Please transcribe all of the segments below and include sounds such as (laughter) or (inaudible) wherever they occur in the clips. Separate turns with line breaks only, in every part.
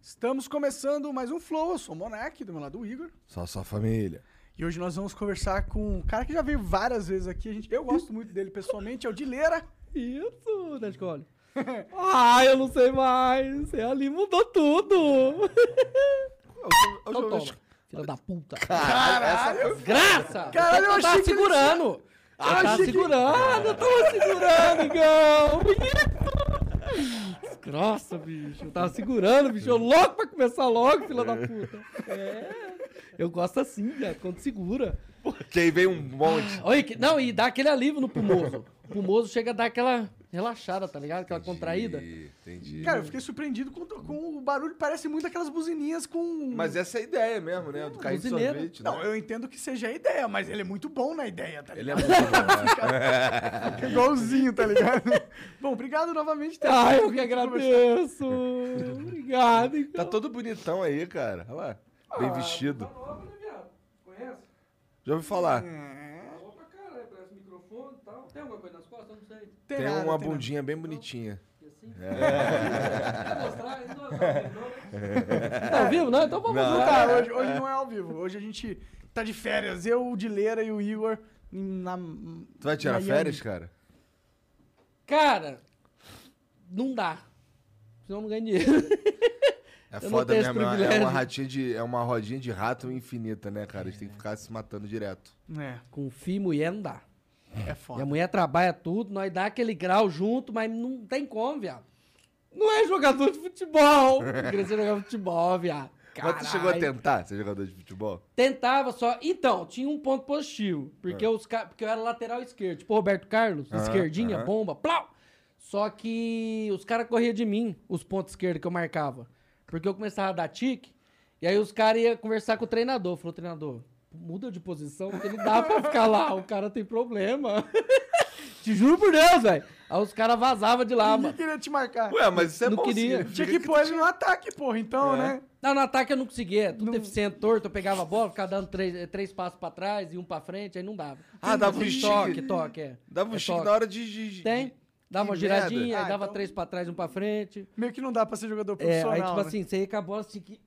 Estamos começando mais um Flow. Eu sou o Monark, do meu lado o Igor.
Só sua família.
E hoje nós vamos conversar com um cara que já veio várias vezes aqui. A gente, eu gosto muito dele pessoalmente, é o Dileira. Uhum.
Isso,
(laughs)
Netcole. ah, eu não sei mais. É ali mudou tudo. Então toma. Filha da puta.
Caralho!
Graça!
Caralho, eu
eu
achei
tava
que ele-
segurando. Eu
achei
tava
que-
segurando, eu tava segurando, Igão. Isso. Graça, bicho. Eu tava segurando, bicho. Eu louco pra começar logo, filha da puta. É. Eu gosto assim, cara, quando segura.
Que aí vem um monte.
Olha, que- não, e dá aquele alívio no pulmoso. O pulmoso chega a dar aquela relaxada, tá ligado? Aquela contraída.
Entendi, Entendi.
Cara, eu fiquei surpreendido com, com o barulho. Parece muito aquelas buzininhas com.
Mas essa é a ideia mesmo, né? Do carrinho de
buzineiro.
sorvete.
Não,
né?
eu entendo que seja a ideia, mas ele é muito bom na ideia, tá
Ele é
ligado?
muito bom, né?
Fica Igualzinho, tá ligado? bom, obrigado novamente. Tete.
Ai, eu que agradeço. Obrigado. Igão.
Tá todo bonitão aí, cara. Olha lá.
Ah,
Bem vestido.
Conhece?
Já ouvi
É,
falar.
Falou pra caralho, parece microfone e tal. Tem alguma coisa nas costas? Eu não sei.
Tem
Tem
nada,
uma
tem nada.
bundinha bem bonitinha.
E assim? Quer mostrar? Isso não é pra mim, não, né?
Tá ao vivo? Não, então vamos
É. Não.
Não
voltar.
tá, hoje, hoje não é ao vivo. Hoje a gente tá de férias. Eu, o Dileira e o Igor. em- Na,
Tu vai tirar férias, cara?
Cara, não dá. Senão eu não ganho dinheiro. (laughs)
É
Eu não
foda
tenho esse
mesmo. é uma- É uma
privilégio.
ratinha de. É uma rodinha de rato infinita, né, cara? A gente tem que ficar se matando direto.
É,
Com filho e mulher não dá.
é
E a
foda.
mulher trabalha tudo, nós dá aquele grau junto, mas não tem como, viado. Não é jogador
(laughs)
de futebol. Eu queria ser jogar futebol, viado.
Mas tu chegou a
Caralho.
tentar ser jogador de futebol?
Tentava só. Então, tinha um ponto positivo. Porque, os ca- porque eu era lateral esquerdo. Tipo, Roberto Carlos,
Ah. Aham,
esquerdinha,
aham.
bomba, plau! Só que os caras corriam de mim, os pontos esquerdos que eu marcava. Porque eu começava a dar tique, e aí os caras iam conversar com o treinador. Falou, treinador, muda de posição, porque ele dá pra ficar lá. O cara tem problema. (laughs) Te juro por Deus, velho. Aí os caras vazavam de lá,
Ninguém
mano.
queria te marcar.
Ué, mas isso é
Não
bom.
queria.
significa
Tinha que pôr ele no ataque, porra, então, né?
Não, no ataque eu não conseguia. Tudo deficiente, torto. Eu pegava a bola, ficava dando três, eh, três passos pra trás e um pra frente, aí não dava.
Ah, dava um
Tem
chique.
Toque, toque, é.
Dava um
É
chique
toque.
na hora de. de- de-
Tem.
Que
Dava uma
merda.
giradinha, aí
Ah,
dava
então-
três pra trás e um pra frente.
Meio que não dá pra ser jogador
É, aí
profissional.
tipo
né?
assim, você ia com a bola, você tinha que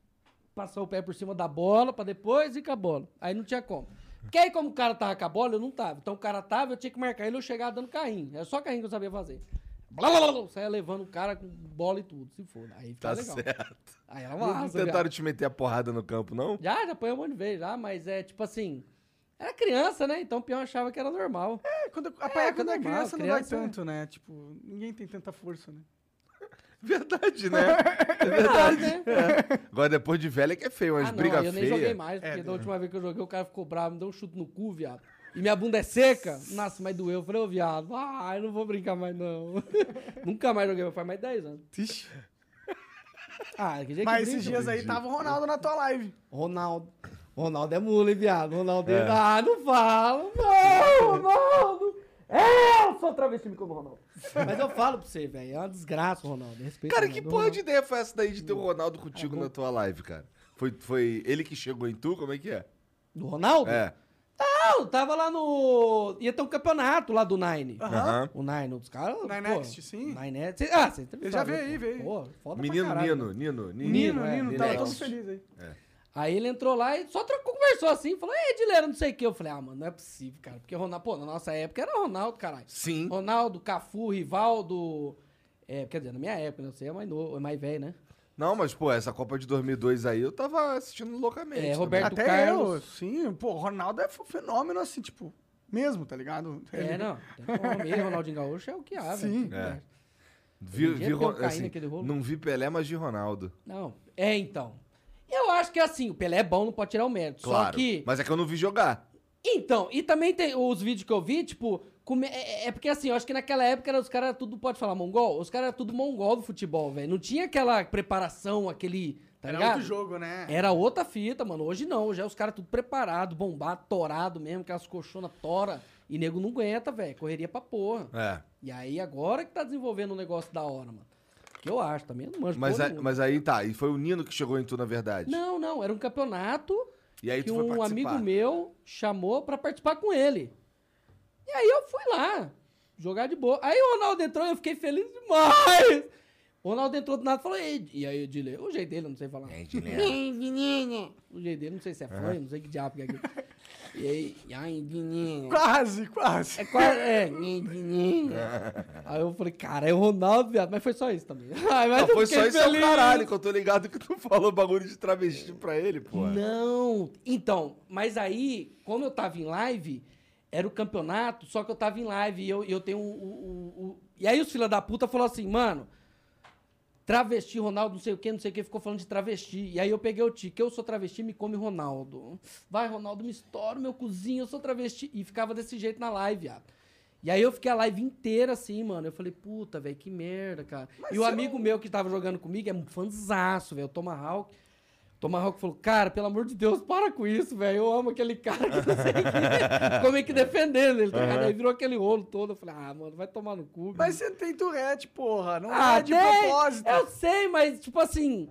passar o pé por cima da bola pra depois ir com a bola. Aí não tinha como. Porque aí como o cara tava com a bola, eu não tava. Então o cara tava, eu tinha que marcar ele, eu chegava dando carrinho. Era só carrinho que eu sabia fazer. Blá, blá, blá, blá, saia levando o cara com bola e tudo, se for. Aí fica
Tá
legal.
certo.
Aí era
Não-
uma
não tentaram te meter a porrada no campo, não?
Já, já apanhou um monte de vez, já, mas é tipo assim. Era criança, né? Então o peão achava que era normal.
É, quando apanhar quando
quando
é
é mal,
criança não dói
criança, né?
tanto, né? Tipo, ninguém tem tanta força, né?
(laughs) Verdade,
(laughs)
né?
verdade, né?
Agora, depois de velha que é feio, umas
ah, não,
briga
eu nem
feia.
joguei mais,
É,
porque da
né?
última vez que eu joguei o cara ficou bravo, me deu um chute no cu, viado. E minha bunda é seca? Nossa, mas doeu. Eu falei, ô viado, ah, eu não vou brincar mais não. (laughs) Nunca mais joguei, mas faz mais 10 anos. Ah, que dia
Mas
que
esses
brinca,
dias aí tava o Ronaldo na tua live.
Ronaldo. Ronaldo é mula, hein, viado? Ronaldo é...
É.
Ah, não fala.
(laughs)
Não, Ronaldo. É, Eu sou travesti como o Ronaldo. Mas eu falo pra você, velho. É uma desgraça o Ronaldo. Respeito
Cara,
o
que
Ronaldo.
porra de ideia foi essa daí de ter o Ronaldo contigo na tua live, cara? Foi, foi ele que chegou em tu? Como é que é?
Do Ronaldo?
É.
Não, tava lá no... Ia ter um campeonato lá do Nine.
Aham.
O Nine, um dos caras...
Nine
pô,
Next, sim.
Nine Next. Cê- Ah, você
Eu já vi aí, vi aí.
Pô, foda
Menino,
pra caralho,
Nino,
né?
Nino, Nino.
Nino,
é,
Nino,
Nino
tava
é
todo
isso.
feliz aí.
Aí ele entrou lá e só trocou, conversou assim. Falou, ei, Dileira, não sei o que. Eu falei, ah, mano, não é possível, cara. Porque Ronaldo... Pô, na nossa época era Ronaldo, caralho.
Sim.
Ronaldo, Cafu, Rivaldo... É, quer dizer, na minha época, né? Você é mais novo, é mais velho, né?
Não, mas, pô, essa Copa de 2002 aí eu tava assistindo loucamente. né?
É,
também.
Roberto-
Até
Carlos.
eu, sim. Pô, o Ronaldo é um fenômeno assim, tipo, mesmo, tá ligado?
É, não. Tem como, ele, Ronaldinho Gaúcho é o que há,
Sim.
velho.
É. Vi,
Hoje em dia
vi
tem um
Ro-
Caim
assim,
naquele rolo.
não vi Pelé, mas vi Ronaldo.
Não. É, então. Eu acho que assim, o Pelé é bom, não pode tirar o mérito.
Claro.
Só que.
Mas é que eu não vi jogar.
Então, e também tem os vídeos que eu vi, tipo. come- É, é- é porque assim, eu acho que naquela época era, os caras tudo, pode falar mongol? Os caras eram tudo mongol do futebol, velho. Não tinha aquela preparação, aquele. Tá
Era
ligado?
outro jogo, né?
Era outra fita, mano. Hoje não. Hoje é os caras tudo preparado, bombado, torado mesmo, aquelas colchonas tora. E nego não aguenta, velho. Correria pra porra.
É.
E aí agora que tá desenvolvendo um negócio da hora, mano. Que eu acho também. eu Não manjo
Mas,
porra
a-
nenhuma.
mas aí tá, e foi o Nino que chegou em tu, na verdade.
Não, não. Era um campeonato
E aí
que
tu foi
um
participar.
amigo meu chamou pra participar com ele. E aí eu fui lá, jogar de boa. Aí o Ronaldo entrou e eu fiquei feliz demais. O Ronaldo entrou do nada e falou, Ei. e aí o Dilei, o jeito dele, eu não sei falar.
É,
(laughs)
Edilene.
Ei, menino. O jeito dele, não sei se é fã, não sei que diabo que é
(laughs)
aquilo. E aí, ai, menino.
Quase, quase.
É quase. É.
(laughs)
Aí eu falei, cara, é o Ronaldo, viado. Mas foi só isso também. (laughs) Ai, mas
Não,
eu
foi só
fiquei
isso é o
feliz.
caralho, que eu tô ligado que tu falou bagulho de travesti pra ele, pô.
Não. Então, mas aí, como eu tava em live, era o campeonato, só que eu tava em live e eu, e eu tenho o, o- o- E aí os filha da puta falou assim, mano, travesti, Ronaldo, não sei o que, não sei o que, ficou falando de travesti. E aí eu peguei o tique, eu sou travesti, me come Ronaldo. Vai, Ronaldo, me estoura o meu cozinho, eu sou travesti. E ficava desse jeito na live, viado. E aí eu fiquei a live inteira assim, mano. Eu falei, puta, velho, que merda, cara. e o amigo meu que tava jogando comigo é um fanzaço, velho, o Tomahawk. Tomahawk falou, cara, pelo amor de Deus, para com isso, velho. Eu amo aquele cara que não sei o quê. Ficou meio que defendendo ele, tá ligado? Aí virou aquele rolo todo. Eu falei, ah, mano, vai tomar no cu.
Mas
velho."
você tem Tourette, porra. Não
ah,
é de
tem-
propósito.
Eu sei, mas tipo assim.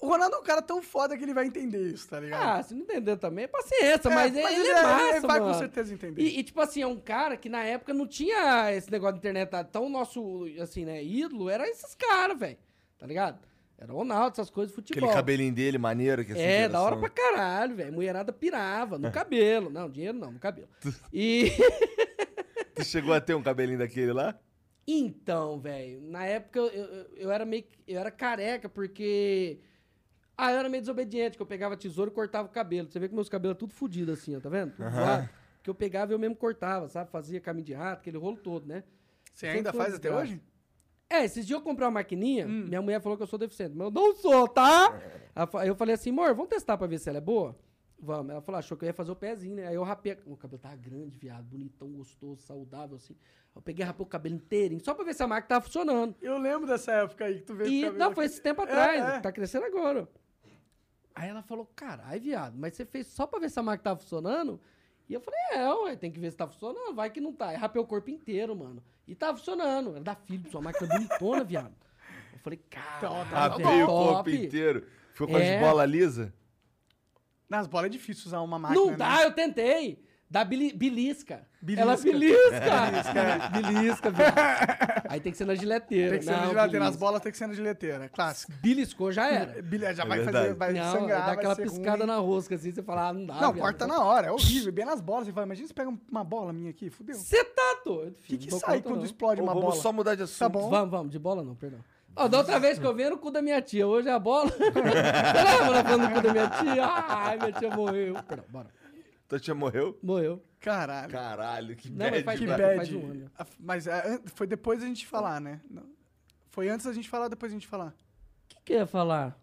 O Ronaldo é um cara tão foda que ele vai entender isso, tá ligado?
Ah, se não entender também, paciência,
É,
mas, ele, é massa,
ele vai
mano.
com certeza entender.
E, e, tipo assim, é um cara que na época não tinha esse negócio de internet. tá? Então o nosso, assim, né, ídolo era esses caras, velho. Tá ligado? Era o Ronaldo, essas coisas, futebol.
Aquele cabelinho dele maneiro que assim.
É, da hora
geração.
pra caralho, velho. Mulherada pirava no cabelo. Não, dinheiro não, no cabelo. E
Tu chegou a ter um cabelinho daquele lá?
então, velho, na época eu, eu, eu era meio que- eu era careca porque ah, eu era meio desobediente, que eu pegava tesouro e cortava o cabelo. Você vê que meus cabelos é tudo fodido assim, ó, tá vendo? Tudo zoado. Que eu pegava e eu mesmo cortava, sabe? Fazia caminho de rato, aquele rolo todo, né?
Você
Sempre
ainda
foi uma
faz até
desgraça.
hoje?
É, esses dias eu comprei uma maquininha, minha mulher falou que eu sou deficiente, mas eu não sou, tá? Ela fa- Eu falei assim, amor, vamos testar pra ver se ela é boa? Vamos. Ela falou, achou que eu ia fazer o pezinho, né? Aí eu rapei. a- O cabelo tava grande, viado, bonitão, gostoso, saudável, assim. Eu peguei e rapei o cabelo inteirinho, só pra ver se a máquina tava funcionando.
Eu lembro dessa época aí que tu veio com o
E
cabelo
não, foi
aqui.
esse tempo
É,
atrás.
é.
Tá crescendo agora. Aí ela falou, caralho, viado, mas você fez só pra ver se a máquina tá funcionando? E eu falei, é, ué, tem que ver se tá funcionando, vai que não tá. Aí rapei o corpo inteiro, mano. E tá funcionando. Era da Philips, uma máquina bonitona, viado. Eu falei, cara,
tá
velho,
Rapei Ah, o
top.
corpo inteiro. Ficou com
É.
as bolas lisas.
Nas bolas é difícil usar uma máquina. né?
Não dá, eu tentei. Da bili- belisca.
Belisca.
Ela belisca. belisca, viado. Aí tem que ser na
Né?
gileteira.
Tem que ser na
não,
gileteira. As
belisca.
bolas tem que ser na gileteira. Clássico.
Beliscou, já era.
Bilha, já
É
vai fazer,
verdade.
vai
não,
sangrar.
dá
vai
aquela
ser
piscada
é ruim.
na rosca, assim, você fala, ah, não dá.
Não,
viado.
corta na hora, é horrível. Bem nas bolas, você fala, imagina se pega um, uma bola minha aqui, fudeu. O
Você tá doido,
que,
filho.
que
não dou
sai
conta,
quando
não.
explode
Ô,
uma
Vamos
bola?
só mudar de assunto.
Tá bom.
Vamos, vamos, de bola não, perdão. Ó, da outra vez que eu vi era o cu da minha tia, hoje é a bola. (laughs) Você lembra ela falando do cu da minha tia? Ai, minha tia morreu. Perdão, bora.
Tua tia morreu?
Morreu.
Caralho.
Caralho, que
Não, mas
bad,
faz-
Que
velho.
Faz
bad.
um ano.
Ah, Mas ah, an- foi depois da gente falar, né? Não. Foi antes da gente falar, depois da gente falar.
O que que eu ia falar?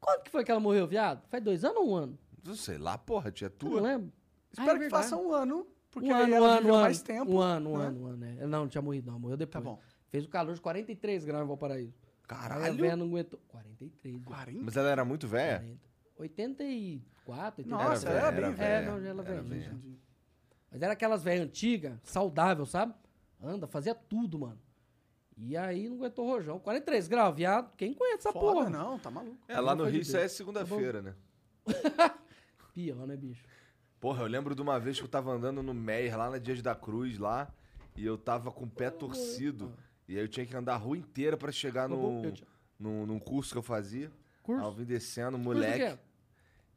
Quando que foi que ela morreu, viado? Faz dois anos ou um ano?
Não sei lá, porra, tia
Eu não
tua.
lembro. Ah, é
Espero que
verdade.
faça um ano, porque
um
aí
ano, um
ela
ano,
viveu
um ano.
mais tempo.
Um ano, um
né?
ano, um ano. é. Não, não tinha morrido, não. Morreu
Tá
depois.
bom.
Fez o calor de 43 graus em Valparaíso. Aí a
Caralho.
velha não aguentou. 43, viado.
40?
Mas ela era muito velha?
40. 84, 85.
Nossa,
Era
ela era
velha,
bem
era
velha.
É, não, já ela
Era
velha.
velha.
já. Mas era aquelas velhas antigas, saudável, sabe? Anda, fazia tudo, mano. E aí não aguentou o rojão. 43 graus, viado. Quem conhece essa
Foda,
porra?
não, tá maluco.
É, lá
Pelo
no
amor de
Rio isso aí é
Deus.
segunda-feira, né?
Pior, né, bicho?
Porra, eu lembro de uma vez que eu tava andando no Meier, lá na Dias da Cruz, lá, e eu tava com o pé torcido. E aí eu tinha que andar a rua inteira pra chegar num,
Eu tinha-
num, num curso que eu fazia. Aí eu
Curso?
vim descendo,
Curso do
moleque.
quê?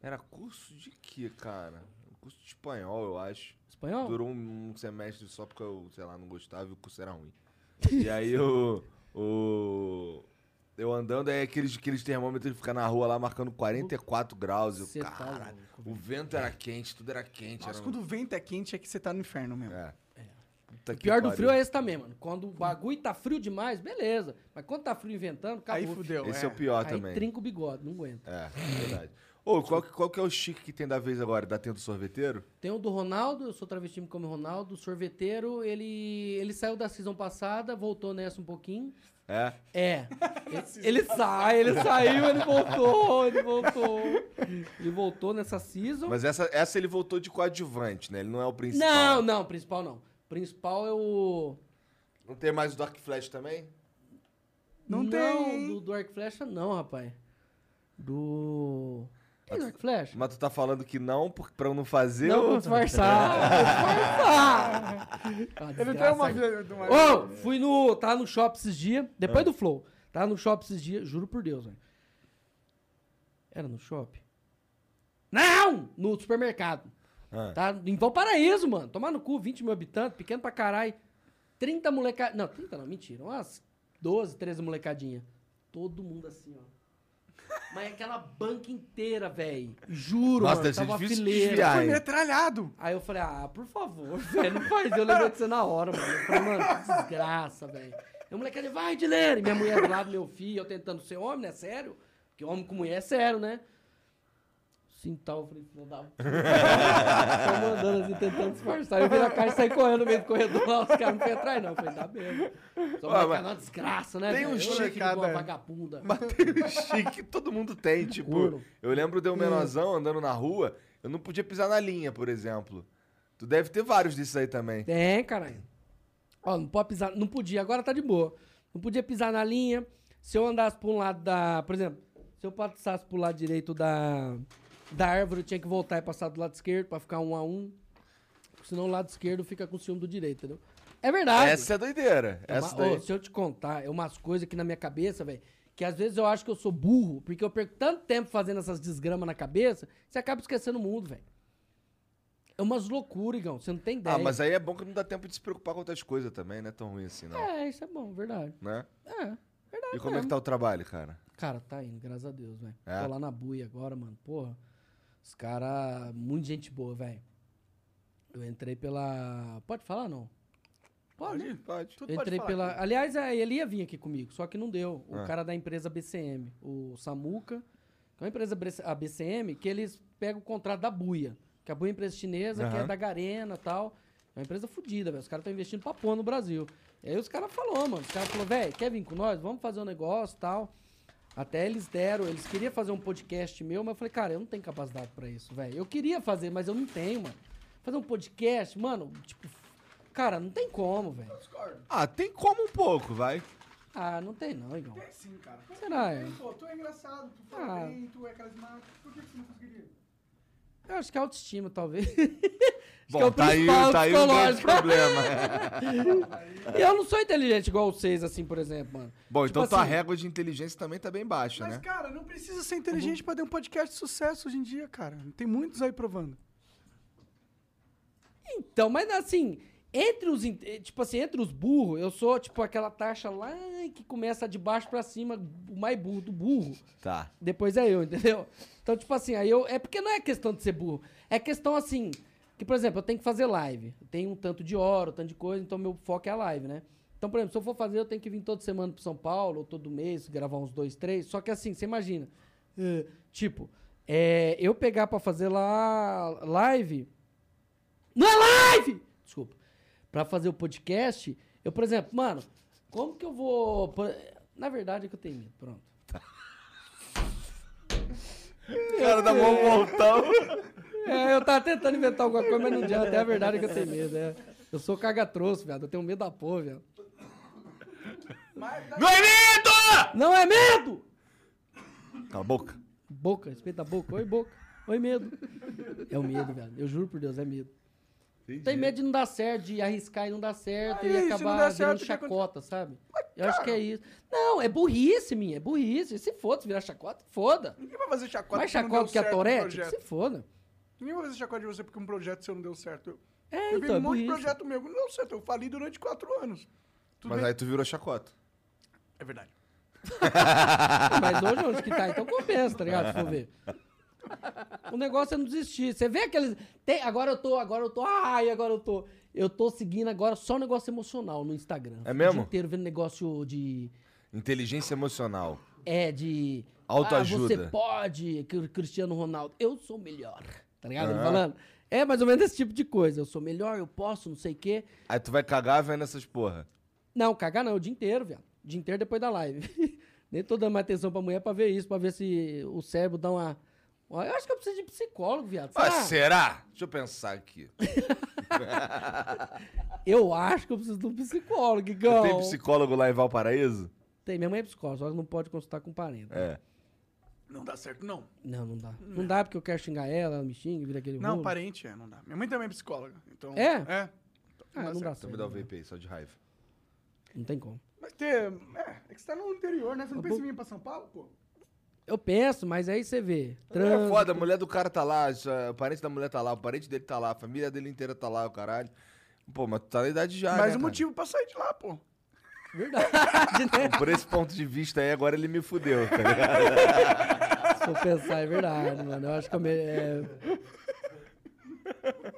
Era curso de quê, cara? Um Curso de espanhol, eu acho.
Espanhol?
Durou um, um semestre só porque eu, sei lá, não gostava e o curso era ruim. E aí eu. o- eu andando, aí aqueles, aqueles termômetros que ficam na rua lá marcando 44 graus. Eu,
Cê tá
cara,
louco,
o vento era quente, tudo era quente.
Nossa,
era um-
quando o vento é quente é que você tá no inferno tá mesmo.
É. Puta
O pior do frio é esse também, mano. Quando o bagulho tá frio demais, beleza. Mas quando tá frio inventando, acabou.
Aí fudeu.
Esse é o pior
Aí
também.
trinca o bigode, não aguenta.
É, verdade. Ô, qual, que- qual que é o chique que tem da vez agora? Da tenda do sorveteiro?
Tem o do Ronaldo, eu sou travesti, me come Ronaldo. Sorveteiro, ele, ele saiu da season passada, voltou nessa um pouquinho.
É.
(laughs)
É. Ele, ele sai, ele saiu, ele voltou, ele voltou. Ele voltou nessa season.
Mas essa, essa ele voltou de coadjuvante, né? Ele não é o principal.
Não, não, principal não. Principal é o.
Não tem mais o Dark Flash também?
Não tem.
Do, do Arc Flecha, não, rapaz. Do. Tem do Arc Flecha?
Mas tu tá falando que não, por- pra eu não fazer?
Não, vou
ou-
disfarçar. vou
(laughs)
disfarçar. Tá
Ele tem É uma vida de uma
É.
Ô, fui no. Tava no shopping esses dias, depois do Flow. Tava no shopping esses dias, juro por Deus, velho. Era no shopping? Não! No supermercado.
Ah.
Tá em Valparaíso, mano. Tomar no cu, 20 mil habitantes, pequeno pra caralho. 30 molecadinhas. Não, 30 não, mentira. Umas 12, 13 molecadinhas. Todo mundo assim, ó. Mas aquela banca inteira, velho. Juro,
Nossa,
mano.
deve ser
tava uma
difícil
fileira.
desviar.
Foi
Ai.
metralhado.
Aí eu falei, ah, por favor, (laughs) velho, não faz. Eu lembrei de você na hora, mano. Eu falei, mano, que desgraça, velho. E o moleque ali, vai, Dileira. E minha mulher do lado, meu filho, eu tentando ser homem, né? Sério? Porque homem com mulher é sério, né? Sim, tal. Eu falei, não dá. (laughs) Tô mandando assim, tentando disfarçar. Eu vi na caixa e saí correndo no meio do corredor lá. Os caras não foi atrás, não. Eu falei, dá mesmo. Só
Ó,
uma
mas-
uma desgraça, né?
Tem
velho?
um
Eu,
chique
filho de
cada-
uma vagabunda.
Mas tem (laughs) o chique que todo mundo tem, tipo...
Juro.
Eu lembro de um menorzão andando na rua, eu não podia pisar na linha, por exemplo. Tu deve ter vários desses aí também.
Tem, caralho. Ó, não pode pisar. Não podia, agora tá de boa. Não podia pisar na linha. Se eu andasse pra um lado da. Por exemplo, se eu passasse pro lado direito da, da árvore, eu tinha que voltar e passar do lado esquerdo pra ficar um a um. Senão o lado esquerdo fica com o ciúme do direito, entendeu? É verdade.
Essa é doideira.
É uma-
Essa daí.
Ô, se eu te contar, é umas coisas aqui na minha cabeça, velho, que às vezes eu acho que eu sou burro, porque eu perco tanto tempo fazendo essas desgramas na cabeça, você acaba esquecendo o mundo, velho. É umas loucuras, Igão. Você não tem ideia.
Ah, mas aí é bom que não dá tempo de se preocupar com outras coisas também, não é tão ruim assim, não.
É, isso é bom, verdade.
Né?
É, verdade.
E como é que tá o trabalho, cara?
Cara, tá indo, graças a Deus, velho.
É?
Tô lá na buia agora, mano. Porra. Os caras. Muito gente boa, velho. Eu entrei pela. Pode falar, não? Pode, né?
Pode.
Tudo
Eu
pode
entrei
falar.
pela. Aliás, é, ele ia vir aqui comigo, só que não deu. O
Ah.
cara da empresa BCM, o Samuca, que é uma empresa BC a BCM, que eles pegam o contrato da Buia, que a Buia é uma empresa chinesa, que é
Aham.
da Garena e tal. É uma empresa fodida, velho. Os caras estão investindo pra pôr no Brasil. E aí os caras falaram, mano. Os caras falaram, velho, quer vir com nós? Vamos fazer um negócio e tal. Até eles deram, eles queriam fazer um podcast meu, mas eu falei, cara, eu não tenho capacidade pra isso, velho. Eu queria fazer, mas eu não tenho, mano. Fazer um podcast, mano, tipo, cara, não tem como, velho.
Ah, tem como um pouco, vai.
Ah, não tem não, Igor.
Tem sim, é assim, cara.
Será, é?
Tem, pô. Tu é engraçado, tu fala
Ah.
bem, tu é carismático. Por que que você não conseguiria?
Eu acho que é autoestima, talvez. (laughs) Acho que é
Bom,
o
tá aí,
principal
tá aí um grande
psicológico.
problema.
(laughs) E eu não sou inteligente igual vocês, assim, por exemplo, mano.
Bom,
Tipo
então tua
assim,
régua de inteligência também tá bem baixa,
Mas,
né?
cara, não precisa ser inteligente pra ter um podcast de sucesso hoje em dia, cara. Tem muitos aí provando.
Então, mas assim, entre os. in- eh, Tipo assim, entre os burros, eu sou, tipo, aquela taxa lá que começa de baixo pra cima, o mais burro do burro.
Tá.
Depois é eu, (laughs) entendeu? Então, tipo assim, aí eu. É porque não é questão de ser burro. É questão assim. Que, por exemplo, eu tenho que fazer live. Eu tenho um tanto de hora, um tanto de coisa, então meu foco é a live, né? Então, por exemplo, se eu for fazer, eu tenho que vir toda semana pro São Paulo, ou todo mês, gravar uns dois, três. Só que assim, você imagina. eh, tipo, eh, eu pegar pra fazer lá live. Não é live! Desculpa. Pra fazer o podcast, eu, por exemplo, mano, como que eu vou. por- Na verdade é que eu tenho medo, pronto.
O cara dá
um
mó montão.
É, eu tava tentando inventar alguma coisa, mas não adianta. É a verdade que eu tenho medo, é. Eu sou caga-troço, viado. Eu tenho medo da porra, viado.
(laughs) Não é medo!
Não é medo!
Cala a boca.
Boca, respeita a boca. Oi, boca. Oi, medo. É o medo, velho. Eu juro por Deus, é medo. Tem medo de não dar certo, de arriscar e não dar certo,
Aí,
e
se não
acabar
der
virando
certo, o que aconte-
chacota, sabe? Eu acho que é isso. Não, é burrice, minha. É burrice. Se foda, se virar chacota, foda.
Ninguém vai fazer chacota
Mais
porque não
chacota
deu
que a
certo no
Torete, que
projeto.
se foda.
Ninguém vai fazer chacota de você porque um projeto seu não deu certo. Eu,
É,
eu vi
então, é
um monte de
burrice.
projeto meu que não deu certo. Eu falei durante quatro anos. Tudo
Mas
bem-
aí tu virou chacota.
É verdade.
Mas hoje, onde que tá, então compensa, tá ligado? Se for ver. O negócio é não desistir. Você vê aqueles. Tem, agora eu tô, agora eu tô. Ai, agora eu tô. Eu tô seguindo agora só negócio emocional no Instagram. Fico O
É mesmo?
dia inteiro vendo negócio de.
Inteligência emocional.
É, de.
Autoajuda.
Ah, você pode, Cri- Cristiano Ronaldo. Eu sou melhor. Tá ligado? Ele
Aham.
falando. É mais ou menos esse tipo de coisa. Eu sou melhor, eu posso, não sei o quê.
Aí tu vai cagar vendo essas porra.
Não, cagar não, o dia inteiro, viado. O dia inteiro depois da live. (laughs) Nem tô dando mais atenção pra mulher pra ver isso, pra ver se o cérebro dá uma. Ó, Eu acho que eu preciso de psicólogo, viado.
Ah,
Será?
será? Deixa eu pensar aqui.
Eu acho que eu preciso de um psicólogo, Igão.
Tem psicólogo lá em Valparaíso?
Tem, minha mãe é psicóloga, só que não pode consultar com parente.
É.
Não dá certo, não.
Não, não dá. Não dá porque eu quero xingar ela, ela me xinga, vira aquele
Não,
rolo.
parente, é, não dá. Minha mãe também é psicóloga. Então,
É?
É.
Ah, não dá
Então
certo.
me dá o
Não,
VP aí, só de raiva.
tem como.
Mas ter. É, é que você tá no interior, né? Você não pensa em vir pra São Paulo, pô?
Eu penso, mas aí você vê.
É
Trans...
foda, a mulher do cara tá lá, a- o parente da mulher tá lá, o parente dele tá lá, a família dele inteira tá lá, o caralho. Pô, mas tu tá na idade já, né,
Mas o
cara?
motivo pra sair de lá, pô.
(laughs) Verdade, né?
Então, Por esse ponto de vista aí, agora ele me fudeu, tá
(laughs)
ligado?
Se eu pensar, é verdade, mano. Eu acho que eu me... é...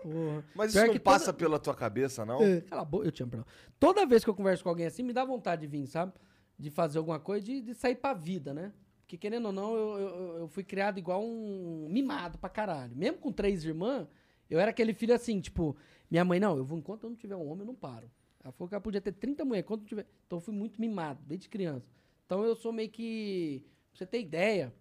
Porra.
Mas
Pior
isso não
que
passa
toda-
pela tua cabeça, não?
É, Cala a boca, eu te amo, perdão. Toda vez que eu converso com alguém assim, me dá vontade de vir, sabe? De fazer alguma coisa, de, de sair pra vida, né? Porque querendo ou não, eu, eu, eu fui criado igual um mimado pra caralho. Mesmo com três irmãs, eu era aquele filho assim, tipo, minha mãe, não, eu vou enquanto eu não tiver um homem, eu não paro. Ela falou que ela podia ter 30 mulheres, enquanto não tiver. Então eu fui muito mimado, desde criança. Então eu sou meio que. Pra você ter ideia,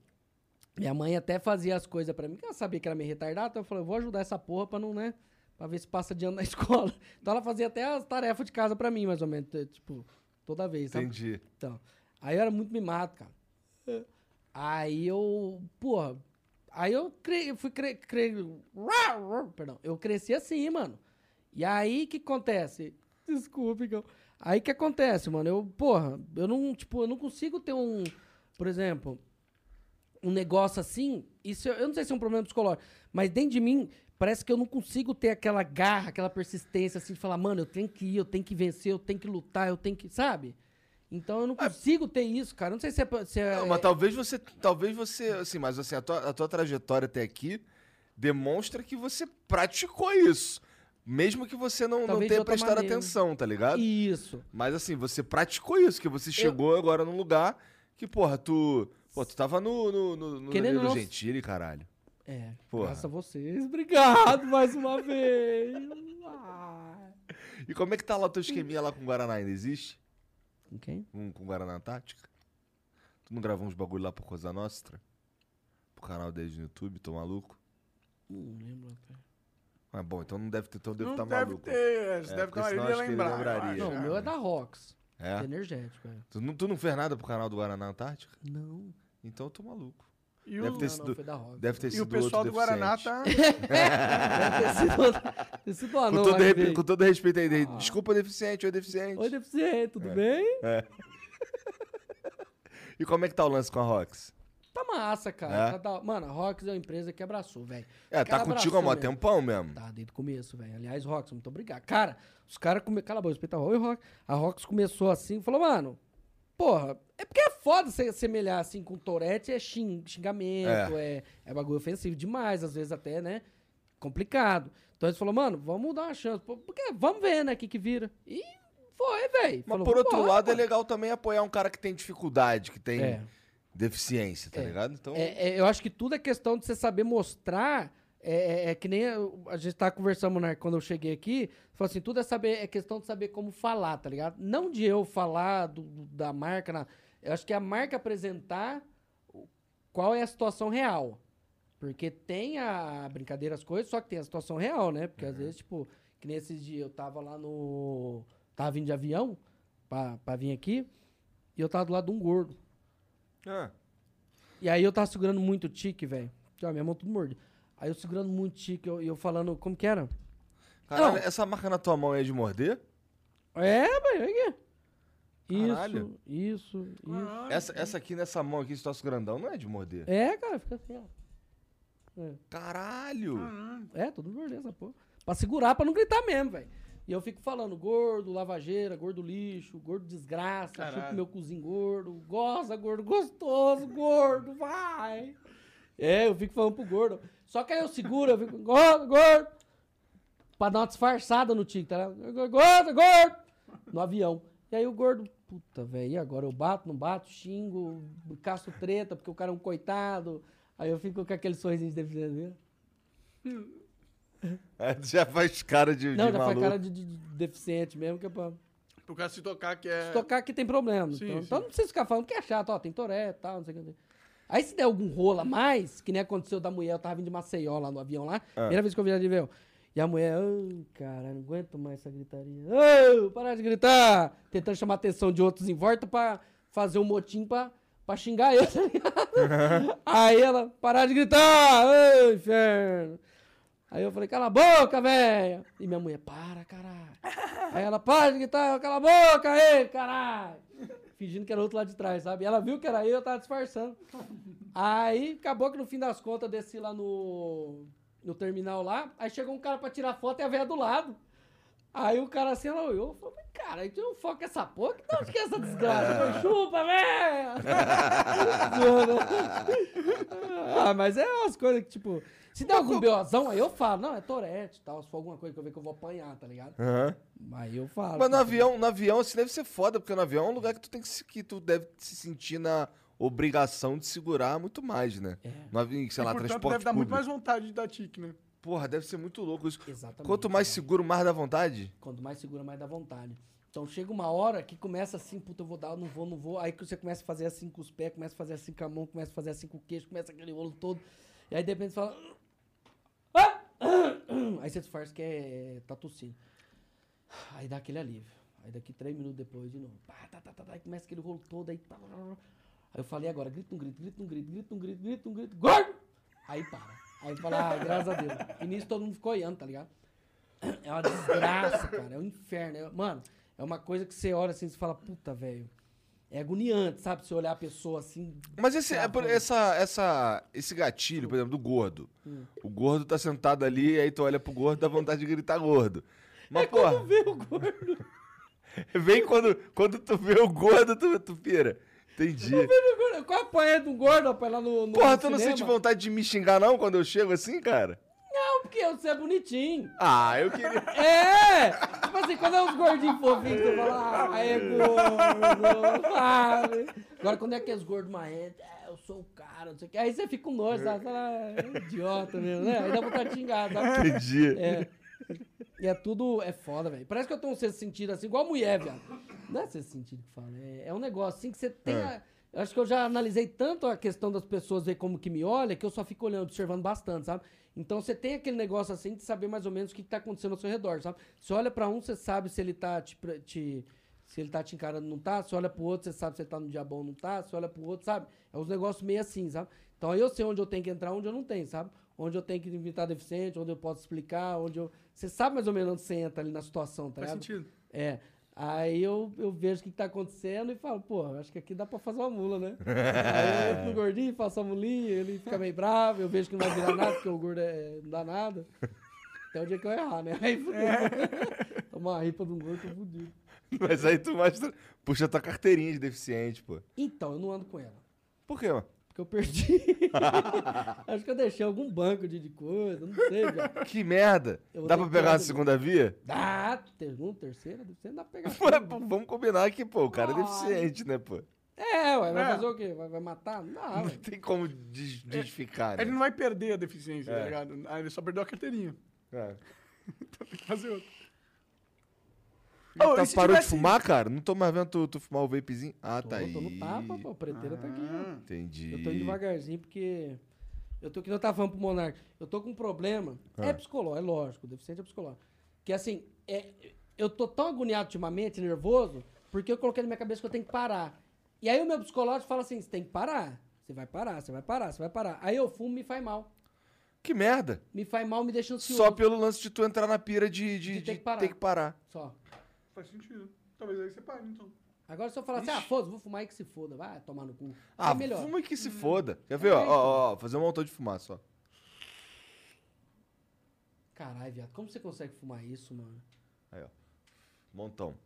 minha mãe até fazia as coisas pra mim, que ela sabia que era meio retardada, então eu falei, eu vou ajudar essa porra pra não, né? Pra ver se passa de ano na (laughs) escola. Então ela fazia até as tarefas de casa pra mim, mais ou menos. t- Tipo, toda vez, sabe?
Entendi.
Então, aí eu era muito mimado, cara. Aí eu, porra, aí eu cre... eu fui cre... cre... Rau, rau, Perdão, eu cresci assim, mano. E aí o que acontece? Desculpa, Igão. Aí o que acontece, mano? Eu, porra, eu não, tipo, eu não consigo ter um, por exemplo, um negócio assim, isso eu, eu não sei se é um problema psicológico, mas dentro de mim parece que eu não consigo ter aquela garra, aquela persistência assim de falar, mano, eu tenho que ir, eu tenho que vencer, eu tenho que lutar, eu tenho que, sabe? Então eu não consigo ter isso, cara. Eu Não sei se é, pra- se é
É. Não, mas talvez você, talvez você, assim, mas assim, a tua, a tua trajetória até aqui demonstra que você praticou isso. Mesmo que você não, não
Talvez de
tenha
outra
prestado
maneira.
atenção, tá ligado?
isso.
Mas assim, você praticou isso, que você chegou agora num lugar que, porra, tu. Pô, tu tava no. no, no, no
Querendo
Danilo
ou não-
Gentili, caralho.
É,
Porra.
graças a vocês. Obrigado mais uma vez. Ah.
E como é que tá lá o teu esqueminha lá com o Guaraná? Ainda existe?
Com quem?
Com, com o Guaraná Tática? Tu não gravou uns bagulho lá por Coisa Nostra? Pro canal deles no YouTube, tô maluco?
Não lembro até.
Ah, bom, então não deve ter, então deve
não
tá
deve
maluco.
ter. Você
É,
deve
porque
ter uma
senão
iria
acho que ele
lembrar. eu
lembraria.
acho.
Não, o meu é da Rox.
É?
Energético, é.
Tu não, tu não fez nada pro canal do Guaraná Antártica?
Não.
Então eu tô maluco.
E
Deve
o-
ter
não,
sido-
foi da Rox. Ah.
Deve ter
E
sido
o pessoal do
outro
Guaraná
deficiente.
tá. (laughs)
Deve ter sido
Com,
anão.
todo,
lá que
re-
veio.
com todo respeito aí,
Ah.
de- desculpa deficiente, oi deficiente.
Oi, deficiente, tudo bem?
E como é que tá o lance com a Rox?
Tá massa, cara.
É?
Tá da- Mano, a Rox é uma empresa que abraçou, velho.
É,
Cara,
tá contigo há mó
abraçou mesmo.
tempão mesmo.
Tá, desde o começo, velho. Aliás, Rox, muito obrigado. Cara, os caras come... Cala a boca, respeita a Rox. Oi, Rox. A Rox começou assim, falou, mano, porra, é porque é foda você semelhar assim com o Tourette, é xing- xingamento, é. É, bagulho ofensivo demais, às vezes até, né? Complicado. Então eles falaram, mano, vamos dar uma chance. pô, Porque vamos ver, né, o que que vira. E foi, velho.
Mas
Falou,
por outro
"Vambora,
lado, é
mano."
legal também apoiar um cara que tem dificuldade, que tem
É.
deficiência, tá
É.
ligado? Então,
É, é, eu acho que tudo é questão de você saber mostrar. É, é- é que nem eu- a gente tava conversando, Monark, quando eu cheguei aqui. Falou assim: tudo é, saber, é questão de saber como falar, tá ligado? Não de eu falar do- do- da marca. na- eu acho que é a marca apresentar o- qual é a situação real. Porque tem a brincadeira, as coisas, só que tem a situação real, né? Porque às vezes, tipo, que nem esses dias eu tava lá no. Tava vindo de avião pra, pra vir aqui. E eu tava do lado de um gordo.
ah,
E aí eu tava segurando muito o tique, velho. Ó, Minha mão tudo morde. Aí eu segurando muito o tique, eu, eu falando, como que era?
caralho,
Não.
essa marca na tua mão é de morder?
É, velho, olha aqui. Isso,
Caralho.
isso, isso.
Caralho.
Essa, essa aqui nessa mão aqui, esse troço grandão, não é de morder.
Ah, É, cara, fica assim, ó.
Caralho!
É, todo mundo mordendo essa porra. Pra segurar, pra não gritar mesmo, velho. E eu fico falando, gordo, lavageira, gordo lixo, gordo desgraça, chupa meu cozinho gordo, goza, gordo gostoso, gordo, vai. É, eu fico falando pro gordo. Só que aí eu seguro, eu fico, gordo, gordo. pra dar uma disfarçada no tique, tá ligado? Gordo, gordo, gordo! No avião. E aí o gordo, puta, velho, e agora eu bato, não bato, xingo, caço treta, porque o cara é um coitado. Aí eu fico com aquele sorrisinho de deficiente.
Aí tu É, já faz cara de,
Não,
de
já
maluco.
faz cara de, de- de deficiente mesmo, que é pra...
Pro cara se tocar que é.
Se tocar que tem problema.
Sim,
então,
sim.
então não precisa ficar falando que é chato, ó, tem toré e tal, não sei o que. Aí se der algum rolo a mais, que nem aconteceu da mulher, eu tava vindo de Maceió lá no avião lá, primeira vez que eu viajei de avião. E a mulher, ai, cara, não aguento mais essa gritaria. Ô, parar de gritar! Tentando chamar a atenção de outros em volta pra fazer um motim pra, pra xingar eu, (laughs) tá ligado? Aí ela, parar de gritar! Ô, inferno! Aí eu falei, cala a boca, velho! E minha mulher, para, caralho! Aí ela, para de gritar, cala a boca aí, caralho! Fingindo que era outro lado de trás, sabe? E ela viu que era eu, eu tava disfarçando. Aí acabou que no fim das contas eu desci lá no, no terminal lá. Aí chegou um cara pra tirar foto e a velha do lado. Aí o cara assim, ela olhou e falou, "Mas, cara, aí tu não foca essa porra? Que de onde que é essa desgraça? Eu falei, chupa, velho! Zoando. ah, mas é umas coisas que, tipo... Se der algum beozão, aí eu falo, não, é torete e tal. Se for alguma coisa que eu ver que eu vou apanhar, tá ligado?
Aham.
Aí eu falo.
Mas no
tá
avião, no avião, assim, deve ser foda, porque no avião é um lugar que tu tem que se, que tu deve se sentir na obrigação de segurar muito mais, né?
é,
No avião,
e,
sei lá,
portanto,
transporte
deve dar muito
público.
mais vontade de dar tique,
Tá
né?
Porra, deve ser muito louco isso.
Exatamente.
Quanto mais
cara.
seguro, mais dá vontade.
Quanto mais segura, mais dá vontade. Então chega uma hora que começa assim, puta, eu vou dar, eu não vou, não vou. Aí que você começa a fazer assim com os pés, começa a fazer assim com a mão, começa a fazer assim com o queixo, começa aquele rolo todo. E aí de repente você fala. "Ah! Aí você disfarça que é, tá tossindo. Aí dá aquele alívio. Aí daqui três minutos depois de novo. Pá, tá, tá, tá, tá, aí começa aquele rolo todo, aí. Tá, tá, tá, tá. Aí eu falei agora, grita um grito, grita um grito, grita um grito, grita um grito, gordo! Aí para. Aí fala, ah, graças a Deus. E nisso todo mundo ficou olhando, tá ligado? É uma desgraça, cara. É um inferno. É- mano, é uma coisa que você olha assim e fala, puta, velho. É agoniante, sabe? Você olhar a pessoa assim.
Mas esse, é por-
travando.
essa, essa, esse gatilho, por exemplo, do gordo.
Hum.
O gordo tá sentado ali, aí tu olha pro gordo, dá vontade de gritar gordo. Mas, porra,
É Vê o gordo.
(laughs) vem quando, quando tu vê o gordo, tu, tu pira. Entendi.
Vê o gordo. Qual a panha de um gordo, rapaz, lá no. no
Porra,
no
tu não
cinema?
sente vontade de me xingar, não, quando eu chego assim, cara?
Não, porque você é bonitinho.
Ah, eu
(laughs)
queria.
É! Tipo assim, quando é uns gordinhos fofinhos, você fala, ah, é gordo, sabe? Agora, quando é aqueles gordos marrentos, é, eu sou o cara, não sei o quê. Aí você fica com nojo, sabe? Fala, "Ah, é idiota mesmo, né? Aí dá vontade de
(laughs)
xingar, sabe?
Entendi.
É. E é tudo, é foda, velho. Parece que eu tô um sexto sentido assim, igual mulher, viado. Não é sexto sentido que fala, é, é um negócio assim que você tem a... Eu acho que eu já analisei tanto a questão das pessoas ver como que me olha, que eu só fico olhando, observando bastante, sabe? Então você tem aquele negócio assim de saber mais ou menos o que, que tá acontecendo ao seu redor, sabe? Você olha pra um, você sabe se ele tá te... pre- te- se ele tá te encarando, não tá. Se olha pro outro, você sabe se ele tá no dia bom, não tá. Se olha pro outro, sabe? É uns negócios meio assim, sabe? Então aí eu sei onde eu tenho que entrar, onde eu não tenho, sabe? Onde eu tenho que invitar deficiente, onde eu posso explicar, onde eu. Você sabe mais ou menos onde você entra ali na situação, tá
Faz
ligado?
sentido.
É. Aí eu, eu vejo o que, que tá acontecendo e falo, pô, acho que aqui dá pra fazer uma
(laughs)
mula, né? Aí eu entro no gordinho, faço a mulinha, ele fica meio bravo, eu vejo que não vai virar nada, porque o gordo é, não dá nada. Até o dia que eu errar, né? Aí fudeu.
É.
(laughs) Tomar uma ripa de um gordo, tô fudido.
Mas aí tu mostra. Puxa tua carteirinha de deficiente, pô.
Então, eu não ando com ela.
Por quê, mano?
Porque
(laughs)
eu perdi. Acho que eu deixei algum banco de, de coisa, não sei, viado.
Que merda!
Eu vou
Dá
ter
pra
que
pegar
pegar
a segunda via?
Dá, segunda, Ah, terceira, você não
(laughs)
dá pra pegar.
Pô, é, pô, vamos combinar que, pô, o cara é
Ai.
deficiente, né, pô?
É, ué, vai
É.
fazer o quê? Vai, vai matar? Não, dá,
Não
ué.
tem como des-
É,
desficar,
Ele
né?
não vai perder a deficiência,
É.
tá ligado? Ah, ele só perdeu a
(laughs)
carteirinha.
É.
Tem que fazer outra.
Então,
Oh, e
parou
se
de
tivesse-
fumar, cara? Não tô mais vendo tu, tu fumar o vapezinho? Ah,
Tô,
tá aí. Ah.
tô no tapa, pô, preteira tá aqui. ó.
Entendi.
Eu tô indo devagarzinho porque. Eu tô que não tava falando pro Monark. Eu tô com um problema.
Ah.
É psicológico, é lógico, deficiente é psicológico. Que assim, é, eu tô tão agoniado ultimamente, nervoso, porque eu coloquei na minha cabeça que eu tenho que parar. E aí o meu psicológico fala assim: você tem que parar. Você vai parar, você vai parar, você vai parar. Aí eu fumo me faz mal.
Que merda!
Me faz mal, me deixa ansioso.
Só pelo lance de tu entrar na pira de, de,
De ter
de
que parar.
ter que parar.
Só.
Faz sentido. Talvez aí você pare, então.
Agora se eu falar assim, ah, foda-se, vou fumar aí que se foda, vai tomar no cu.
Ah,
é melhor.
fuma que se foda. Quer ver, ó,
É,
ó, ó, fazer um montão de fumar só.
Caralho, viado, como você consegue fumar isso, mano?
Aí, ó. Montão.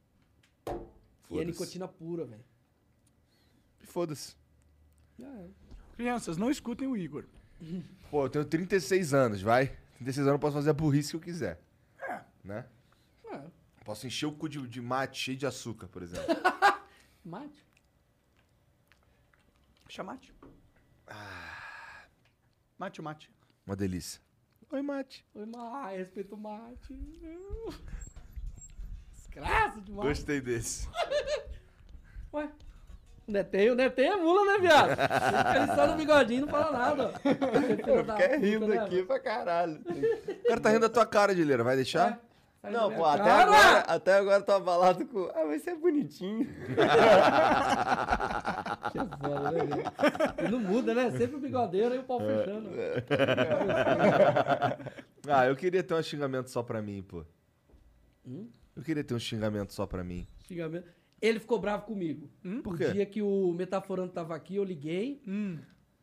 E é
Foda-se.
nicotina pura, velho.
Foda-se.
Ah, é.
Crianças, não escutem o Igor.
É.
Pô, eu tenho 36 anos, vai. 36 anos eu posso fazer a burrice que eu quiser. né?
Ah,
Posso encher o cu de, de mate cheio de açúcar, por exemplo. (laughs)
mate.
Chamate. Mate o mate.
Uma delícia. Ah. Oi, mate.
Oi, mate. Respeito o mate. Desgraça de mate.
Gostei desse.
Ué. O Neteio, o Neteio é mula, né, viado? Ele fica só no bigodinho e não fala nada.
Eu fiquei
né,
rindo aqui pra caralho. Tá, É. O cara tá rindo da tua cara, Dileira. Vai deixar?
Não, pô, até agora, até agora eu tô
tá
abalado com. Ah, mas você é bonitinho.
Que foda, né, velho? E não muda, né? Sempre o bigodeiro e o
É.
pau fechando.
Ah, eu queria ter um xingamento só pra mim, pô. Eu queria ter um xingamento só pra mim.
Xingamento. Ele ficou bravo comigo.
Hum? Por
O
quê? Hum.
dia que o Metaforando tava aqui, eu liguei.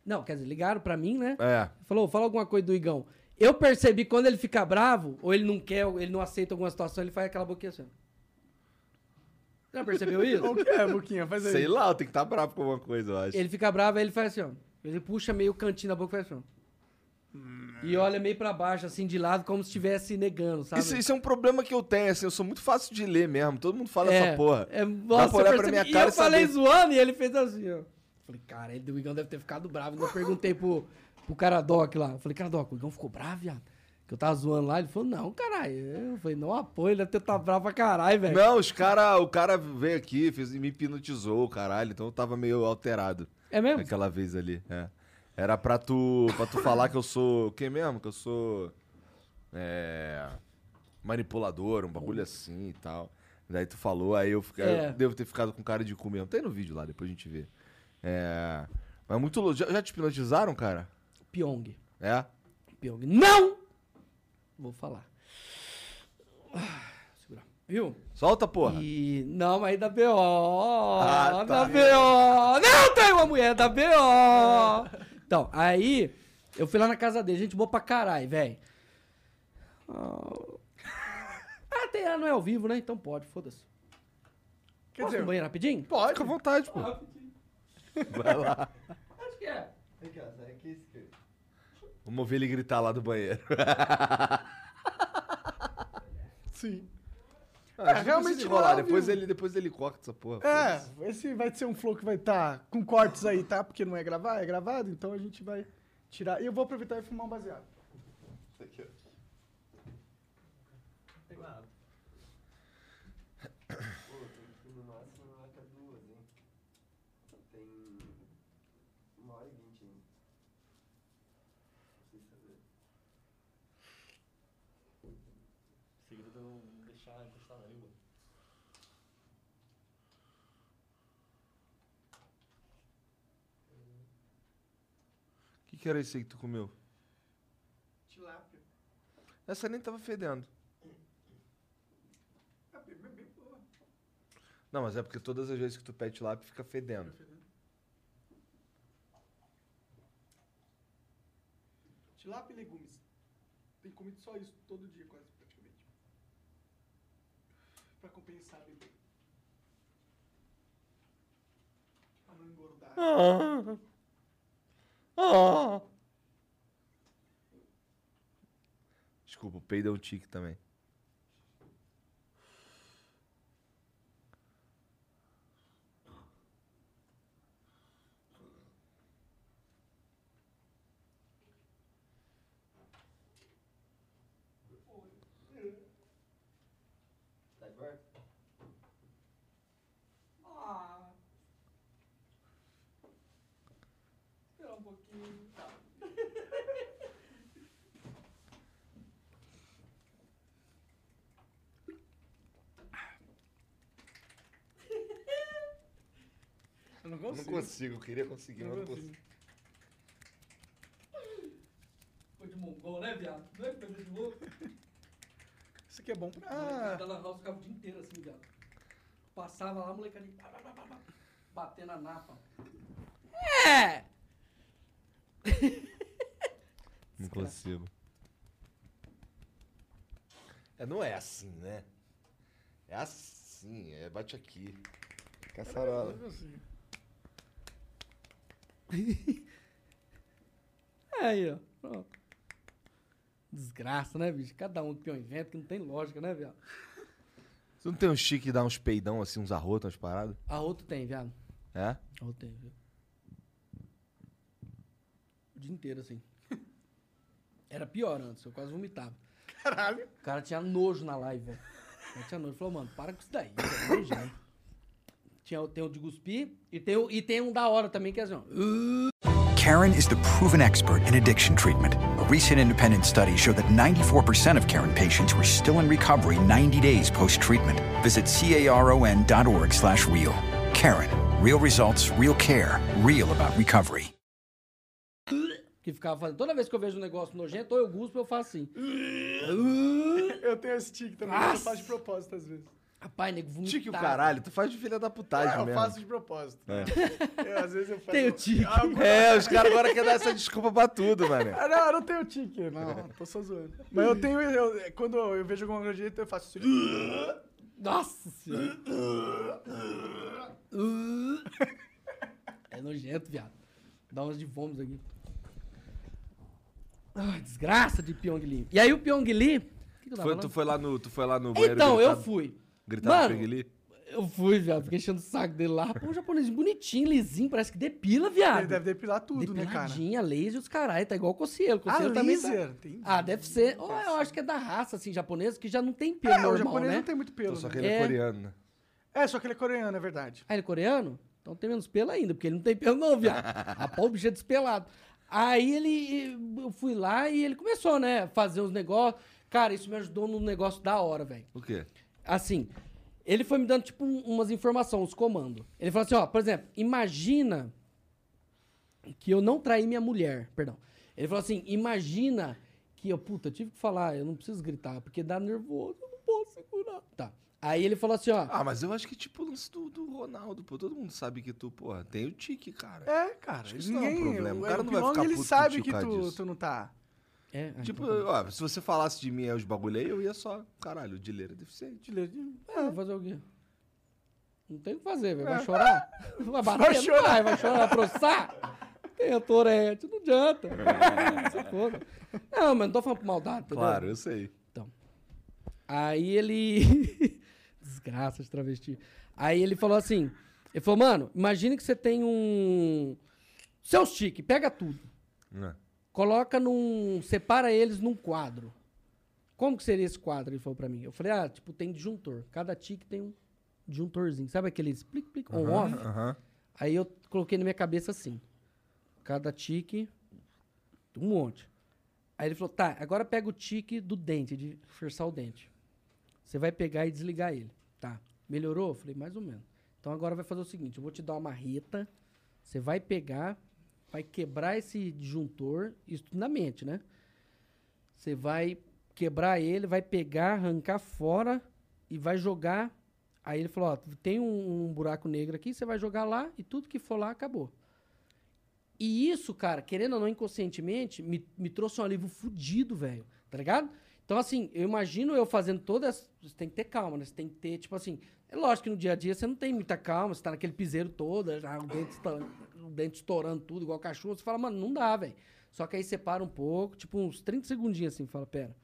Não, quer dizer, ligaram pra mim, né?
É.
Falou, fala alguma coisa do Igão. Eu percebi quando ele fica bravo, ou ele não quer, ou ele não aceita alguma situação, ele faz aquela boquinha assim. ó. Já
(laughs)
percebeu isso?
O que
(laughs)
é, Boquinha? Faz aí.
Sei lá, eu tenho que estar bravo com alguma coisa, eu acho.
Ele fica bravo, aí ele faz assim, ó. Ele puxa meio o cantinho da boca e faz assim, ó. E olha meio pra baixo, assim, de lado, como se estivesse negando, sabe?
Isso, isso é um problema que eu tenho, assim, eu sou muito fácil de ler mesmo. Todo mundo fala essa porra.
É,
Dá
nossa,
pra
eu
olhar pra
percebi-
minha
e
cara
eu
e
falei
saber.
zoando e ele fez assim, ó. Falei, cara, ele do Igão deve ter ficado bravo. Ainda perguntei pro, pro cara Doc lá. Eu Falei, cara Doc, o Igão ficou bravo, viado? Que eu tava zoando lá. Ele falou, não, caralho. Eu falei, não apoio, ele deve ter tá bravo pra caralho, velho.
Não, os cara, o cara veio aqui, fez, me hipnotizou, caralho, então eu tava meio alterado.
É mesmo?
Aquela vez ali, é. Era pra tu, pra tu falar que eu sou. Quem mesmo? Que eu sou. É. Manipulador, um bagulho assim e tal. Daí tu falou, aí eu, fiquei,
É.
eu devo ter ficado com cara de cu mesmo. Tem no vídeo lá, depois a gente vê. É. Mas muito louco. Já, já te hipnotizaram, cara?
Pyong.
É?
Pyong. Não! Vou falar. Ah, Segurar. Viu?
Solta, porra!
E não, mas da BO.
Ah, tá.
da BO. Não tem uma mulher da BO. Então, aí eu fui lá na casa dele, gente boa pra caralho, velho. (laughs) Ah, tem, ah, não é ao vivo, né? Então pode, foda-se. Quer Posso ir no banheiro rapidinho?
Pode. Fica à vontade, pô. Vai lá.
Acho que é.
Vamos ouvir ele gritar lá do banheiro.
Sim.
Ah, é,
realmente
realmente rolar.
não é ao
Depois
vivo.
ele, depois ele corta essa porra. foda-se.
É, esse vai ser um flow que vai estar com cortes aí, tá? Porque não é gravar, é gravado, então a gente vai tirar. E eu vou aproveitar e fumar um baseado.
No máximo vai até duas, hein? Tem. Uma hora e vinte ainda. Não sei saber. Segredo é não deixar encostar na língua.
O que, que era esse aí que tu comeu?
Tilápia.
Essa nem tava fedendo. Não, mas é porque todas as vezes que tu pede lápis fica fedendo.
Tilápia e legumes. Tem comido só isso todo dia, quase, praticamente. Pra compensar a bebida. Pra não engordar.
Ah. Desculpa, o peido é um tique também.
Tá agora?
Ah. Espera um pouquinho.
Eu não
Eu não
consigo.
consigo, eu queria conseguir, mas
Não
não
consigo.
consigo.
Foi de mongol, né, viado? Não é que de mongol?
Isso aqui é bom pra.
Ah.
Ah,
Ela house ficava o dia inteiro assim, viado. Passava lá, a moleca ali. pá, pá, pá, pá, pá, Batendo a napa. É!
Não consigo. É, não é assim, né? É assim, é bate aqui.
Caçarola.
É Aí, ó. Pronto. Desgraça, né, bicho? Cada um tem um invento que não tem lógica, né, viado?
Você não tem um chique que dá uns peidão, assim, uns arrotos, umas paradas?
A outro tem, viado.
É?
A outro tem, viu? O dia inteiro, assim. (laughs) Era pior antes, eu quase vomitava. Caralho. O cara tinha nojo na live, velho. O cara tinha nojo. Falou, mano, para com isso daí, velho. É nojento. Tinha, o- tem o de cuspir e tem, o- e tem um da hora também, que é assim, ó.
Karen is the proven expert in addiction treatment. A recent independent study showed that 94% of Karen patients were still in recovery 90 days post-treatment. Visit caron.org slash real. Karen. Real results, real care, real about recovery.
que ficava fazendo. Toda vez que eu vejo um negócio nojento, ou eu guspo, eu faço assim.
Eu tenho esse tique também, que eu faço de propósito às vezes.
Rapaz, nego, vomitava.
Chique o caralho, tu faz de filha da putagem
eu
É mesmo.
faço de propósito. (laughs) Eu, às vezes eu faço. um-
Tem o tique.
É, os caras agora querem dar essa desculpa pra tudo, mano.
Ah, não, eu não tenho tique, não, tô só zoando. Mas eu tenho, eu- é, quando eu vejo alguma coisa direita, eu faço assim.
Nossa senhora. é nojento, viado. Dá umas de vômitos aqui. Ai, desgraça de Pyong Lee. E aí o Pyong Lee... o que que eu tava
Foi, tu
falando?
foi lá no, tu foi lá no banheiro
Então, eu
gritar-
fui.
gritar
Mano,
no Pegli?
Eu fui, viado. Fiquei enchendo o saco dele lá. Pô, um japonês bonitinho, lisinho. Parece que depila, viado.
Ele deve depilar tudo, né, cara?
Depiladinha, laser, os caralho. Tá igual o Cocielo.
Ah,
Cocielo também tá-
laser. Tem...
Ah, deve ser. Ou eu acho que é da raça, assim, japonesa, que já não tem pelo
é,
normal,
o japonês
né?
não tem muito pelo.
Só
né?
que ele é,
É.
coreano, né?
É, só que ele é coreano, é verdade.
Ah, ele é coreano? Então tem menos pelo ainda, porque ele não tem pelo não, viado. A pau, o bicho é despelado. Aí ele... Eu fui lá e ele começou, né, a fazer os negócios. Cara, isso me ajudou num negócio da hora, velho.
O quê?
Assim, ele foi me dando, tipo, um- umas informações, os comandos. Ele falou assim, ó, por exemplo, imagina que eu não traí minha mulher, perdão. Ele falou assim, imagina que eu, puta, eu tive que falar, eu não preciso gritar, porque dá nervoso, eu não posso segurar. Tá. Aí ele falou assim, ó,
Ah, mas eu acho que tipo o lance do, do Ronaldo, pô. Todo mundo sabe que tu, porra, tem o tique, cara.
É, cara.
Acho que isso não é um problema. O cara não vai
Pyong,
ficar
ele
puto
sabe
contigo
que
por causa
tu,
disso.
tu não tá.
é, ah,
Tipo,
então tá bom.
ó, se você falasse de mim aí os bagulho aí, eu ia só, caralho, o Dileira é deficiente.
Ah, vou fazer o quê? Não tem o que fazer, velho. Vai chorar? (laughs) Vai bater? É. Vai chorar. Vai, vai chorar, vai processar? Tem a torete, não adianta. Essa porra. Não, mas não tô falando por maldade, entendeu?
Claro, eu sei.
Então. Aí ele. (laughs) Desgraça de travesti. Aí ele falou assim: ele falou, mano, imagina que você tem um. Seu chique, pega tudo.
Né?
Coloca num. Separa eles num quadro. Como que seria esse quadro? Ele falou pra mim. Eu falei, ah, tipo, tem disjuntor. Cada tique tem um disjuntorzinho. Sabe aqueles plic, plic, on-off?
Aham.
Aí eu coloquei na minha cabeça assim. Cada tique, um monte. Aí ele falou, tá, agora pega o tique do dente, de forçar o dente. Você vai pegar e desligar ele. Tá. Melhorou? Eu falei, mais ou menos. Então agora vai fazer o seguinte, eu vou te dar uma marreta, você vai pegar, vai quebrar esse disjuntor, isso tudo na mente, né? Você vai quebrar ele, vai pegar, arrancar fora e vai jogar. Aí ele falou, ó, tem um, um buraco negro aqui, você vai jogar lá e tudo que for lá acabou. E isso, cara, querendo ou não inconscientemente, me, me trouxe um alívio fudido, velho. Tá ligado? Então, assim, eu imagino eu fazendo todas. Você tem que ter calma, né? Você tem que ter, tipo assim. É lógico que no dia a dia você não tem muita calma, você tá naquele piseiro todo, já o dente, está- o dente estourando tudo, igual cachorro. Você fala, mano, não dá, velho. Só que aí você para um pouco, tipo uns 30 segundinhos assim, fala, pera,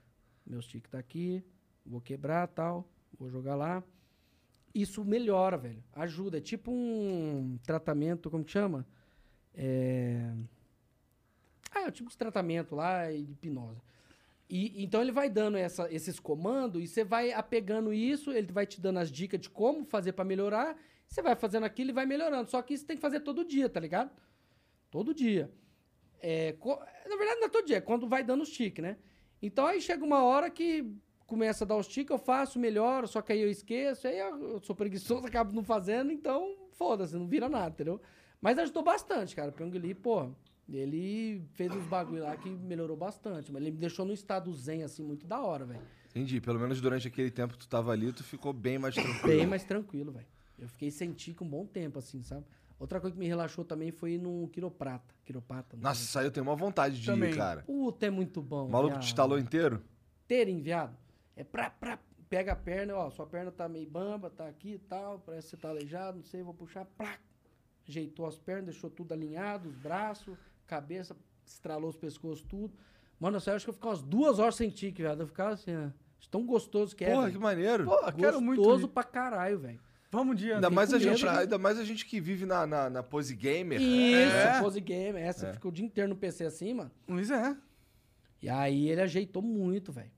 meu stick tá aqui, vou quebrar tal, vou jogar lá. Isso melhora, velho. Ajuda. É tipo um tratamento, como que chama? É... Ah, é um tipo de tratamento lá, e de hipnose. E, então ele vai dando essa- esses comandos e você vai apegando isso, ele vai te dando as dicas de como fazer pra melhorar, você vai fazendo aquilo e vai melhorando. Só que isso tem que fazer todo dia, tá ligado? Todo dia. É, co- Na verdade, não é todo dia, é quando vai dando os tiques, né? Então aí chega uma hora que começa a dar os tiques, eu faço, melhoro, só que aí eu esqueço, aí eu, eu sou preguiçoso, (laughs) acabo não fazendo, então foda-se, não vira nada, entendeu? Mas ajudou bastante, cara. O Pyong Lee, pô, ele fez uns bagulho lá que melhorou bastante, mas ele me deixou num estado zen, assim, muito da hora, velho.
Entendi. Pelo menos durante aquele tempo que tu tava ali, tu ficou bem mais tranquilo.
Bem mais tranquilo, velho. Eu fiquei sem tique um bom tempo, assim, sabe? Outra coisa que me relaxou também foi ir num quiroprata. Quiroprata. não
Nossa,
sei.
isso aí eu tenho uma vontade de
Também.
ir, cara.
Puta, é muito bom.
O maluco te
viado.
instalou inteiro?
inteirinho, viado. É pra, pra, pega a perna, ó, sua perna tá meio bamba, tá aqui e tal, parece que você tá aleijado, não sei, vou puxar, plá. Ajeitou as pernas, deixou tudo alinhado, os braços, cabeça, estralou os pescoços, tudo. Mano, eu acho que eu ficava umas duas horas sem tique, velho. Eu ficava assim, né? De Tão gostoso que é.
Porra,
velho.
que maneiro.
Pô, quero muito.
Gostoso
ir.
pra caralho, velho.
Vamos um dia.
ainda,
né?
mais a
com medo,
gente,
né?
ainda mais a gente que vive na, na, na pose gamer.
Isso,
É.
pose game. Essa ficou o dia inteiro no PC assim, mano.
Pois é.
E aí ele ajeitou muito, velho.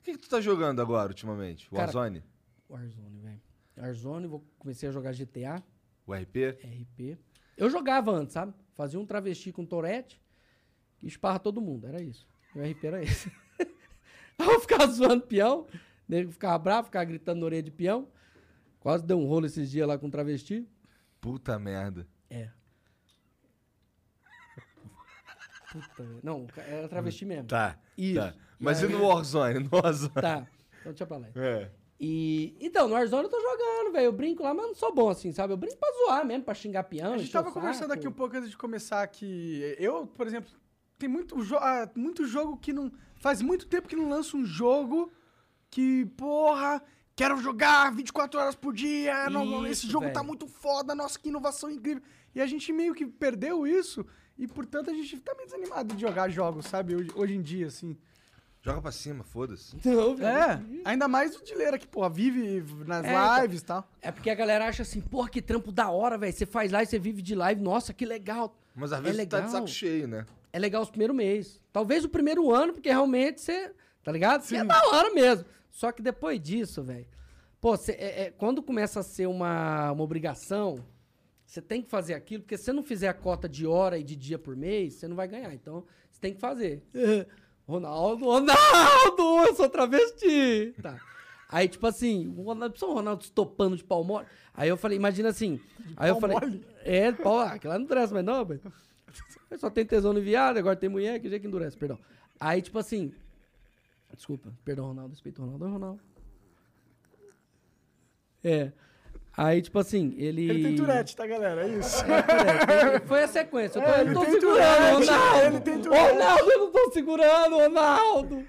O que, que tu tá jogando agora, ultimamente?
Cara-
Warzone?
Warzone, velho. Warzone, vou comecei a jogar GTA,
O RP?
RP. Eu jogava antes, sabe? Fazia um travesti com torete e esparra todo mundo. Era isso. Meu RP era esse. (laughs) Aí eu ficava zoando peão, nego ficava bravo, ficava gritando na orelha de peão. Quase deu um rolo esses dias lá com um travesti.
Puta merda.
É. Puta, não, era travesti mesmo.
Tá.
Isso.
Tá.
E
Mas e
aí-
no Warzone? (laughs) No Warzone.
Tá, então deixa pra lá.
É.
E, então, no Warzone eu tô jogando, velho. Eu brinco lá, mas não sou bom assim, sabe? Eu brinco pra zoar mesmo, pra xingar peão.
A gente
encher
tava
o saco.
conversando
(laughs)
aqui um pouco antes de começar que eu, por exemplo, tem muito, jo ah, muito jogo que não... Faz muito tempo que não lança um jogo que, porra, quero jogar 24 horas por dia, não- não, esse
Isso,
jogo tá
velho.
muito foda, nossa, que inovação incrível. E a gente meio que perdeu isso e, portanto, a gente tá meio desanimado de jogar jogos, sabe? Hoje, hoje em dia, assim.
Joga pra cima, foda-se.
Não, Então, velho.
É, ainda mais o Dileira que, porra, vive nas
Uhum. É, então.
lives e tal.
É porque a galera acha assim, porra, que trampo da hora, velho. Você faz live, você vive de live. Nossa, que legal.
Mas às
É
vezes tu tá de
legal.
saco cheio, né?
É legal os primeiros meses. Talvez o primeiro ano, porque realmente você. Tá ligado? Você é da hora mesmo. Só que depois disso, velho. Pô, cê- é- é- quando começa a ser uma, uma obrigação, você tem que fazer aquilo, porque se você não fizer a cota de hora e de dia por mês, você não vai ganhar. Então, você tem que fazer. (laughs) Ronaldo, Ronaldo, eu sou travesti. Tá. Aí, tipo assim, o Ronaldo, só o Ronaldo estopando de pau mole. Aí eu falei, imagina assim. Aí eu falei. É, de pau, ah, que lá não interessa mais não, velho. Mas Só tem tesão no viado, agora tem mulher, que jeito que endurece, perdão. Aí, tipo assim. Desculpa, perdão, Ronaldo, respeito o Ronaldo, é o Ronaldo. É. Aí, tipo assim, ele.
Ele tem Tourette, tá, galera? É isso.
Turete. Foi a sequência. Eu, tô, eu não tô
É, tem
segurando,
Tourette,
Ronaldo.
ele tem Tourette.
Ronaldo, eu não tô segurando, Ronaldo.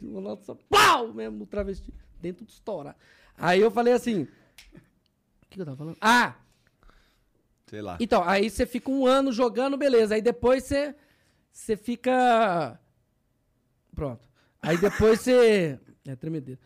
O Ronaldo só pau mesmo no travesti. Dentro do estourar. Aí eu falei assim. O que que eu tava falando? Ah!
Sei lá.
Então, aí você fica um ano jogando, beleza. Aí depois você. Você fica. Pronto. Aí depois você. É tremedeiro.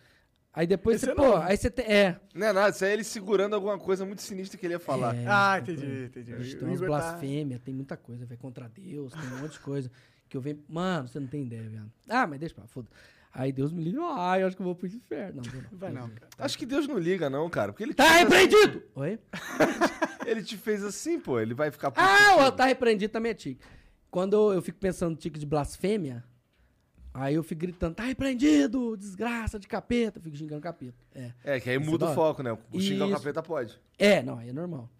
Aí depois você. Pô, aí você tem. É.
Não é nada, isso aí é ele segurando alguma coisa muito sinistra que ele ia falar.
é
Ah, entendi, entendi.
Vixe,
O
tem umas
Igor tá-
blasfêmias, tem muita coisa, velho. Contra Deus, tem um monte de coisa. Que eu venho. Mano, você não tem ideia, velho. Ah, mas deixa pra lá, foda. Aí Deus me livre. Ah, eu acho que eu vou pro inferno. Não, vou não.
Vai não,
cara.
Acho que Deus não liga, não, cara. Porque ele te,
Tá
fez,
repreendido! Oi?
ele te fez assim, pô. Ele vai ficar. puto
Ah,
contigo.
ó, tá repreendido também é tique. Quando eu- eu fico pensando no tique de blasfêmia, aí eu fico gritando, tá repreendido, desgraça de capeta. Eu fico xingando o capeta. É.
É, que aí
Esse
muda
da
o
hora.
foco, né? O xingar o
Isso.
capeta pode.
É, não, aí é normal.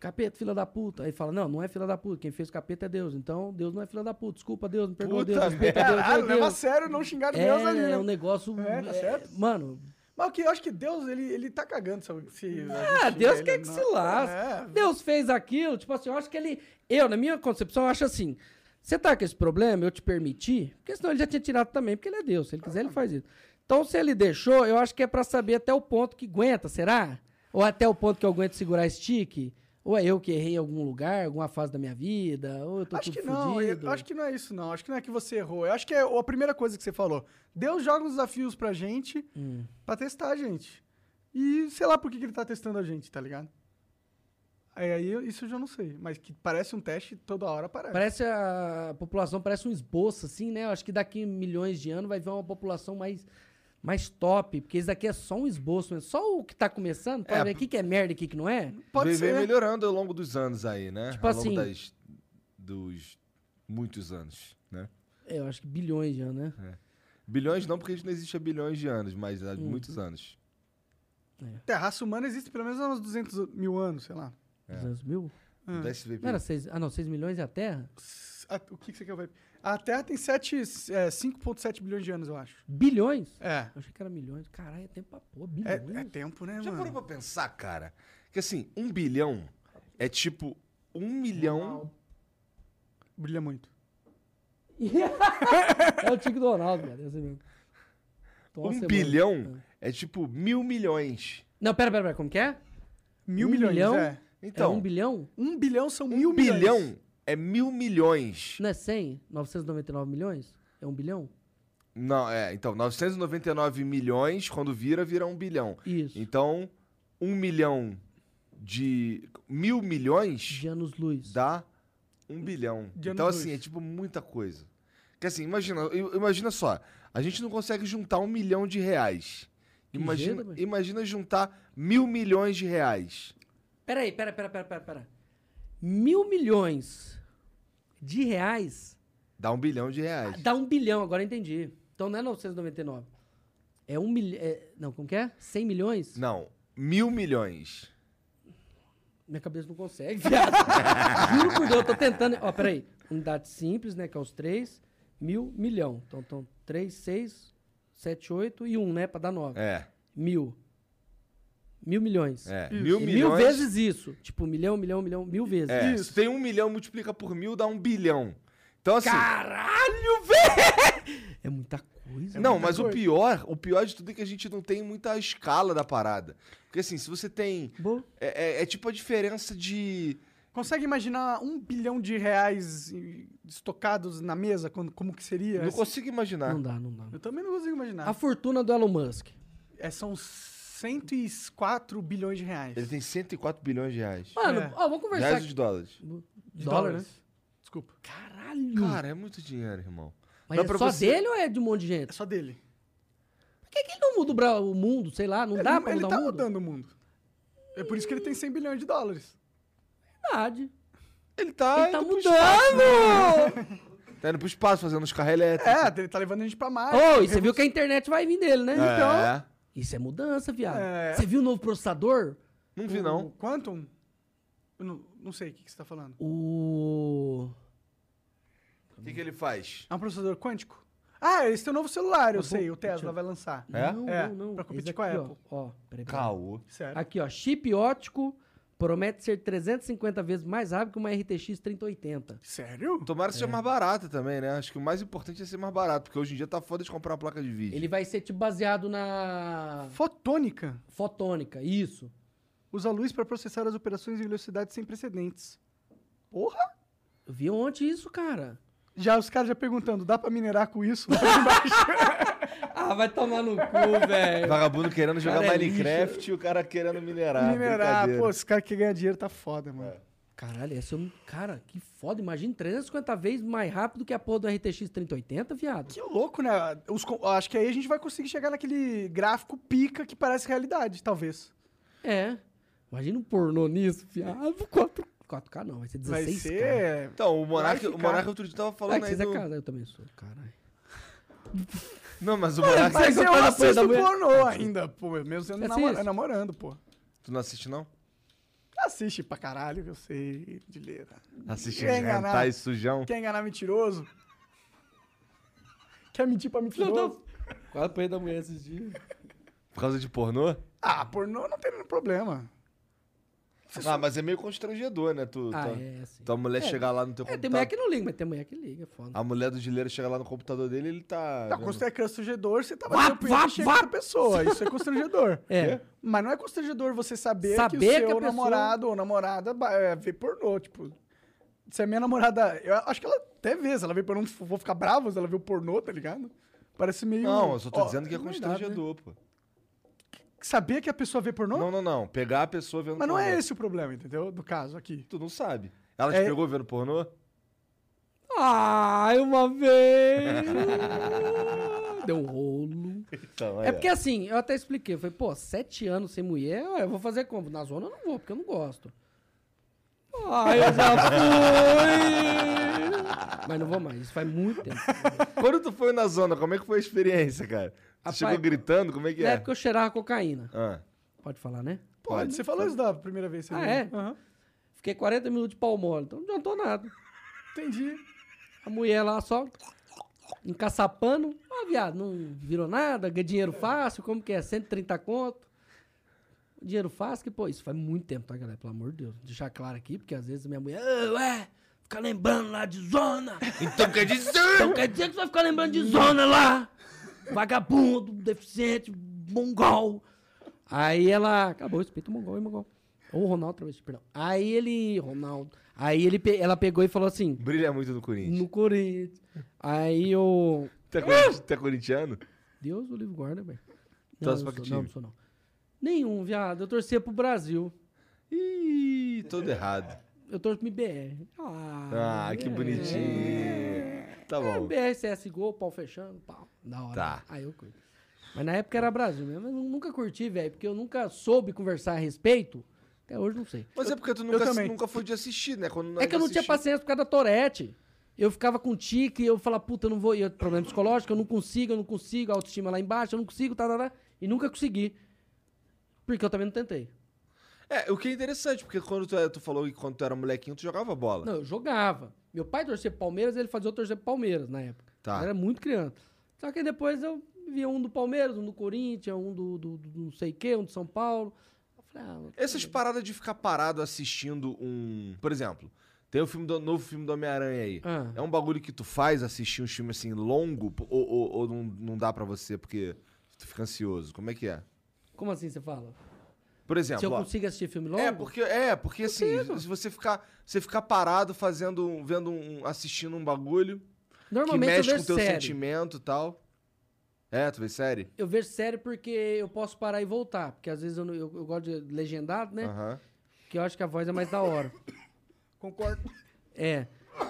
Capeta, fila da puta. Aí fala, não, não é fila da puta. Quem fez o capeta é Deus. Então, Deus não é fila da puta. Desculpa, Deus. Me perdoa,
Puta
Deus. Respeita Deus.
Caralho,
Deus.
leva a Tá sério não xingar
É,
Deus ali, né?
é um negócio.
É, tá
é,
certo?
Mano,
Mas o que eu acho que Deus, ele, ele tá cagando se... se
ah, Deus quer que se lasque.
né? É,
Deus fez aquilo, tipo assim, eu acho que ele. Eu, na minha concepção, eu acho assim. Você tá com esse problema, eu te permiti, porque senão ele já tinha tirado também, porque ele é Deus. Se ele quiser, ele faz isso. Então, se ele deixou, eu acho que é pra saber até o ponto que aguenta, será? Ou até o ponto que eu aguento segurar esse tique? Ou é eu que errei em algum lugar, alguma fase da minha vida? Ou eu tô
acho
tudo
que não,
fudido?
eu acho que não é isso não. Acho que não é que você errou. Eu acho que é a primeira coisa que você falou. Deus joga uns desafios pra gente,
Hum.
pra testar a gente. E sei lá por que que ele tá testando a gente, tá ligado? Aí, aí eu- isso eu já não sei. Mas que parece um teste, toda hora parece.
É. Parece a, a população, parece um esboço, assim, né? Eu acho que daqui milhões de anos vai ver uma população mais, mais top, porque isso daqui é só um esboço, né? só o que tá começando, pra
É,
ver o que, que é merda e o que, que não é.
Pode
vem, vem
ser.
melhorando ao longo dos anos aí, né?
Tipo
ao longo
assim-
das, dos muitos anos, né?
É, Eu acho que bilhões de anos, né?
Bilhões não, porque a gente não existe há bilhões de anos, mas há muitos anos.
A raça humana existe pelo menos há uns 200 mil anos, sei lá.
200 mil?
Ah.
Do SVP.
É. Não era 6, ah não, 6 milhões é a Terra?
A- o que, que você quer ver? A Terra tem sete, é, 5,7 bilhões de anos, eu acho.
Bilhões?
É.
Eu achei que era milhões. Caralho, é tempo pra pôr,
É,
bilhões?
é tempo, né,
Já parou
mano?
pra pensar, cara? Que assim, um bilhão é tipo um milhão.
Brilha muito.
(laughs) É, o Tico do Ronaldo, cara, é assim mesmo. Tô uma
um
semana.
bilhão é tipo mil milhões.
Não, pera, pera, pera, como que é?
Mil
Um
milhões,
milhão?
é.
Então,
É um bilhão?
Um bilhão são
um
mil
bilhão
milhões.
é mil milhões.
Não é 100? 999 milhões? É um bilhão?
Não, é, então, 999 milhões, quando vira, vira um bilhão.
Isso.
Então, um milhão de. Mil milhões
De anos-luz.
dá um bilhão.
De
então,
anos
assim, é tipo muita coisa. Porque assim, imagina, i- imagina só, a gente não consegue juntar um milhão de reais.
Que
Imagina,
jeito, mas-
imagina juntar mil milhões de reais.
Peraí, pera, pera, pera, pera, pera. Mil milhões de reais
Dá um bilhão de reais.
dá um bilhão, agora eu entendi. Então não é 999. É um milhão. não, como que é? 100 milhões?
Não, mil milhões.
Minha cabeça não consegue, viado. (laughs) Juro por Deus, eu tô tentando. Ó, peraí. Unidade simples, né? Que é os três. Mil, milhão. Então, então três, seis, sete, oito e um, né? Pra dar nove.
É,
Mil. Mil milhões.
é.
E
Mil
Mil
milhões.
vezes isso. Tipo, milhão, milhão, milhão, mil vezes.
É, se tem um milhão, multiplica por mil, dá um bilhão. Então, assim.
Caralho, velho! É muita coisa.
não, mas o pior, o pior de tudo é que a gente não tem muita escala da parada. Porque assim, se você tem.
Bo-
É, é- é tipo a diferença de.
Consegue imaginar um bilhão de reais eh, estocados na mesa? Quando, como que seria?
Não consigo imaginar.
Não dá, não dá.
Eu também não consigo imaginar.
A fortuna do Elon Musk.
É, são 104 bilhões de reais.
Ele tem 104 bilhões de reais.
Mano,
É.
ó, vamos conversar
Reais de
aqui.
dólares.
De
Dólar, né?
dólares. Desculpa.
Caralho.
Cara, é muito dinheiro, irmão.
mas
dá
é
pra
só
você-
dele ou é de um monte de gente?
É só dele.
Por que, que ele não muda o bra- o mundo, sei lá? Não dá
ele,
pra
ele
mudar
tá
o mundo?
mudando o mundo. É por isso que ele tem 100 bilhões de dólares.
Verdade.
Ele tá.
ele tá
indo pro
mudando!
espaço. Tá indo pro espaço fazendo os carros elétricos.
É, ele tá levando a gente pra Marte.
Ô, e você viu que a internet vai vir dele, né?
É.
Isso é mudança, viado.
Então. É.
Você viu o novo processador?
Não vi,
O
não.
Quantum? Eu não, não sei o que, que você tá falando.
O...
O que, que ele faz?
É um processador quântico? Ah, esse é o novo celular, eu
Tá bom,
sei. O
deixa
Tesla
eu-
vai lançar.
É?
Não,
É,
não, não.
pra competir
Esse
com a
aqui,
Apple.
Ó, ó peraí, peraí.
Caô.
Sério.
Aqui, ó. Chip óptico promete ser 350 vezes mais rápido que uma RTX 3080.
Sério?
Tomara que seja mais barata também, né? Acho que o mais importante é ser mais barato, porque hoje em dia tá foda de comprar uma placa de vídeo.
Ele vai ser tipo baseado na
Fotônica
fotônica, isso.
usa luz pra processar as operações em velocidades sem precedentes. Porra!
Eu vi ontem isso, cara.
Já os caras já perguntando, dá pra minerar com
(laughs)
isso?
Ah, vai tomar no cu, (laughs) velho.
Vagabundo querendo jogar
Cara, é
Minecraft e o cara querendo minerar.
minerar,
brincadeira.
pô, esse cara que ganha dinheiro tá foda, mano.
Caralho, essa eu não... Cara, que foda. Imagina 350 vezes mais rápido que a porra do RTX 3080, viado.
Que louco, né? Os co- acho que aí a gente vai conseguir chegar naquele gráfico pica que parece realidade, talvez.
É. Imagina um pornô nisso, viado. 4... 4K não, vai ser 16K.
Vai ser.
Então, o Monark,
Vai
o
ficar.
Monark outro dia tava falando
Ah, que
aí
vocês é
do...
casado, eu também sou, caralho.
Não, mas o Monark...
Mas eu
Você faz a porra da
assisto
mulher.
pornô ainda, pô. Mesmo sendo
Você
namora-
assiste?
namorando, pô.
Tu não assiste, não?
Assiste pra caralho, eu sei, de leira.
Assiste
Quer enganar.
Hentai Sujão.
Quer enganar mentiroso? Quer mentir pra mentiroso?
Quase apanhei da mulher esses dias.
Por causa de pornô?
Ah, pornô não tem nenhum problema.
Ah, mas é meio constrangedor, né? Tu,
Ah,
tua,
é, assim.
tua mulher
É.
chegar lá no teu
É, tem
computador...
mulher que não liga, mas tem mulher que liga, é foda.
A mulher do gileiro chega lá no computador dele ele
Tá,
tá... vendo-
quando você é constrangedor, você tá
Vá,
batendo punheta
vá,
e chega
vá.
outra pessoa. Isso é constrangedor.
É.
Mas não é constrangedor você saber, que
Saber
o
que a
seu
pessoa-
namorado ou namorada ba- é, vê pornô, tipo... Se a minha namorada... Eu acho que ela até vê, se ela vê pornô, não vou ficar bravo se ela vê o pornô, tá ligado? Parece meio...
Não, eu só tô
Ó,
dizendo que
né?
é constrangedor, pô.
Saber que a pessoa vê pornô?
Não, não, não. Pegar a pessoa vendo
Mas não é
pornô.
esse o problema, entendeu? Do caso aqui.
Tu não sabe. Ela te
É-
pegou vendo
(laughs)
pornô?
Ai, uma vez! Deu um rolo.
Então,
É
aí, ó.
porque assim, eu até expliquei. Eu falei, pô, sete anos sem mulher, ó, eu vou fazer como? Na zona eu não vou, porque eu não gosto. Ai, eu já fui! Mas não vou mais, isso faz muito tempo.
Quando tu foi na zona, como é que foi a experiência, cara? Tu
Rapaz,
chegou gritando, como é que
Na
é?
época eu cheirava cocaína.
Ah,
Pode falar, né?
Pode, você falou isso da primeira vez. você
Ah,
viu?
é?
Aham.
Fiquei 40 minutos de pau mole, então não adiantou nada.
Entendi.
A mulher lá só encaçapando. Ah, viado, não virou nada, ganha dinheiro fácil, como que é? 130 conto. Dinheiro fácil, que, pô, isso faz muito tempo, tá, galera? Pelo amor de Deus. Deixar claro aqui, porque às vezes minha mulher, "Ah, ué, fica lembrando lá de zona.
Então quer dizer...
(laughs) Então quer dizer que você vai ficar lembrando de zona lá. Vagabundo, deficiente, mongol. Aí ela. Acabou, respeito o mongol, hein, mongol. Ou o Ronaldo Travesti, perdão. Aí ele. Ronaldo. Aí ele, pe- ela pegou e falou assim:
Brilha muito no Corinthians.
no Corinthians. Aí o.
Tu é corin- tu é corintiano?
Deus o livro guarda, velho. Não,
Torce
eu
pra
sou-
que
não,
time?
não sou não. Nenhum, viado. Eu torcia pro Brasil.
Ih, todo errado.
Eu torço pro IBR. Ah,
Ah, que bonitinho. Tá
É,
bom.
BR, CS Gol, pau fechando, pau. Da hora.
Tá.
Aí eu curto. Mas na época era Brasil mesmo. Eu nu- nunca curti, velho, porque eu nunca soube conversar a respeito. Até hoje não sei.
Mas é porque tu nunca,
também.
nunca foi de assistir, né? Quando
é que eu não tinha paciência por causa da Torete. Eu ficava com tique, eu falava, puta, eu não vou. E eu, problema psicológico, eu não consigo, eu não consigo, a autoestima lá embaixo, eu não consigo, tá, tá, tá. E nunca consegui. Porque eu também não tentei.
É, o que é interessante, porque quando tu, é- tu falou que quando tu era molequinho, tu jogava bola.
Não, eu jogava. Meu pai torcia pro Palmeiras, ele fazia eu torcer pro Palmeiras na época.
Tá.
Eu era muito criança. Só que aí depois eu via um do Palmeiras, um do Corinthians, um do, do- do não sei o quê, um do São Paulo. Eu falei, ah,
Essas paradas de ficar parado assistindo um. Por exemplo, tem o filme do novo filme do Homem-Aranha aí.
Ah.
É um bagulho que tu faz assistir um filme assim longo ou, ou- ou não, não dá pra você porque tu fica ansioso? Como é que é?
como assim você fala?
Por
Se eu
exemplo, ó,
consigo assistir filme longo?
é porque é porque assim, se você ficar, você ficar parado fazendo, um- vendo um, assistindo um bagulho que
Normalmente eu
mexe com
vejo
o teu
série.
sentimento e tal. É, tu vê série?
Eu vejo série porque eu posso parar e voltar. Porque às vezes eu, não- eu- eu gosto de legendado, né?
Aham.
Que eu acho que a voz é mais da hora.
Concordo.
É.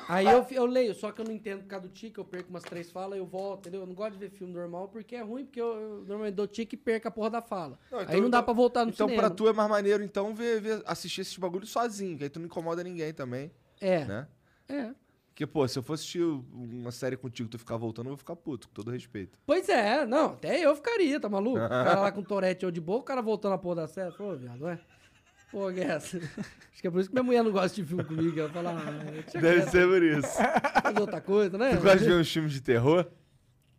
Aí eu, fi- eu leio, só que eu não entendo por causa do tique, eu perco umas três falas, eu volto, entendeu? Eu não gosto de ver filme normal porque é ruim, porque eu, eu normalmente dou tique e perco a porra da fala. Aí não dá pra voltar no
Então
cinema.
pra tu é mais maneiro então ver, ver- assistir esses bagulhos sozinho, que aí tu não incomoda ninguém também,
É,
né?
é.
Porque, pô, se eu for assistir uma série contigo e tu ficar voltando, eu vou ficar puto, com todo respeito.
Pois é, não, até eu ficaria, tá
(laughs)
maluco? O cara lá com torete ou de boa, o cara voltando a porra da série. Pô, viado, ué. Pô, que é essa? (laughs) Acho que é por isso que minha mulher não gosta de filme comigo. Ela fala, ah, deixa
Deve
quieto,
ser por isso.
(laughs) fazer outra coisa, né?
(laughs) Tu gosta de ver uns filmes de terror?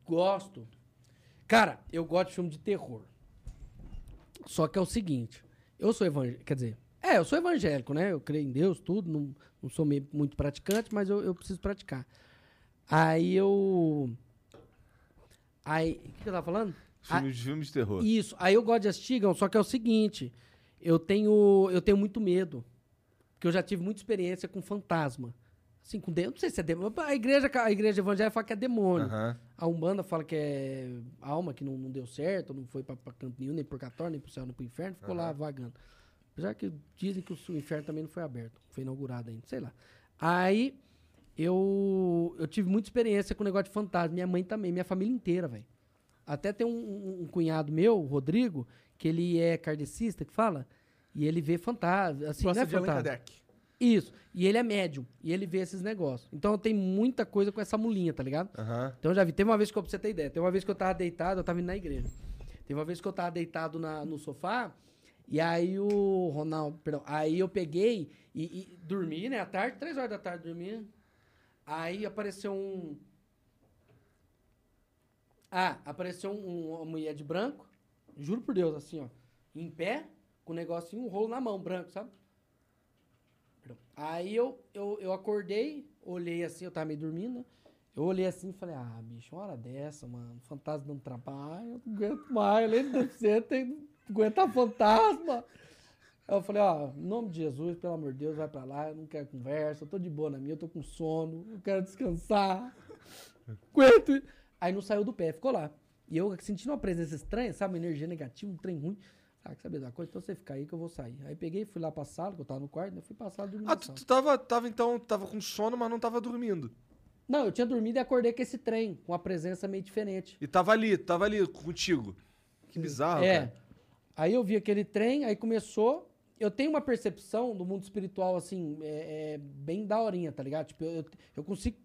Gosto. Cara, eu gosto de filme de terror. Só que é o seguinte, eu sou evangélico, quer dizer, é, eu sou evangélico, né? Eu creio em Deus, tudo, não, não sou meio, muito praticante, mas eu, eu preciso praticar. Aí eu... Aí, o que que eu tava falando? Ah,
Filmes, de filmes de terror.
isso, aí eu gosto de assistir, Gão, só que é o seguinte, eu tenho, eu tenho muito medo, porque eu já tive muita experiência com fantasma. Assim, com demônio, não sei se é demônio, a igreja, a igreja evangélica fala que é demônio.
Aham.
A Umbanda fala que é alma que não, não deu certo, não foi pra, pra canto nenhum, nem purgatório, nem pro céu, nem pro inferno, ficou lá vagando. Apesar que dizem que o su- inferno também não foi aberto, foi inaugurado ainda, sei lá. Aí eu, eu tive muita experiência com o negócio de fantasma, minha mãe também, minha família inteira, velho. Até tem um, um- um cunhado meu, o Rodrigo, que ele é kardecista, que fala, e ele vê fantasma, assim,
Gosta
não é
de um Allan
fantasma.
Kardec.
Isso. E ele é médium. E ele vê esses negócios. Então tem muita coisa com essa mulinha, tá ligado?
Aham.
Então eu já vi. Teve uma vez que eu, pra você ter ideia, teve uma vez que eu tava deitado, eu tava indo na igreja. Teve uma vez que eu tava deitado na- no sofá. E aí o Ronaldo, perdão, aí eu peguei e, e dormi, né, à tarde, três horas da tarde dormi. Aí apareceu um. Ah, apareceu um- uma mulher de branco, juro por Deus, assim, ó, em pé, com um negocinho, um rolo na mão, branco, sabe? Perdão. Aí eu, eu, eu acordei, olhei assim, eu tava meio dormindo, né? Eu olhei assim e falei, ah, bicho, uma hora dessa, mano, fantasma dando trabalho, eu não aguento mais, além do você, tem não aguenta fantasma. Aí eu falei, ó, em nome de Jesus, pelo amor de Deus, vai pra lá, eu não quero conversa, eu tô de boa na minha, eu tô com sono, eu quero descansar. Aguento. Aí não saiu do pé, ficou lá. E eu sentindo uma presença estranha, sabe, uma energia negativa, um trem ruim. Ah, quer saber da coisa? Então você fica aí que eu vou sair. Aí peguei, fui lá pra sala, que eu tava no quarto, né? fui pra sala dormir
Ah,
na
tu,
sala.
tu tava, tava então, tava com sono, mas não tava dormindo.
Não, eu tinha dormido e acordei com esse trem, com uma presença meio diferente.
E tava ali, tava ali contigo. Que bizarro,
é.
cara.
Aí eu vi aquele trem, aí começou. Eu tenho uma percepção do mundo espiritual, assim, é, é bem daorinha, tá ligado? Tipo, eu, eu- eu consigo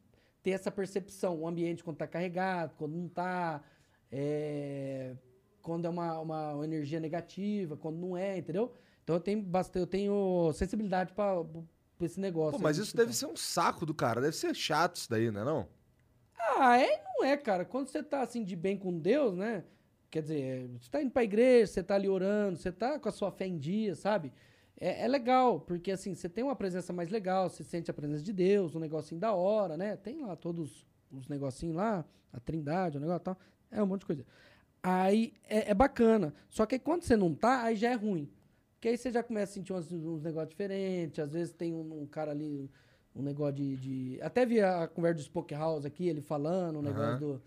ter essa percepção, o ambiente quando tá carregado, quando não tá, é, quando é uma, uma, uma energia negativa, quando não é, entendeu? Então eu tenho bastante, eu tenho sensibilidade pra pra esse
Pô,
negócio.
mas
aí, tipo,
isso deve
espiritual.
ser um saco do cara. Deve ser chato isso daí, né não?
Ah, é, e não é, cara. Quando você tá assim de bem com Deus, né? Quer dizer, é, você tá indo pra igreja, você tá ali orando, você tá com a sua fé em dia, sabe? É, é legal, porque assim, você tem uma presença mais legal, você sente a presença de Deus, um negocinho da hora, né? Tem lá todos os negocinhos lá, a trindade, o negócio e tal. É um monte de coisa. Aí é, é bacana. Só que aí quando você não tá, aí já é ruim. Porque Porque aí você já começa a sentir uns, uns negócios diferentes. Às vezes tem um, um cara ali, um negócio de, de- Até vi a conversa do Spoke House aqui, ele falando, um negócio do.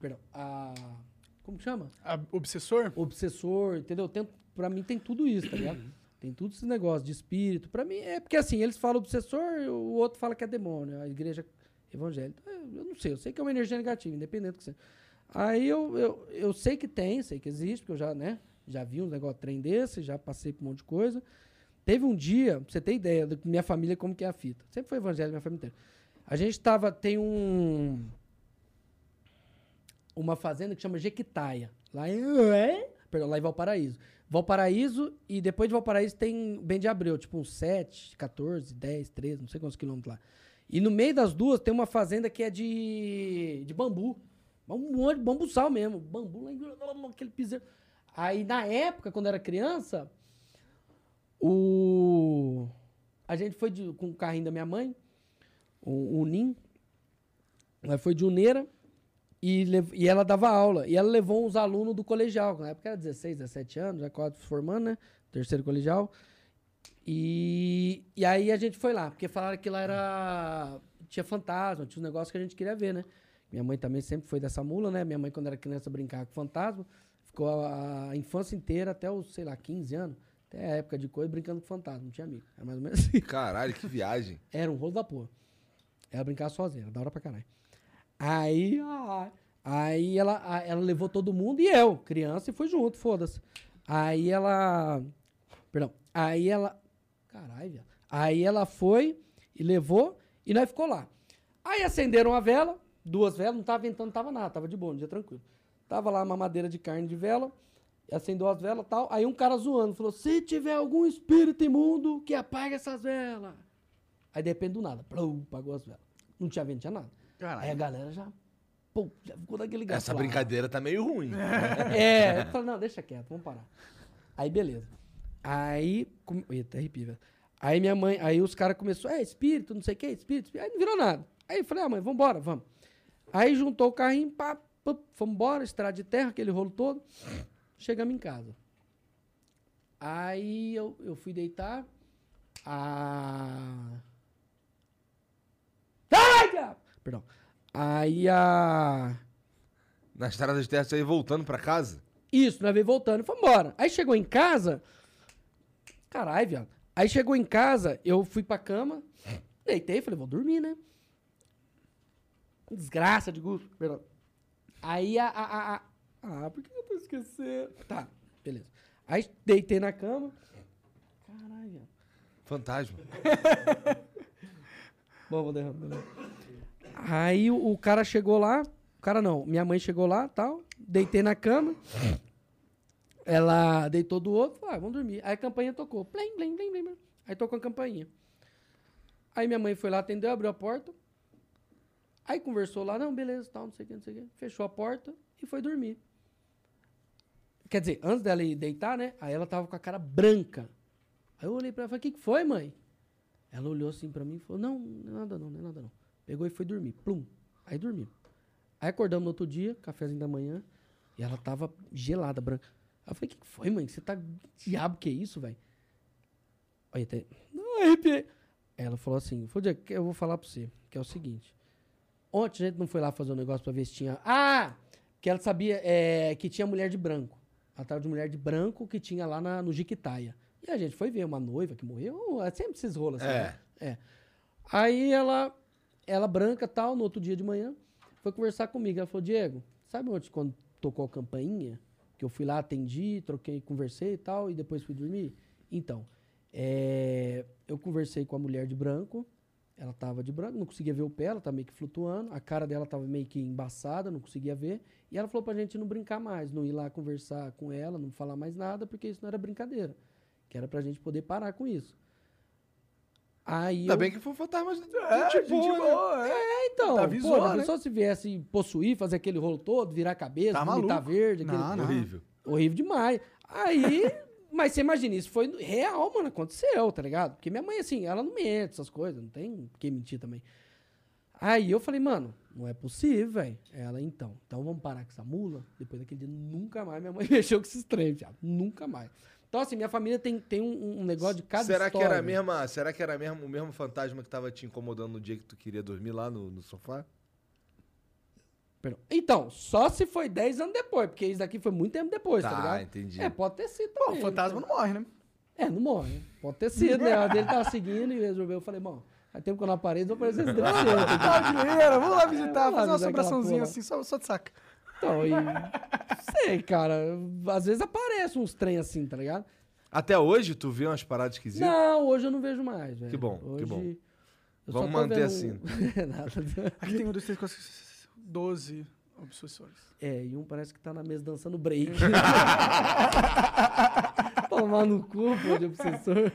Perdão. A. Como que chama?
A- obsessor?
obsessor, entendeu? Tem, pra mim tem tudo isso, tá ligado? Tem tudo esse negócio de espírito. Pra mim é porque assim, eles falam obsessor, o outro fala que é demônio, a igreja evangélica. Eu eu não sei, eu sei que é uma energia negativa, independente do que seja. Aí eu, eu, eu sei que tem, sei que existe, porque eu já, né, já vi um negócio de trem desse, já passei por um monte de coisa. Teve um dia, pra você ter ideia da minha família como que é a fita. Sempre foi evangélica minha família inteira. A gente tava, tem um uma fazenda que chama Jequitaia. Lá em. é? Perdão, lá em Valparaíso. Valparaíso e depois de Valparaíso tem Bem de Abreu, tipo uns 7, 14, 10, 13, não sei quantos quilômetros lá. E no meio das duas tem uma fazenda que é de, de bambu. Um monte de bambuçal mesmo. Bambu lá em. aquele piseiro. Aí na época, quando eu era criança, o. A gente foi de- com o carrinho da minha mãe, o, o Nin. Ela foi de Uneira e, lev- e ela dava aula. E ela levou uns alunos do colegial. Na época era 16, 17 anos, já quase se formando, né? Terceiro colegial. E, e aí a gente foi lá, porque falaram que lá era. Tinha fantasma, tinha uns negócios que a gente queria ver, né? Minha mãe também sempre foi dessa mula, né? Minha mãe, quando era criança, brincava com fantasma. Ficou a, a infância inteira, até os, sei lá, 15 anos, até a época de coisa, brincando com fantasma. Não tinha amigo. Era mais ou menos assim.
Caralho, que viagem.
Era um rolo da porra. Ela brincava sozinha, era da hora pra caralho. Aí, ah, aí ela, a- ela levou todo mundo e eu, criança, e foi junto, foda-se. Aí ela. Perdão. Aí ela. Caralho, viado. Aí ela foi e levou e nós ficou lá. Aí acenderam a vela, duas velas, não tava ventando, não tava nada, tava de boa, um dia tranquilo. Tava lá uma madeira de carne de vela, acendeu as velas e tal. Aí um cara zoando, falou: se tiver algum espírito imundo que apague essas velas. Aí depende do nada. Plum, pagou as velas. Não tinha vento, tinha nada. Aí a galera já. Pô, já ficou daquele
(laughs)
gato.
Essa
lá.
brincadeira tá meio ruim.
(laughs) É, eu falei, não, deixa quieto, vamos parar. Aí, beleza. Aí. Com... Eita, arrepio, velho. Aí minha mãe, aí os caras começaram, é espírito, não sei o que, espírito, espírito. Aí não virou nada. Aí eu falei, ah, mãe, vambora, vamos. Aí juntou o carrinho, pá, pá, fomos embora, estrada de terra, aquele rolo todo. Chegamos em casa. Aí eu, eu fui deitar. A. Ai, diabo! Perdão. Aí a.
(laughs) Na estrada de terra, você aí voltando pra casa?
Isso, nós veio voltando e foi embora. Aí chegou em casa. Caralho, viado. Aí chegou em casa, eu fui pra cama, deitei, falei, vou dormir, né? Desgraça de gosto. Perdão. Aí a, a, a- a- Ah, por que eu tô esquecendo? Tá, beleza. Aí deitei na cama. Caralho, viado.
Fantasma.
Bom, vou derramar. beleza. Aí o, o cara chegou lá. O cara não, minha mãe chegou lá tal. Deitei na cama. Ela deitou do outro, falou, ah, vamos dormir. Aí a campainha tocou. Blim, blim, blim, blim, blim. Aí tocou a campainha. Aí minha mãe foi lá, atendeu, abriu a porta. Aí conversou lá, não, beleza, tal, não sei o que, não sei o que. Fechou a porta e foi dormir. Quer dizer, antes dela ir deitar, né? Aí ela tava com a cara branca. Aí eu olhei pra ela e falei, o que, que foi, mãe? Ela olhou assim pra mim e falou: Não, não é nada não, não é nada não. Pegou e foi dormir. Plum. Aí dormiu. Aí acordamos no outro dia, cafezinho da manhã, e ela tava gelada, branca. Aí eu falei: Que que foi, mãe? Você tá. Diabo que é isso, velho? Aí até. Não, arrepiei. Aí Ela falou assim: Falou, Diego, que eu vou falar pra você, que é o seguinte. Ontem a gente não foi lá fazer um negócio pra ver se tinha. Ah! Que ela sabia é, que tinha mulher de branco. Ela tava de mulher de branco que tinha lá na- no Jiquitaia. E a gente foi ver uma noiva que morreu. É sempre esses rolos assim.
É.
né? é. Aí ela, ela branca tal, no outro dia de manhã, foi conversar comigo. Ela falou: Diego, sabe ontem quando tocou a campainha? Que eu fui lá, atendi, troquei, conversei e tal, e depois fui dormir? Então, é, eu conversei com a mulher de branco. Ela tava de branco, não conseguia ver o pé, ela tava meio que flutuando, a cara dela tava meio que embaçada, não conseguia ver. E ela falou pra gente não brincar mais, não ir lá conversar com ela, não falar mais nada, porque isso não era brincadeira. Que era pra gente poder parar com isso. Aí
Ainda
eu...
bem que foi um fantasma de
É,
gente boa, né?
É, então,
Tá
pô,
avisou,
a
né?
pessoa se viesse possuir, fazer aquele rolo todo, virar a cabeça,
Tá
vomitar
maluco.
verde, aquele...
Não, não.
Horrível.
horrível demais. Aí, (laughs) mas você imagina, isso foi real, mano, aconteceu, tá ligado? Porque minha mãe, assim, ela não mente, essas coisas, não tem que mentir também. Aí eu falei, mano, não é possível, velho. Ela, então, (laughs) então vamos parar com essa mula. Depois daquele dia, nunca mais minha mãe mexeu com esses trem, já. Nunca mais. Então, assim, minha família tem, tem um, um negócio de cada
será que
história.
era a mesma, será que era mesmo o mesmo fantasma que tava te incomodando no dia que tu queria dormir lá no, no sofá?
Perdão. Então, só se foi 10 anos depois, porque isso daqui foi muito tempo depois, tá,
Tá,
ligado?
entendi.
É, pode ter sido
Pô,
também.
o fantasma não morre, né?
É, não morre. Pode ter sido, né? A dele tava seguindo e resolveu. Eu falei, bom, aí tempo que eu não apareço, vou aparecer
(laughs)
esse deficiente.
Brasileira, Tá vamos lá visitar, fazer
vamos lá
uma
visitar aquela
sobraçãozinha
porra.
assim, só, só de saca.
Então, e... Sei, cara. Às vezes aparece uns trem assim, tá ligado?
Até hoje tu vê umas paradas esquisitas?
Não, hoje eu não vejo mais, velho.
Que bom, que
Hoje
bom.
eu só
Vamos
tô
manter
vendo-
assim.
(laughs) É, nada.
Aqui tem um, dois, três, quatro, cinco, seis, sete, oito, doze obsessores.
É, e um parece que tá na mesa
(laughs)
dançando break. Tomar no cu, pô, de obsessor.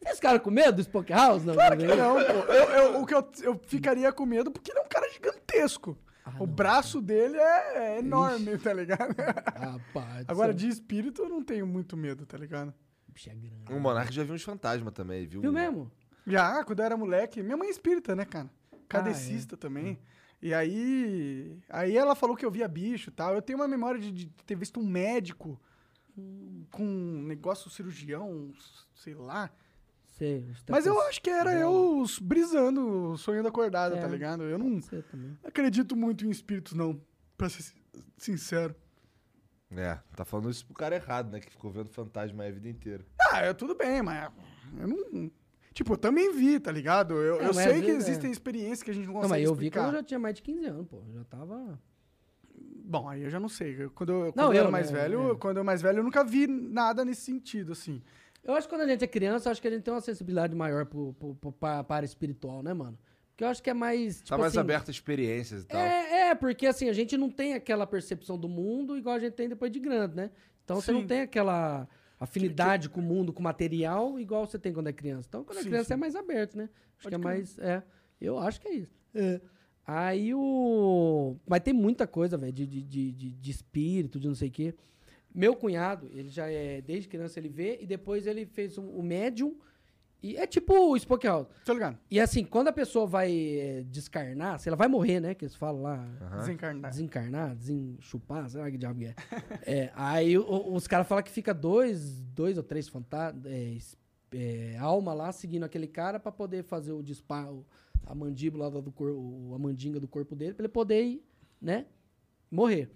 Vocês ficaram com medo do Spoke House? Não, né? claro
Não, pô, eu, eu- o que eu, eu ficaria com medo, porque ele é um cara gigantesco. o braço dele é, é enorme, tá (laughs) ligado?
Ah, pá.
Agora, de espírito, eu não tenho muito medo, tá ligado?
Bicho é grande.
O Monark já viu uns fantasmas também, viu?
Viu mesmo?
Já, quando eu era moleque, minha mãe é espírita, né, cara? Cadecista
Ah,
também. E aí. Aí ela falou que eu via bicho e tal. Eu tenho uma memória de, de ter visto um médico com um negócio cirurgião, um sei lá.
Sei. os
Mas eu
tecos-
acho que era eu s- brisando, sonhando acordado,
É.
tá ligado? Eu não
Você também.
acredito muito em espíritos, não. Pra ser sin- sincero.
É, tá falando isso pro cara errado, né? Que ficou vendo fantasma a vida inteira.
Ah, eu, tudo bem, mas. Eu não. Tipo, eu também vi, tá ligado? Eu,
É,
eu
mas às
sei que
vezes é.
existem experiências que a gente não
Não,
consegue
mas eu vi
explicar.
quando eu já tinha mais de 15 anos, pô. Eu já tava.
Bom, aí eu já não sei. Eu- Quando eu, quando eu
eu,
era mais
né,
velho,
é.
quando eu era mais velho, eu nunca vi nada nesse sentido, assim.
Eu acho que quando a gente é criança, eu acho que a gente tem uma sensibilidade maior pro, pro, pro- pa- para espiritual, né, mano? Porque eu acho que é mais. Tipo,
tá mais
assim,
aberto a experiências e tal.
É, é, porque assim, a gente não tem aquela percepção do mundo igual a gente tem depois de grande, né? Então você não
Sim.
tem aquela afinidade com o mundo, com o material, igual você tem quando é criança. Então, quando é
Sim,
criança
sim.
é mais aberto, né? Acho que é mais. É. Eu acho que é isso. É. Aí o. Mas tem muita coisa, velho, de, de, de, de- de espírito, de não sei o quê. Meu cunhado, ele já é. Desde criança ele vê, e depois ele fez o, o médium. E é tipo o Spoke Out.
Tá ligado?
E assim, quando a pessoa vai eh, descarnar, se ela vai morrer, né? Que eles falam lá.
Desencarnar.
Desencarnar, desenchupar, sei lá que diabo que é. É, aí o- os caras falam que fica dois, dois ou três fantasmas, é, alma lá seguindo aquele cara pra poder fazer o disparo, a mandíbula lá do corpo, a mandinga do corpo dele, pra ele poder ir, né? Morrer.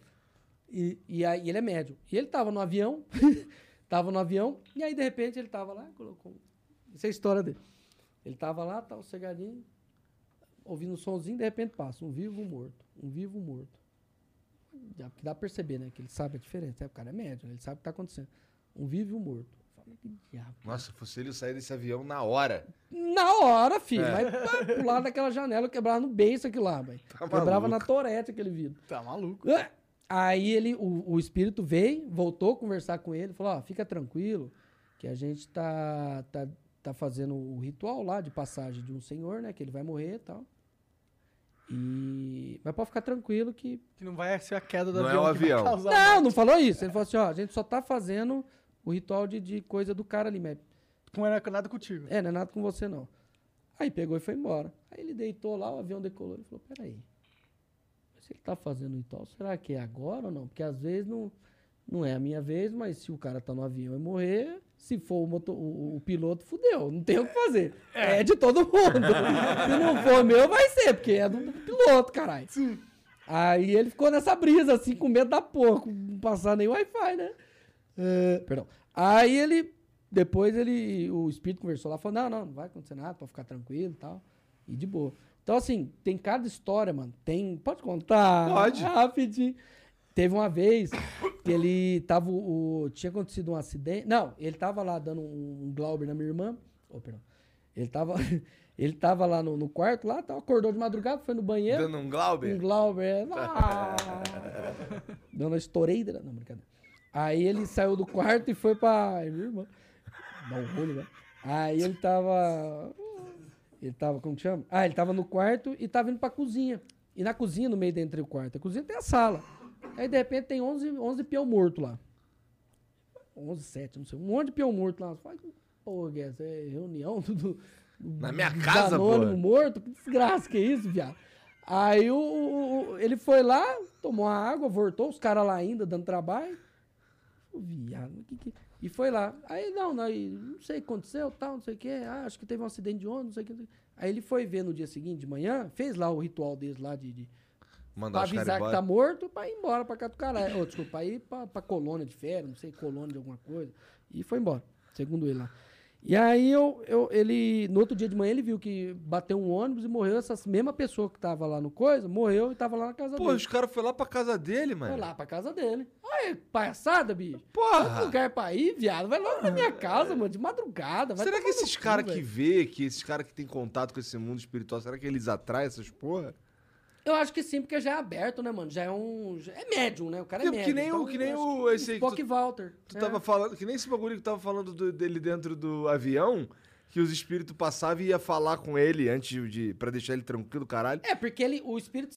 E, e aí ele é médium. E ele tava no avião, (laughs) tava no avião, e aí de repente ele tava lá, colocou. Essa é a história dele. Ele tava lá, tá cegadinho, ouvindo um sonzinho, de repente passa um vivo, um morto, um vivo, um morto. Dá, que dá pra perceber, né? Que ele sabe a diferença. né? O cara é médium, ele sabe o que tá acontecendo. Um vivo e um morto. Fala, que diabo.
Nossa, se fosse ele eu sair desse avião na hora.
Na hora, filho. Vai pá, pular daquela janela, quebrava no beijo aquilo lá, velho. quebrava na
maluco.
torete aquele vidro.
Tá maluco.
Ah! Aí ele, o, o espírito veio, voltou a conversar com ele, falou, ó, fica tranquilo, que a gente tá, tá, tá fazendo o ritual lá de passagem de um senhor, né? Que ele vai morrer e tal. E... Mas pode ficar tranquilo que...
Que não vai ser a queda do
Não
avião.
é o
que vai
avião.
causar
Não, não falou isso. Ele falou assim, ó, a gente só tá fazendo o ritual de, de coisa do cara ali, mas
Não era nada contigo.
é, não é nada com você não. Aí pegou e foi embora. Aí ele deitou lá, o avião decolou. Ele falou: peraí, se ele tá fazendo ritual, será que é agora ou não? Porque às vezes não, não é a minha vez, mas se o cara tá no avião e morrer, se for o, motor- o- o piloto, fudeu, não tem o que fazer. É de todo mundo. (laughs) se não for meu, vai ser, porque é do piloto, caralho. Aí ele ficou nessa brisa, assim, com medo da porra, com- não passar nem Wi-Fi, né? É, perdão. Aí ele. Depois ele. O espírito conversou lá, falou: não, não, não vai acontecer nada, pode ficar tranquilo e tal. E de boa. Então, assim, tem cada história, mano. Tem. Pode contar?
Pode.
(laughs) Rapidinho. Teve uma vez que ele tava. O, tinha acontecido um acidente. Não, ele tava lá dando um, um Glauber na minha irmã. Ô, perdão. Ele tava. (laughs) Ele tava lá no, no quarto, lá, tal, acordou de madrugada, foi no banheiro.
Dando um Glauber?
Um Glauber. é. Ah! Dona Estoureira. Não, brincadeira. Aí ele saiu do quarto e foi pra. Ai, Minha irmã. Dá um rolo, velho. Aí ele tava. Ele tava, como que chama? Ah, ele tava no quarto e tava indo pra cozinha. E na cozinha, no meio de entre o quarto. A cozinha tem a sala. Aí, de repente, tem 11, 11 peão morto lá. 11, 7, não sei. Um monte de peão morto lá. Fala, Pô, Guedes, é reunião do, do-
Na minha
do
casa, pô.
Danônimo morto? Que desgraça que é isso, viado? Aí o, o- o- ele foi lá, tomou a água, voltou, os caras lá ainda dando trabalho. Ô, Viado, que que- E foi lá. Aí, não, não, e não sei o que aconteceu, tal, não sei o que. Ah, acho que teve um acidente de ônibus, não sei o que. não sei o que. Aí ele foi ver no dia seguinte, de manhã, fez lá o ritual deles lá de- de
Mandar
Pra
os caras
avisar que
embora.
tá morto, pra ir embora pra Catucaré. Ô, desculpa, pra ir pra, pra colônia de férias, não sei, colônia de alguma coisa. E foi embora, segundo ele lá. E aí eu, eu, ele, no outro dia de manhã, ele viu que bateu um ônibus e morreu essa mesma pessoa que tava lá no coisa, morreu e tava lá na casa
Pô,
dele.
os caras foram lá pra casa dele,
Foi
mano.
lá pra casa dele. Olha, palhaçada, bicho. Outro
Porra!
lugar pra ir, viado. Vai logo na minha casa, mano, de madrugada. vai
Ah, é. Será que
tomar no
esses
cu,
caras que
velho.
vê, que esses caras que tem contato com esse mundo espiritual, será que eles atraem essas porra?
Eu acho que sim, porque já é aberto, né, mano? Já é um. já- É médium, né? O cara é,
É, porque
médium.
nem o-
então
que nem
eu acho
o-
que
esse aí que
Spock
tu-
Walter. né?
Tu tava falando, que nem esse bagulho que tu tava falando do- dele dentro do avião, que os espíritos passavam e ia falar com ele antes de. pra deixar ele tranquilo, caralho.
É, porque ele, o espírito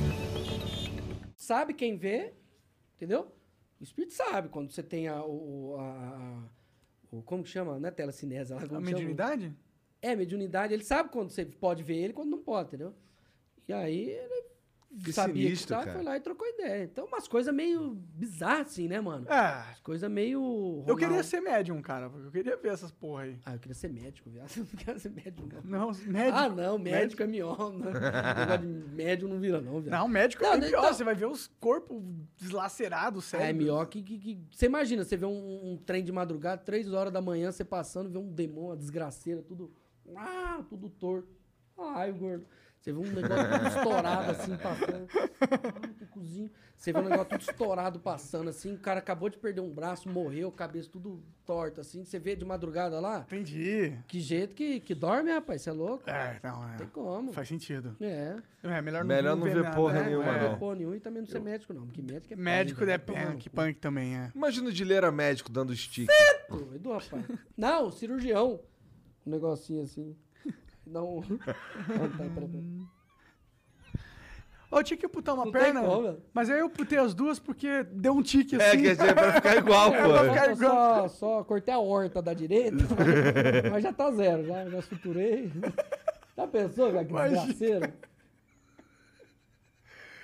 sabe quem vê, entendeu? O espírito sabe quando você tem a. o- o- a- a- o- como que chama? Não é telecinese? lá, como
A
que chama?
mediunidade?
É, mediunidade. Ele sabe quando você pode ver ele e quando não pode, entendeu? E aí ele
Que
sabia
sinistro,
que
cara.
tava, foi lá e trocou ideia. Então, umas coisas meio bizarras, assim, né, mano?
É.
Coisa meio.
Eu queria
Ronaldo.
ser médium, cara. porque Eu queria ver essas porra aí.
Ah, eu queria ser médico, viado. (laughs) Eu não quero ser médico, não.
Não, os médium.
Ah, não, médico é mion.
(laughs)
Né? Negócio de médium não vira, não, viado.
Não, médico
Não,
é
não,
pior.
então-
Você vai ver os corpos deslacerados,
Ah,
sério.
é melhor que, que- que- Você imagina, você vê um, um trem de madrugada, três horas da manhã, você passando, vê um demônio, uma desgraceira, tudo. Ah, tudo torto. Ai, o gordo. Você vê um negócio tudo estourado assim, passando. Ai, que cozinho. Você vê um negócio tudo estourado passando assim, o cara acabou de perder um braço, morreu, cabeça tudo torta assim. Você vê de madrugada lá,
Entendi.
que jeito que, que dorme, rapaz, você é louco?
É, não, é.
Não tem como.
Faz sentido.
É.
É, melhor não,
Melhor não ver
nada,
porra
né?
nenhuma,
É.
Não é
não.
porra nenhuma e também não ser médico, não. Porque médico é pai,
Médico
né?
é
Vai tomar no
punk,
cu.
punk também, é.
Imagina o Dileira médico dando stick.
Doido, rapaz. Não, cirurgião. Um negocinho assim. (laughs) Não. Não, tá, pera, pera.
Ô, Eu tinha que amputar uma
Não tem
perna,
como, velho.
mas aí eu putei as duas porque deu um tique
É,
assim.
quer dizer, pra ficar
(laughs) É,
igual, pô.
Eu só, só cortei a horta da direita, mas já tá zero, já, já suturei. Já pensou, velho, que desgraceiro?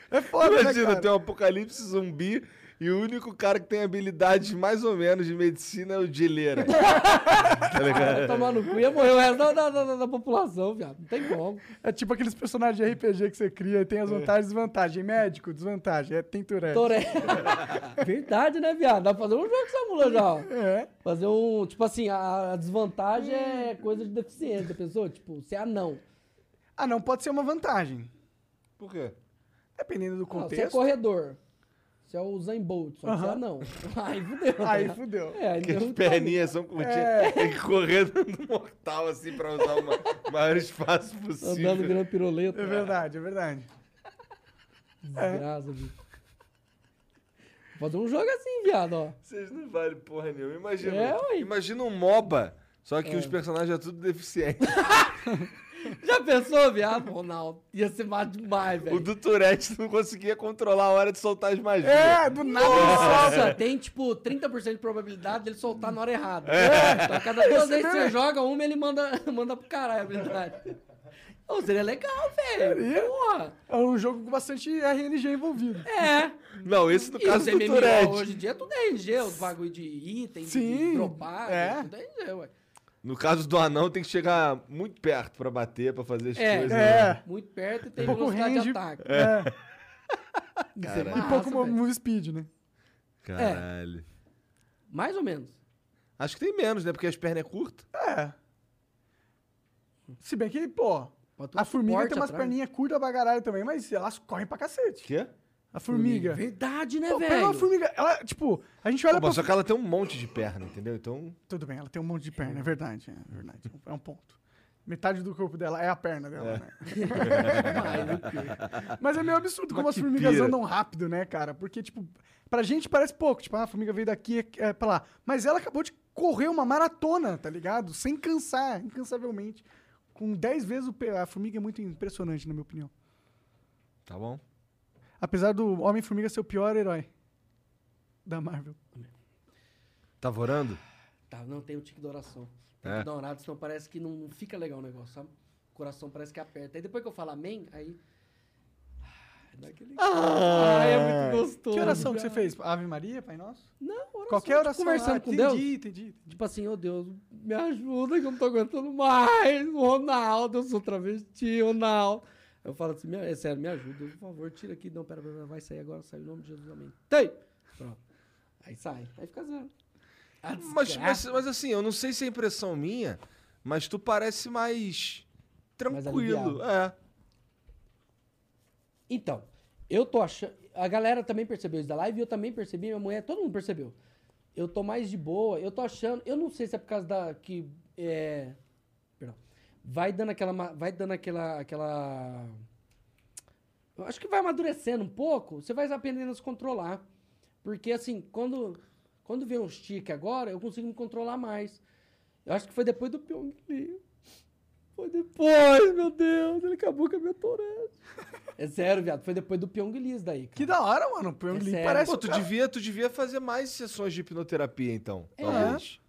É foda, né,
Imagina,
cara?
tem um apocalipse zumbi e o único cara que tem habilidades mais ou menos de medicina é o
(laughs)
Dileira. Tá
Vai tomar no cu ia morrer o resto da, da, da, da população, viado. Não tem como.
É tipo aqueles personagens de RPG que você cria e tem as vantagens e desvantagens. Médico, desvantagem. É, tem Tourette.
Toré. Verdade, né, viado? Dá pra fazer um jogo com essa mula já. ó.
É.
Fazer um. Tipo assim, a, a desvantagem é coisa de deficiência, pessoa. Tipo, ser anão.
Ah, não, pode ser uma vantagem.
Por quê?
Dependendo do
Não, você é
contexto.
corredor. Você é o Zayn Bolt, só que você é anão. (laughs) Aí fudeu.
Aí
né?
fudeu.
É, aí
Porque
deu
as
um
perninhas são curtinhas.
É.
Tem que correr dando mortal assim pra usar o ma- maior espaço
tapa, Andando
possível.
grande piroleta.
É verdade, é verdade.
Desgraça, bicho. Fazer um jogo assim, viado, ó.
Vocês não valem porra nenhuma. Imagina,
É, ué.
imagina um MOBA, só que os personagens é tudo
(laughs)
deficiente.
Já pensou, viado? Ronaldo, ia ser mais demais,
o
velho.
do Tourette não conseguia controlar a hora de soltar as magias.
É, do nada.
Nossa, tem tipo 30% de probabilidade dele soltar na hora errada.
É.
Então, cada duas vezes que você joga uma, ele manda, (laughs) manda pro caralho a habilidade. Ô, seria legal, velho. Porra.
É um jogo com bastante RNG envolvido.
É.
Não, esse no
E os
caso do
MMO
Tourette.
hoje em dia tudo é RG, os bagulho de item, de
Sim,
dropar,
é.
tudo é RG, ué.
No caso do anão, tem que chegar muito perto pra bater, pra fazer as
É.
coisas. né?
É.
Muito perto e tem
Pouco
velocidade
range.
de ataque.
É.
Isso é
e
massa,
pouco mo-
velho.
move speed, né?
Caralho.
Mais ou menos.
Acho que tem menos, né? Porque as pernas é curtas.
É. Se bem que, pô,
Bota um
a formiga
suporte
tem umas
atrás.
perninhas curtas pra caralho também, mas elas correm pra cacete.
Quê?
A formiga.
Verdade, né,
Pô,
velho?
pega uma formiga, ela, tipo, a gente olha
Pô,
pra...
só que ela tem um monte de perna, entendeu? Então.
Tudo bem, ela tem um monte de perna, é verdade, é verdade. É um ponto. Metade do corpo dela é a perna dela, né? (laughs) Mas é meio absurdo como as
Mas que
formigas
pira.
andam rápido, né, cara? Porque, tipo, pra gente parece pouco. Tipo, ah, a formiga veio daqui, é, é pra lá. Mas ela acabou de correr uma maratona, tá ligado? Sem cansar, incansavelmente. Com 10 vezes o pe- a formiga é muito impressionante, na minha opinião.
Tá bom?
Apesar do Homem-Formiga ser o pior herói da Marvel.
Tá vorando?
Tá, não tem o tique da oração. Tem
É.
que dar uma orada, senão parece que não, não fica legal o negócio, sabe? O coração parece que aperta. Aí depois que eu falo amém, aí. Ah, dá aquele. Ah, é muito gostoso.
Que oração que
cara.
você fez? Ave Maria, Pai Nosso?
Não, oração.
Qualquer
tipo,
oração.
Conversando
ah,
com
entendi,
Deus.
Entendi, entendi.
Tipo assim, ô Deus, me ajuda que eu não tô aguentando mais. O Ronaldo, eu sou travesti, Ronaldo. Eu falo assim, me- é sério, me ajuda, por favor, tira aqui. Não, pera, pera, pera, vai sair agora, sai o nome de Jesus, amém. Tem! Pronto. Aí sai, aí fica zero. A
Mas, mas,
desgraça.
mas assim, eu não sei se é impressão minha, mas tu parece mais tranquilo. é.
Então, eu tô achando. A galera também percebeu isso da live, eu também percebi, minha mulher, todo mundo percebeu. Eu tô mais de boa, eu tô achando. Eu não sei se é por causa da. que. É. Perdão. Vai dando aquela. ma- Vai dando aquela. aquela. Eu acho que vai amadurecendo um pouco, você vai aprendendo a se controlar. Porque assim, quando. Quando vem um stick agora, eu consigo me controlar mais. Eu acho que foi depois do Pyong Lee. Foi depois, meu Deus, ele acabou com a minha Tourette. É sério, viado, foi depois do Pyong Lee isso daí, cara.
Que da hora, mano. O Pyong
É
Lee
sério.
parece.
Pô, tu devia, tu devia fazer mais sessões de hipnoterapia, então.
É.
Talvez.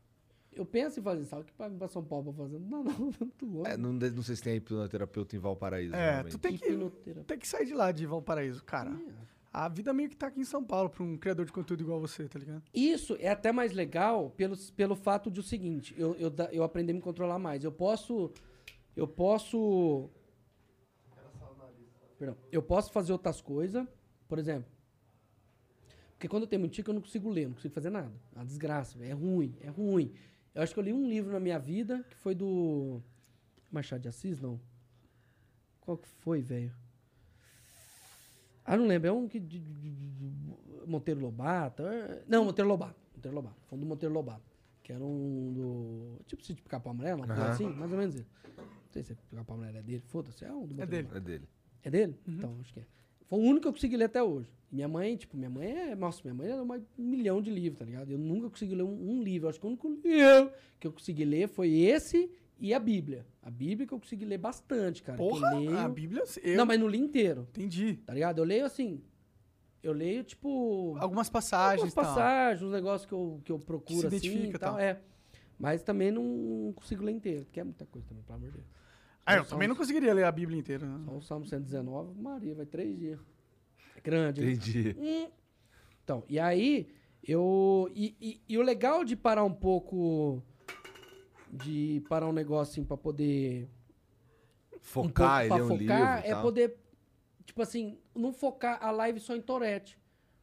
Eu penso em fazer isso, só que pra, pra São Paulo pra fazer. Não, não, não, muito longe.
É, não, de- não sei se tem hipnoterapeuta em Valparaíso.
É,
realmente.
tu tem que,
Hipnoterapia.
tem que sair de lá de Valparaíso, cara. A vida meio que tá aqui em São Paulo pra um criador de conteúdo igual você, tá ligado?
Isso é até mais legal pelo, pelo fato de o seguinte, eu, eu, da- eu aprendi a me controlar mais. Eu posso. Eu posso. Perdão. Eu posso fazer outras coisas, por exemplo. Porque quando eu tenho muito tico, eu não consigo ler, não consigo fazer nada. É uma desgraça, é ruim, é ruim. Eu acho que eu li um livro na minha vida, que foi do. Machado de Assis, não? Qual que foi, velho? Ah, não lembro. É um que. de- de- de- de- Monteiro Lobato. é- Não, Monteiro Lobato. Monteiro Lobato. Foi um do Monteiro Lobato. Que era um do. Tipo se tipo capa amarela, uma coisa
Aham.
assim, mais ou menos isso. Não sei se é capa amarela é dele, foda-se. É um do Monteiro
dele.
Lobato.
É dele.
É dele?
Uhum.
Então, acho que é. Foi o único que eu consegui ler até hoje. Minha mãe, tipo, minha mãe é. Nossa, minha mãe era uma- um milhão de livros, tá ligado? Eu nunca consegui ler um, um livro. Eu acho que o único livro que eu consegui ler foi esse e a Bíblia. A Bíblia que eu consegui ler bastante, cara. Quem
Porra,
leu-
a Bíblia. Eu
Não, mas não li inteiro,
entendi.
tá ligado? Eu leio assim. Eu leio, tipo.
Algumas passagens.
Algumas passagens, uns negócios que eu, que eu procuro
Que se
assim
identifica
e
e
tal.
tal.
É. Mas também não consigo ler inteiro, porque é muita coisa também, pelo amor de Deus.
Tal. Ah, eu também não conseguiria ler a Bíblia inteira. né?
Só o Salmo 119, Maria, vai três dias. É grande. né?
Entendi.
Então, e aí, eu. E, e- e o legal de parar um pouco. De parar um negócio assim pra poder. um pouco
Focar, ele é um livro. e
é
tal.
poder. Tipo assim, não focar a live só em Torete.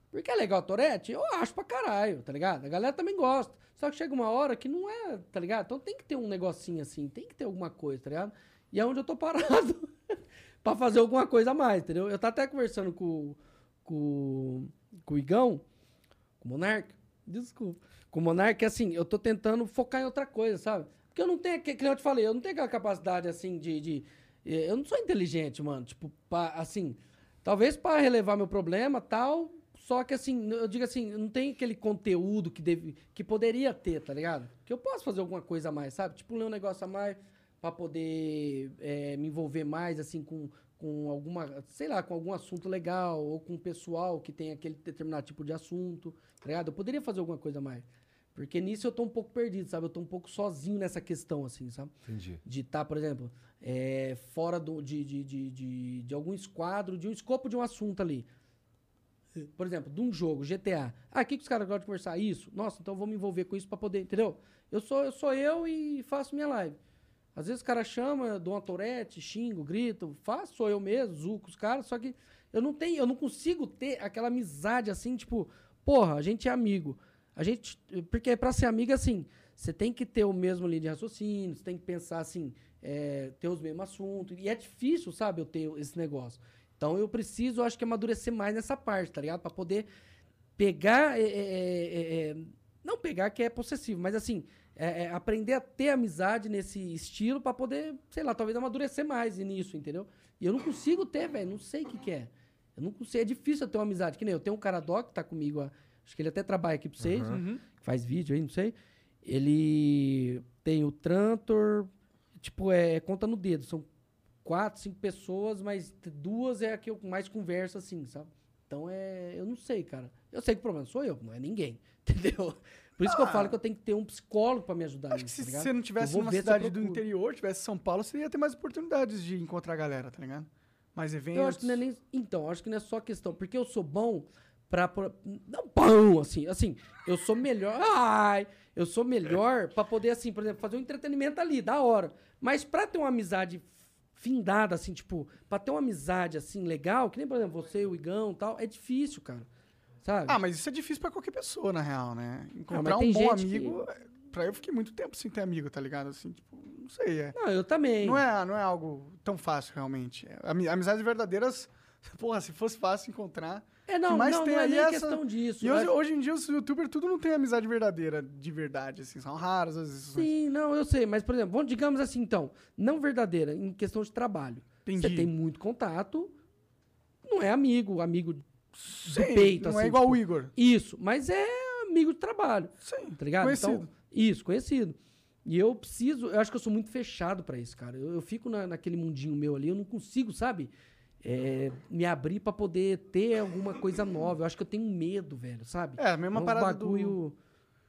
Porque é legal Torete? Eu acho pra caralho, tá ligado? A galera também gosta. Só que chega uma hora que não é, tá ligado? Então tem que ter um negocinho assim, tem que ter alguma coisa, tá ligado? E é onde eu tô parado (laughs) pra fazer alguma coisa a mais, entendeu? Eu tava até conversando com, com, com o Igão, com o Monarca, desculpa. Com o Monarca, que, assim, eu tô tentando focar em outra coisa, sabe? Porque eu não tenho, que, que eu te falei, eu não tenho aquela capacidade, assim, de... de- eh, eu não sou inteligente, mano, tipo, pra, assim, talvez pra relevar meu problema, tal, só que, assim, eu digo assim, eu não tem aquele conteúdo que, deve, que poderia ter, tá ligado? Que eu posso fazer alguma coisa a mais, sabe? Tipo, ler um negócio a mais pra poder eh, me envolver mais, assim, com, com alguma, sei lá, com algum assunto legal, ou com o pessoal que tem aquele determinado tipo de assunto, tá ligado? Eu poderia fazer alguma coisa a mais. Porque nisso eu tô um pouco perdido, sabe? Eu tô um pouco sozinho nessa questão, assim, sabe?
Entendi.
De estar, por exemplo, eh, fora do, de, de, de, de, de algum esquadro, de um escopo de um assunto ali. Por exemplo, de um jogo, GTA. Ah, o que, que os caras gostam de conversar? Isso. Nossa, então eu vou me envolver com isso pra poder, entendeu? Eu sou, eu sou eu e faço minha live. Às vezes os caras chamam, eu dou uma torete, xingo, grito, faço, sou eu mesmo, zuco os caras, só que eu não tenho, eu não consigo ter aquela amizade assim, tipo, porra, a gente é amigo. A gente. Porque pra ser amigo, assim, você tem que ter o mesmo linha de raciocínio, você tem que pensar assim, é, ter os mesmos assuntos. E é difícil, sabe, eu ter esse negócio. Então eu preciso, acho que, amadurecer mais nessa parte, tá ligado? Pra poder pegar. é, é, é, é, não pegar que é possessivo, mas assim, é, é, aprender a ter amizade nesse estilo pra poder, sei lá, talvez amadurecer mais nisso, entendeu? E eu não consigo ter, velho, não sei o que, que é. Eu não consigo, é difícil eu ter uma amizade. Que nem eu tenho um cara doc que tá comigo, há- acho que ele até trabalha aqui pra vocês, que faz vídeo aí, não sei. Ele tem o Trantor, tipo, é conta no dedo. São quatro, cinco pessoas, mas t- duas é a que eu mais converso, assim, sabe? Então é. Eu não sei, cara. Eu sei que o problema sou eu, não é ninguém. (laughs) Entendeu? Por isso que eu falo que eu tenho que ter um psicólogo pra me ajudar.
Ah. Acho que se
nisso, tá ligado?
você não
Eu
tivesse
vou
numa
ver se eu
cidade do
procuro.
interior, tivesse São Paulo, você ia ter mais oportunidades de encontrar a galera, tá ligado? Mais eventos.
Eu acho que não é nem. Então, acho que não é só questão. Porque eu sou bom pra. pra- não bom, assim. Assim, eu sou melhor. Ai! Eu sou melhor pra poder, assim, por exemplo, fazer um entretenimento ali, da hora. Mas pra ter uma amizade findada, assim, tipo, pra ter uma amizade, assim, legal, que nem, por exemplo, você, o Igão e tal, é difícil, cara. Sabe?
Ah, mas isso é difícil pra qualquer pessoa, na real, né? Encontrar
tem
um bom
gente que-
amigo. é, Pra eu fiquei muito tempo sem ter amigo, tá ligado? Assim, tipo, não sei. É.
Não, eu também.
Não, é, não é algo tão fácil, realmente. É, ami- Amizades verdadeiras, (laughs) porra, se fosse fácil encontrar.
É, não,
que mais
não,
tem
não é
aí
nem
essa-
questão disso. é
E
Eu
hoje,
acho-
hoje em dia os youtubers tudo não tem amizade verdadeira, de verdade, assim, são raras as exceções.
Sim, não, eu sei, mas por exemplo, vamos, digamos assim então, não verdadeira, em questão de trabalho.
Entendi.
Você tem muito contato, não é amigo, amigo do
Sim,
peito,
não
assim.
é igual o
tipo,
Igor.
Isso, mas é amigo de trabalho,
Sim.
tá ligado?
Conhecido.
Então, isso, conhecido. E eu preciso, eu acho que eu sou muito fechado pra isso, cara. Eu, eu fico na- naquele mundinho meu ali, eu não consigo, sabe? É, me abrir pra poder ter alguma coisa nova. Eu acho que eu tenho medo, velho, sabe?
É, a mesma
é um
parada do-
bagulho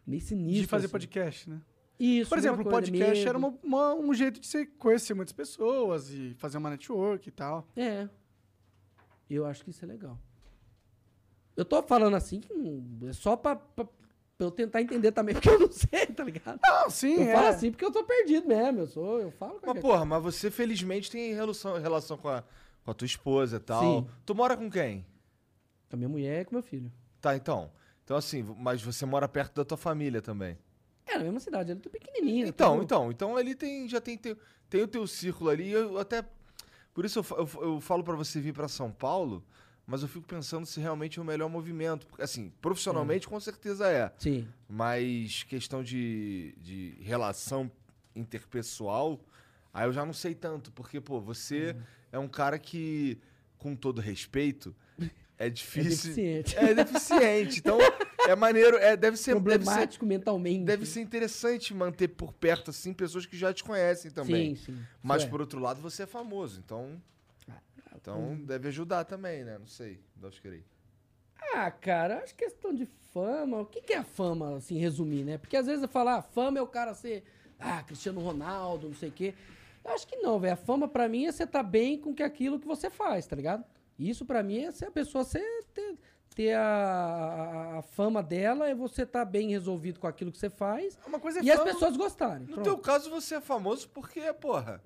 meio sinistro.
de fazer
assim.
podcast, né?
Isso,
Por
mesma
exemplo, o
coisa,
podcast
medo.
era uma- uma- um jeito de você conhecer muitas pessoas e fazer uma network e tal.
É. Eu acho que isso é legal. Eu tô falando assim, que não- é só pra, pra- pra eu tentar entender também, (laughs) porque eu não sei, tá ligado?
Não, sim,
eu
é.
falo assim porque eu tô perdido mesmo, eu sou, eu falo
Mas,
qualquer
porra, mas você felizmente tem relação, relação com, a, com a tua esposa e tal.
Sim.
Tu mora com quem?
coisa. Com a minha mulher e com meu filho.
Tá, então. Então, assim, v- mas você mora perto da tua família também.
É, na mesma cidade, ele tá pequenininho.
Então, então, então ali tem, já tem, teu- tem o teu círculo ali. Eu até. Por isso eu, fa- eu, fa- eu falo pra você vir pra São Paulo, mas eu fico pensando se realmente é o melhor movimento. Porque, assim, profissionalmente com certeza é.
Sim.
Mas questão de, de relação interpessoal, aí eu já não sei tanto, porque, pô, você é um cara que, com todo respeito, é
É
difícil.
deficiente.
É deficiente. Então, é maneiro. É, deve ser. Deve ser
Problemático mentalmente.
Deve ser interessante manter por perto, assim, pessoas que já te conhecem também.
Sim, sim.
Mas,
Isso é. Ah,
por outro lado, você é famoso, então... Então,
hum.
deve ajudar também, né? Não sei. Deus querer.
Ah, cara, acho que questão de fama. O que, que é fama, assim, resumir, né? Porque às vezes eu falo, ah, fama é o cara ser, ah, Cristiano Ronaldo, não sei o quê. Eu acho que não, velho. A fama, pra mim, é você tá bem com que aquilo que você faz, tá ligado? Isso, pra mim, é ser a pessoa ser, ter, ter a, a- a fama dela e você tá bem resolvido com aquilo que você faz
Uma coisa é
e as
fama-
pessoas gostarem.
No
Pronto.
teu caso, você é famoso porque, porra...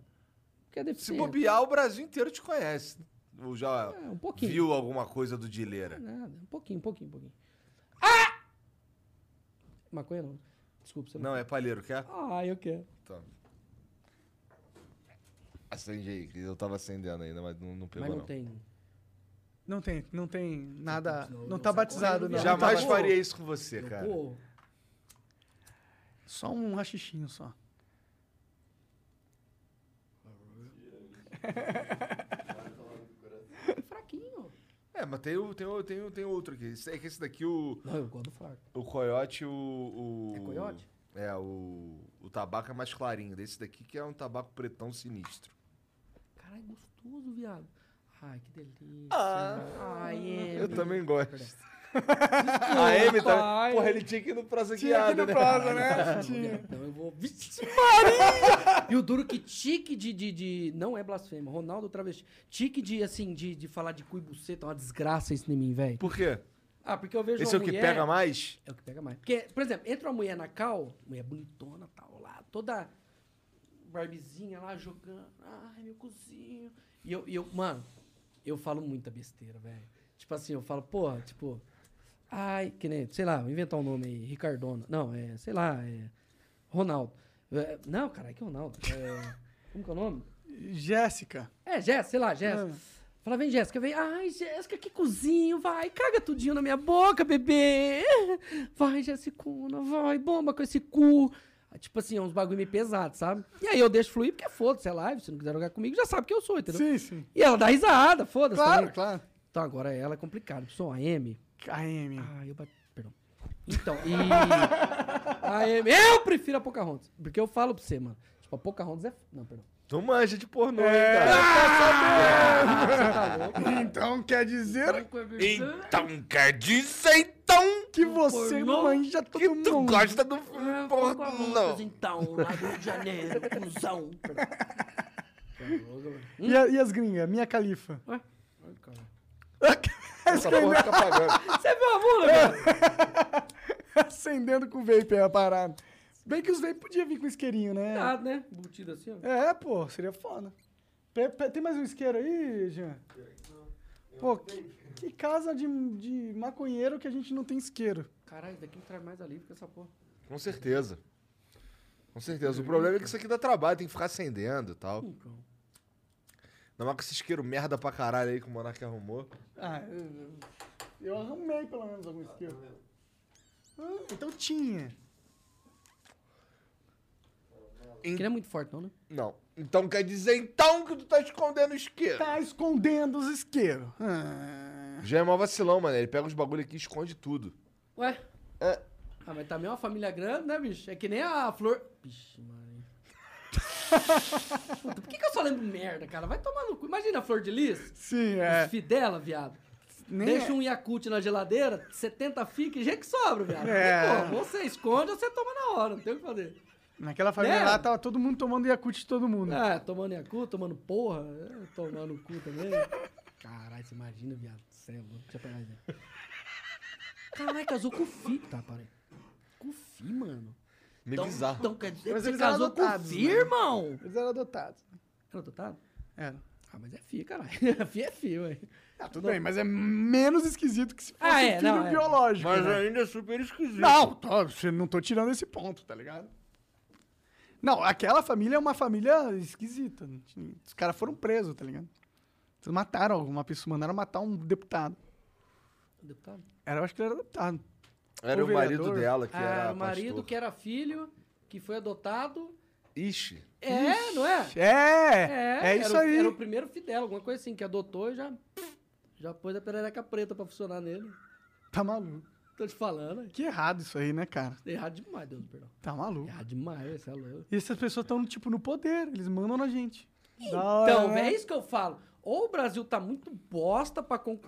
Porque é
Se
deficiente.
bobear, o Brasil inteiro te conhece. Ou já
É, um pouquinho.
viu alguma coisa do
É
Dileira.
Nada. Um pouquinho, um pouquinho, um pouquinho. Ah! Maconha não. Desculpa, você não.
Não, é palheiro, quer?
Ah, eu quero.
Então. Acende aí, Cris. Eu tava acendendo ainda, mas não, não pegou,
Mas não
não.
tem.
Não tem, não tem nada.
Não,
Não,
não,
tá
sai
batizado,
correndo,
não. tipo-
viado.
Jamais
Não, tá bom.
faria isso com você,
Eu
É cara.
vou-
Só um rachichinho só.
fraquinho.
É, mas tem, o- tem, o- tem, o- tem outro aqui. Esse- É que esse daqui, o,
Não, eu gosto do fraco.
o Coyote, o, o-
É coiote?
É, o, o tabaco é mais clarinho. Desse daqui que é um tabaco pretão sinistro.
Caralho, gostoso, viado. Ai, que delícia. Ai, é.
Eu também
(laughs)
gosto. A Amy tá.
pai.
Porra, ele tinha que ir no próximo aqui.
Tinha aqui no prosa, né?
Tinha. Não, então eu vou. Vixe, Maria! E o duro é que tique de, de, de- Não é blasfêmia. Ronaldo travesti. Tique de, assim, de, de falar de cu e buceta. É uma desgraça isso em mim, velho.
Por quê?
Ah, porque eu vejo
Esse é o
uma
que
mulher-
pega mais?
É o que pega mais. Porque, por exemplo, entra uma mulher na cal, mulher bonitona, tal, lá, toda barbizinha lá jogando. Ai, meu cozinho. E eu, e eu mano, eu falo muita besteira, velho. Tipo assim, eu falo, porra, tipo. Ai, que nem, sei lá, vou inventar um nome aí, Ricardona. Não, é, sei lá, é. Ronaldo. É, não, caralho, que Ronaldo. É, como que é o nome?
Jéssica.
É, Jéssica, sei lá, Jéssica.
Ah.
Fala, vem, Jéssica, vem. Ai, Jéssica, que cozinho, vai. Caga tudinho na minha boca, bebê. Vai, Jéssicuna, vai. Bomba com esse cu. Ah, Tipo assim, é uns bagulho meio pesado, sabe? E aí eu deixo fluir, porque foda-se, é live. Se não quiser jogar comigo, já sabe que eu sou, entendeu?
Sim, sim.
E ela dá risada, foda-se.
Claro,
também.
claro.
Então agora ela é complicado. Sou a M.
KM.
Ah, eu bati. Perdão. Então,
(laughs)
e. Aí, eu prefiro a Pocahontas. Porque eu falo pra você, mano. Tipo, a Pocahontas é. Não, perdão.
Tu manja de pornô, hein, cara? Tá Ah!
Então quer dizer
Então quer dizer, então,
que você manja todo
que tu
mundo.
gosta do
Ah,
filme pornô.
então, lá do Rio de Janeiro, cuzão.
E, a- e as gringas? Minha califa. (laughs)
Essa porra fica pagando.
Você viu a mula, cara?
(laughs) Acendendo com vape é a parada. Bem que os vape podiam vir com isqueirinho, né?
Nada, né? Embutido assim, ó.
É, pô, seria foda. Pe- pe- tem mais um isqueiro aí, Jean? Pô, que, que casa de, de maconheiro que a gente não tem isqueiro?
Caralho, isso daqui me traz mais alívio que essa porra.
Com certeza. Com certeza. O problema é que isso aqui dá trabalho, tem que ficar acendendo e tal. Ainda mais com esse isqueiro merda pra caralho aí que o Monark arrumou.
Ah, eu, eu arrumei pelo menos algum isqueiro. Ah, então tinha.
Que não é muito forte, não, né?
Não. Então quer dizer, então, que tu tá escondendo o isqueiro.
Tá escondendo os isqueiros. Ah.
Já é mó vacilão, mano. Ele pega os bagulho aqui e esconde tudo.
Ué?
É.
Ah, mas também é uma família grande, né, bicho? É que nem a flor. Bicho, mano. Puta, por que, que eu só lembro merda, cara? Vai tomar no cu. Imagina a flor de lis.
Sim,
É.
é.
Fidela, viado.
Nem
Deixa
é.
um Yakult na geladeira, 70 fica e jeito que sobra, viado.
É.
Pô, você esconde ou você toma na hora, não tem o que fazer.
é. Naquela família
Né?
lá tava todo mundo tomando Yakut de todo mundo.
Ah, tomando Yakult, tomando porra, é, tomando cu também. Caralho, você imagina, viado. Cê é louco. Deixa eu pegar isso aí. Caralho, casou com o Fi. Tá, parei. Com o Fi, mano.
Meio
Então,
bizarro.
então quer dizer
Mas
que você
eles eram
casou com o
adotados,
Fi,
né?
irmão?
Eles eram adotados.
Era adotado?
Era.
Ah, mas é Fi, caralho. (laughs) Fi é Fi, ué.
Ah, tudo bem, mas é menos esquisito que se fosse
Ah, é,
filho
não, é.
biológico.
Mas
né?
ainda é super esquisito.
Não, tô, você não tô tirando esse ponto, tá ligado? Não, aquela família é uma família esquisita. não tinha- Os caras foram presos, tá ligado? Eles mataram alguma pessoa, mandaram matar um deputado.
Adotado?
Era, eu acho que ele era deputado.
Era
o
o marido
vereador.
dela que
Ah,
era
o marido
pastor.
que era filho, que foi adotado.
Ixi.
É, não é?
É, é,
era
isso
o-
aí.
Era o primeiro Fidel, alguma coisa assim, que adotou e já, já pôs a perereca preta pra funcionar nele.
Tá maluco.
Tô te falando. aí.
Que errado isso aí, né, cara?
Errado demais, Deus, do perdão.
Tá maluco.
Errado demais, você é louco.
E essas pessoas estão, tipo, no poder. Eles mandam na gente. Da hora,
Então,
né?
é isso que eu falo. Ou o Brasil tá muito bosta pra... Conc...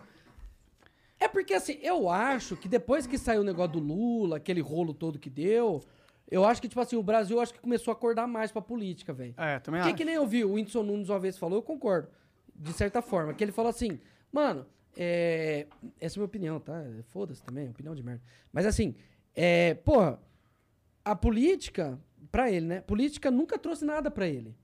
É porque, assim, eu acho que depois que saiu o negócio do Lula, aquele rolo todo que deu, eu acho que, tipo assim, o Brasil acho que começou a acordar mais pra política, velho.
É, também
Que
acho.
que nem eu vi, o Whindersson Nunes uma vez falou, eu concordo, de certa forma, que ele falou assim, mano, é, essa é a minha opinião, tá? Foda-se também, opinião de merda. Mas assim, é, porra, a política, pra ele, né? Política nunca trouxe nada pra ele.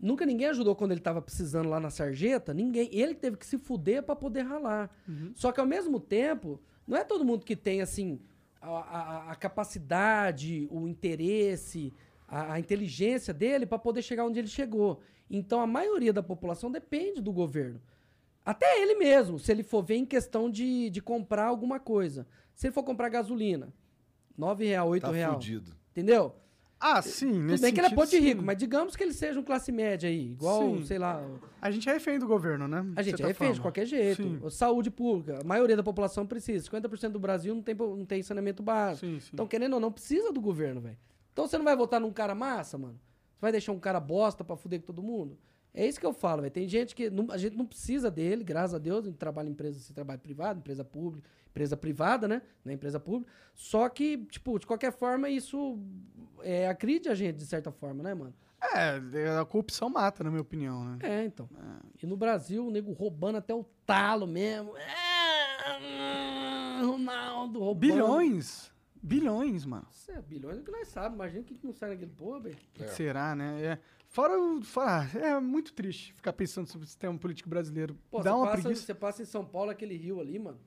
Nunca ninguém ajudou quando ele tava precisando lá na sarjeta, ninguém. Ele teve que se fuder pra poder ralar. Só que ao mesmo tempo, não é todo mundo que tem, assim, a, a- a capacidade, o interesse, a, a inteligência dele pra poder chegar onde ele chegou. Então a maioria da população depende do governo. Até ele mesmo, se ele for ver em questão de, de comprar alguma coisa. Se ele for comprar gasolina, R$ 9,00, R$ 8,00.
Tá
real,
fudido.
Entendeu?
Ah, sim,
Tudo
nesse
bem que ele é
sentido,
pote
sim.
rico, mas digamos que ele seja um classe média aí, igual,
Sim.
sei lá.
A gente é refém do governo, né?
A gente
Cê
é
tá
refém de
falando.
qualquer jeito.
Sim.
Saúde pública, a maioria da população precisa. 50% do Brasil não tem, po- não tem saneamento básico.
Sim, sim.
Então, querendo ou não, precisa do governo, velho. Então você não vai votar num cara massa, mano? Você vai deixar um cara bosta pra fuder com todo mundo? É isso que eu falo, velho. Tem gente que. não- a gente não precisa dele, graças a Deus. A gente trabalha em empresa, se trabalha privado, empresa pública, empresa privada, né? Não é empresa pública. Só que, tipo, de qualquer forma, isso é, acredita a gente, de certa forma, né, mano?
É, a corrupção mata, na minha opinião, né?
É, então. E no Brasil, o nego roubando até o talo mesmo. É, Ronaldo roubando.
Bilhões? Bilhões, mano.
Isso é bilhões é o que nós sabemos. Imagina o que que não sai naquele povo, velho.
O que será, né? É. Fora o. Fora, ah, é muito triste ficar pensando sobre o sistema político brasileiro.
Pô,
Dá
você
uma
passa,
preguiça.
Você passa em São Paulo, aquele rio ali, mano.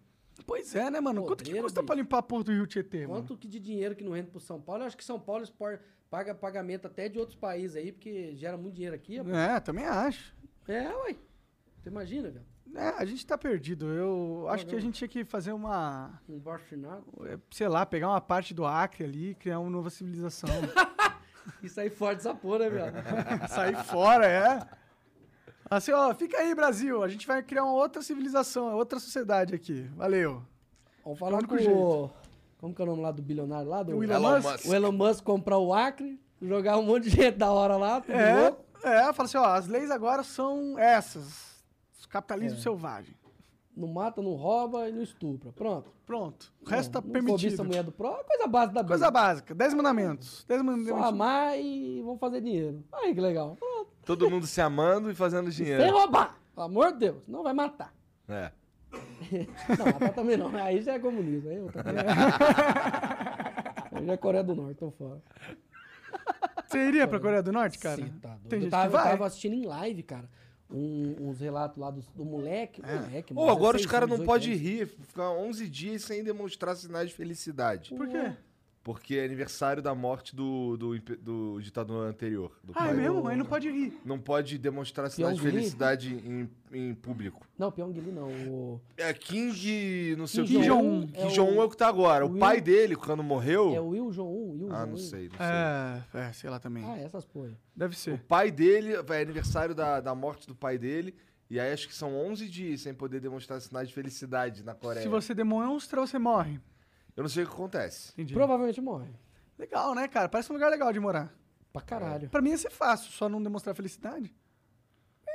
Pois é, né, mano? Quanto que
Podreira,
custa pra
bicho.
limpar a Porto do Rio Tietê, mano?
Quanto que de dinheiro que não rende pro São Paulo? Eu acho que São Paulo expor- paga pagamento até de outros países aí, porque gera muito dinheiro aqui. ó.
É, também acho.
É, ué. Você imagina, velho?
É, a gente tá perdido. Eu acho que a
Caramba.
gente tinha que fazer uma.
Um bastinado.
é, Sei lá, pegar uma parte do Acre ali e criar uma nova civilização. (laughs)
E sair forte dessa porra, né, velho?
Sair fora, é. Assim, ó, fica aí, Brasil. A gente vai criar uma outra civilização, outra sociedade aqui. Valeu.
Vamos falar
único
com o,
jeito.
com Como que é o nome lá do bilionário lá? Do...
O Elon
Elon
Musk?
Musk.
O Elon Musk comprar o Acre, jogar um monte de gente da hora lá, tudo
É,
louco.
é, fala assim, ó, as leis agora são essas. Capitalismo selvagem.
Não mata, não rouba e não estupra. Pronto.
Pronto. O resto tá
não, não cobiça
permitido.
a mulher do pró, é coisa base da
Coisa
Bíblia.
básica. Dez mandamentos. Dez
Só
mandamentos.
amar e vão fazer dinheiro. Aí que legal. Pronto.
Todo mundo se amando e fazendo
Sem
dinheiro.
roubar. Pelo amor de Deus, não vai matar. (laughs)
É.
Não, matar também não. Aí já é comunismo. Aí, é
(laughs)
outra coisa. Aí já é Coreia do Norte, tô fora.
Você iria pra Coreia do Norte, cara?
Cê tá doido.
Tem
eu,
gente
tava,
que
eu
vai.
tava assistindo em live, cara. um- uns relatos lá do, do moleque.
É.
moleque
Ou
mano,
agora os
16,
caras não
18
podem
anos.
rir, ficar 11 dias sem demonstrar sinais de felicidade.
Por quê?
assim,
Porque é aniversário da morte do, do, imp- do ditador anterior. do
Ah, é
pai.
mesmo? Aí não pode rir.
Não pode demonstrar sinais de
Pyong Lee?
felicidade em, em público.
Não, Pyongyi não. O,
É King, não sei
Kim
o que.
Jong-un.
Kim
É o-
Jong-un é o que tá agora. O
Will-
pai dele, quando morreu...
é o Will Jong-un. Will
Ah,
Jong-un.
não sei, não sei.
É, é, sei lá também.
Ah, essas porra.
Deve ser.
O pai dele, é aniversário da, da morte do pai dele, e aí acho que são 11 dias sem poder demonstrar sinais de felicidade na Coreia.
Se você demonstra, você morre.
Eu não sei o que acontece.
Entendi.
Provavelmente morre.
Legal, né, cara? Parece um lugar legal de morar.
É.
Pra caralho.
Pra mim ia ser fácil, só não demonstrar felicidade.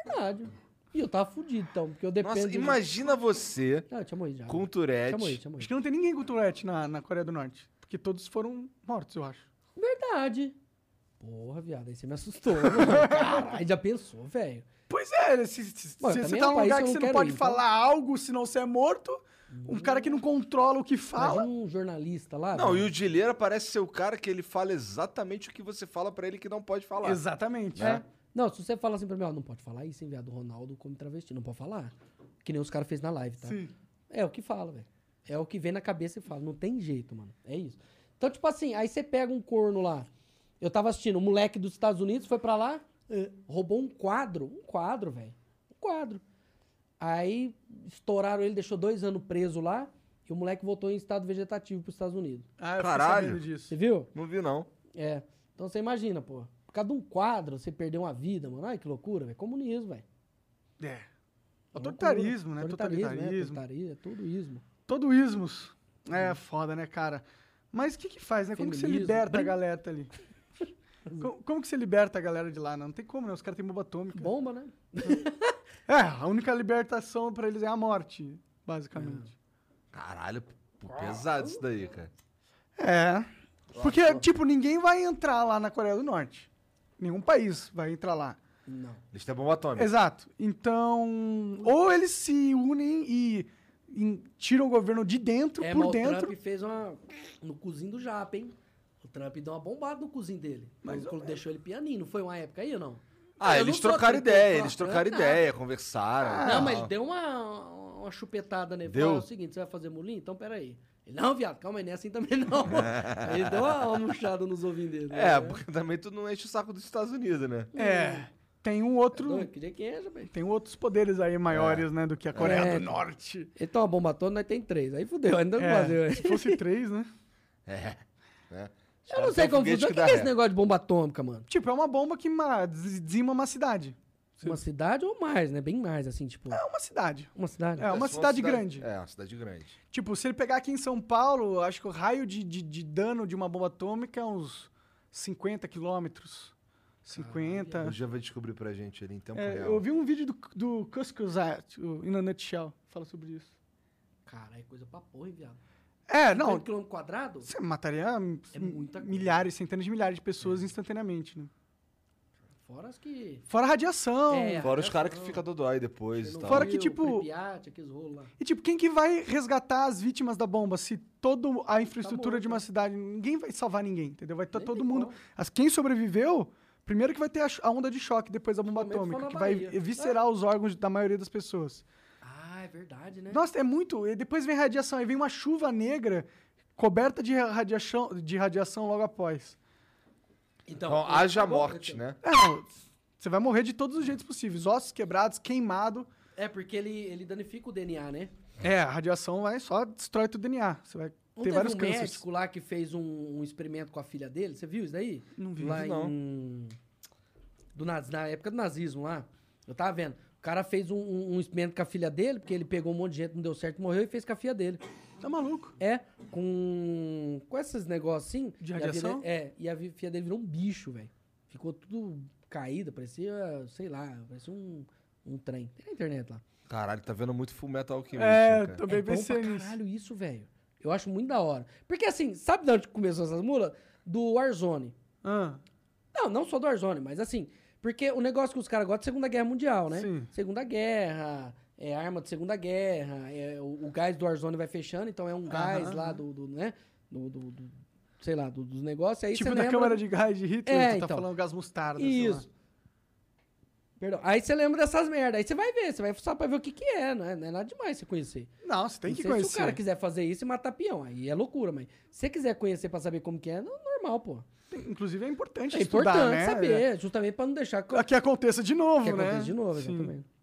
Verdade. E eu tava fudido, então, porque eu dependo...
Nossa,
de-
imagina você
Ah, tinha morrido já.
com o
Tinha morrido,
Tourette.
tinha
Acho
morrido.
que não tem ninguém com Tourette na, na Coreia do Norte. Porque todos foram mortos, eu acho.
Verdade. Porra, viado, aí você me assustou. né,
(laughs)
mano. Caralho, já pensou, velho.
Pois é, se, se- se
Mano,
você
também
tá
é um
num
país
lugar
que
que
eu
você
não
não
quero
pode
ir, então.
falar algo, senão você é morto, um cara que não controla o que fala.
Imagina um jornalista lá.
Não, e
velho.
o Dileira parece ser o cara que ele fala exatamente o que você fala pra ele que não pode falar.
Exatamente.
É,
Né?
Não, se você fala assim pra mim, ó, não pode falar isso, hein, viado, o Ronaldo come travesti, não pode falar. Que nem os caras fez na live, tá?
Sim.
É o que fala, velho. É o que vem na cabeça e fala. Não tem jeito, mano. É isso. Então, tipo assim, aí você pega um corno lá. Eu tava assistindo, um moleque dos Estados Unidos foi pra lá,
É.
eh, roubou um quadro. Um quadro, velho. Um quadro. Aí estouraram ele, deixou dois anos preso lá. E o moleque voltou em estado vegetativo pros Estados Unidos.
Ah, eu fiquei
Caralho.
sabendo disso.
Você viu?
Não vi, não.
É. Então você imagina, pô. Por causa de um quadro, você perdeu uma vida, mano. Ai, que loucura, velho. Comunismo, velho. um
É. Autoritarismo, né? Totalitarismo.
Totalitarismo, é tudo ismo.
Todo ismos. É foda, né, cara? Mas o que que faz, né? Como que você
Feminismo.
liberta a
Brin-
galera ali? (laughs) como, como que você liberta a galera de lá? Não, não tem como, né? Os caras têm bomba atômica.
Bomba, né?
É, a única libertação pra eles é a morte, basicamente.
Caralho, pô, pesado isso daí, cara.
É. Porque, tipo, ninguém vai entrar lá na Coreia do Norte. Nenhum país vai entrar lá.
Não.
Eles têm bomba atômica.
Exato. Então, ou eles se unem e, e tiram o governo de dentro,
É, mas
por
o
dentro.
Trump fez uma. No cozinho do Japa, hein? O Trump deu uma bombada no cozinho dele. Mas deixou ele pianinho, não foi uma época aí ou não?
Ah,
Eu
eles
não sou
trocaram
ateu,
ideia,
eu
eles
sou ateu,
trocaram
nada.
ideia, conversaram. e
Ah, Não,
tal.
mas deu uma, uma chupetada nele.
Deu?
Falou, "Ah, é o seguinte, você vai fazer mulim? Então peraí. Ele, não, viado, calma aí, não é assim também não.
(laughs)
Aí ele deu uma, uma murchada nos ouvinhos dele. né?
É, porque também tu não enche o saco dos Estados Unidos, né?
É. Tem um outro.
Doido, queria que enja, velho.
Tem outros poderes aí maiores, né, do que a Coreia
É.
do Norte.
Ele toma bomba toda, nós tem três. Aí fudeu, ainda não
É,
fazer.
se fosse três,
(laughs)
né?
É. né?
Eu não
Tem
sei
um
como
foguete
funciona.
dá
O que, que é
ré.
esse negócio de bomba atômica, mano?
Tipo, é uma bomba que ma- des- dizima uma cidade.
Uma cidade ou mais, né? Bem mais, assim, tipo.
É uma cidade.
Uma cidade.
É uma
só
cidade grande.
É, uma cidade grande.
Tipo, se ele pegar aqui em São Paulo, acho que o raio de, de, de dano de uma bomba atômica é uns 50 quilômetros. 50.
O Jean vai descobrir pra gente ali em tempo
Tá. É,
real.
eu vi um vídeo do, do Kuskuzat, o In a Nutshell, fala sobre isso.
Caralho, é coisa pra porra, hein, viado.
É,
Não.
não,
quilômetro quadrado?
você mataria hum,
É muita coisa. É.
milhares, centenas de milhares de pessoas instantaneamente, né?
Fora as que.
Fora a radiação.
É,
Fora os caras que
não.
ficam dodói depois e
Chernobyl,
tal.
Fora que, tipo-
Pripyat, aqueles rolos lá.
E tipo, quem que vai resgatar as vítimas da bomba se toda a infraestrutura
morto,
de uma
né?
cidade, ninguém vai salvar ninguém, entendeu? Vai estar
Nem
tá todo
tem
mundo,
como.
as quem sobreviveu, primeiro que vai ter a, cho- a onda de choque depois da bomba
Também foi
atômica,
na
que vai
Bahia.
eviscerar os órgãos da maioria das pessoas.
Ah, é verdade, né?
Nossa, é muito, e depois vem radiação, aí vem uma chuva negra coberta de radiação, de radiação logo após.
Então,
Então,
esse
haja
acabou,
morte,
esse-
né?
É, não, você vai morrer de todos os jeitos possíveis, ossos quebrados, queimado.
É, porque ele, ele danifica o DNA, né?
É, a radiação vai só destrói teu DNA, você vai
Não
ter
teve
vários
um
cânceres.
médico lá que fez um, um experimento com a filha dele? Você viu isso daí?
Não vi,
lá
não.
Em... Do, naz- na época do nazismo lá. Eu tava vendo. O cara fez um, um- um experimento com a filha dele, porque ele pegou um monte de gente, não deu certo, morreu e fez com a filha dele.
Tá maluco?
É, com, com esses negócios assim.
De
e a
radiação?
vida- é, e a vi- filha dele virou um bicho, velho. Ficou tudo caída, parecia, sei lá, parecia um, um trem. Tem na internet lá.
Caralho, tá vendo muito Full Metal Alchemist,
É,
né, cara?
também
é bom
pensei
pra
nisso.
caralho isso, velho. Eu acho muito da hora. Porque assim, sabe de onde começou essas mulas? Do Warzone.
Ah,
Não, não só do Warzone, mas assim, porque o negócio que os caras gostam é Segunda Guerra Mundial, né?
Sim.
Segunda Guerra, é arma de Segunda Guerra, é, o, o gás do Warzone vai fechando, então é um gás lá do, do, né? Do, do- do- sei lá, do- dos negócios. Aí
tipo
você
na
lembra...
câmara de gás de Hitler,
É,
tu tá
então.
falando gás mostarda. sei lá.
Isso. Perdão. Aí você lembra dessas merdas. Aí você vai ver, você vai só pra ver o que que é, não é, não é nada demais você conhecer.
Não, você tem
Não
que
sei
conhecer.
Se o cara quiser fazer isso e matar peão, aí é loucura, mas se você quiser conhecer pra saber como que é, não, normal, pô.
Tem- Inclusive é importante
É
estudar,
importante
né?
saber, justamente pra não deixar
(laughs)
co-
É. Que aconteça de novo,
que
né?
aconteça de novo,
Sim.
exatamente.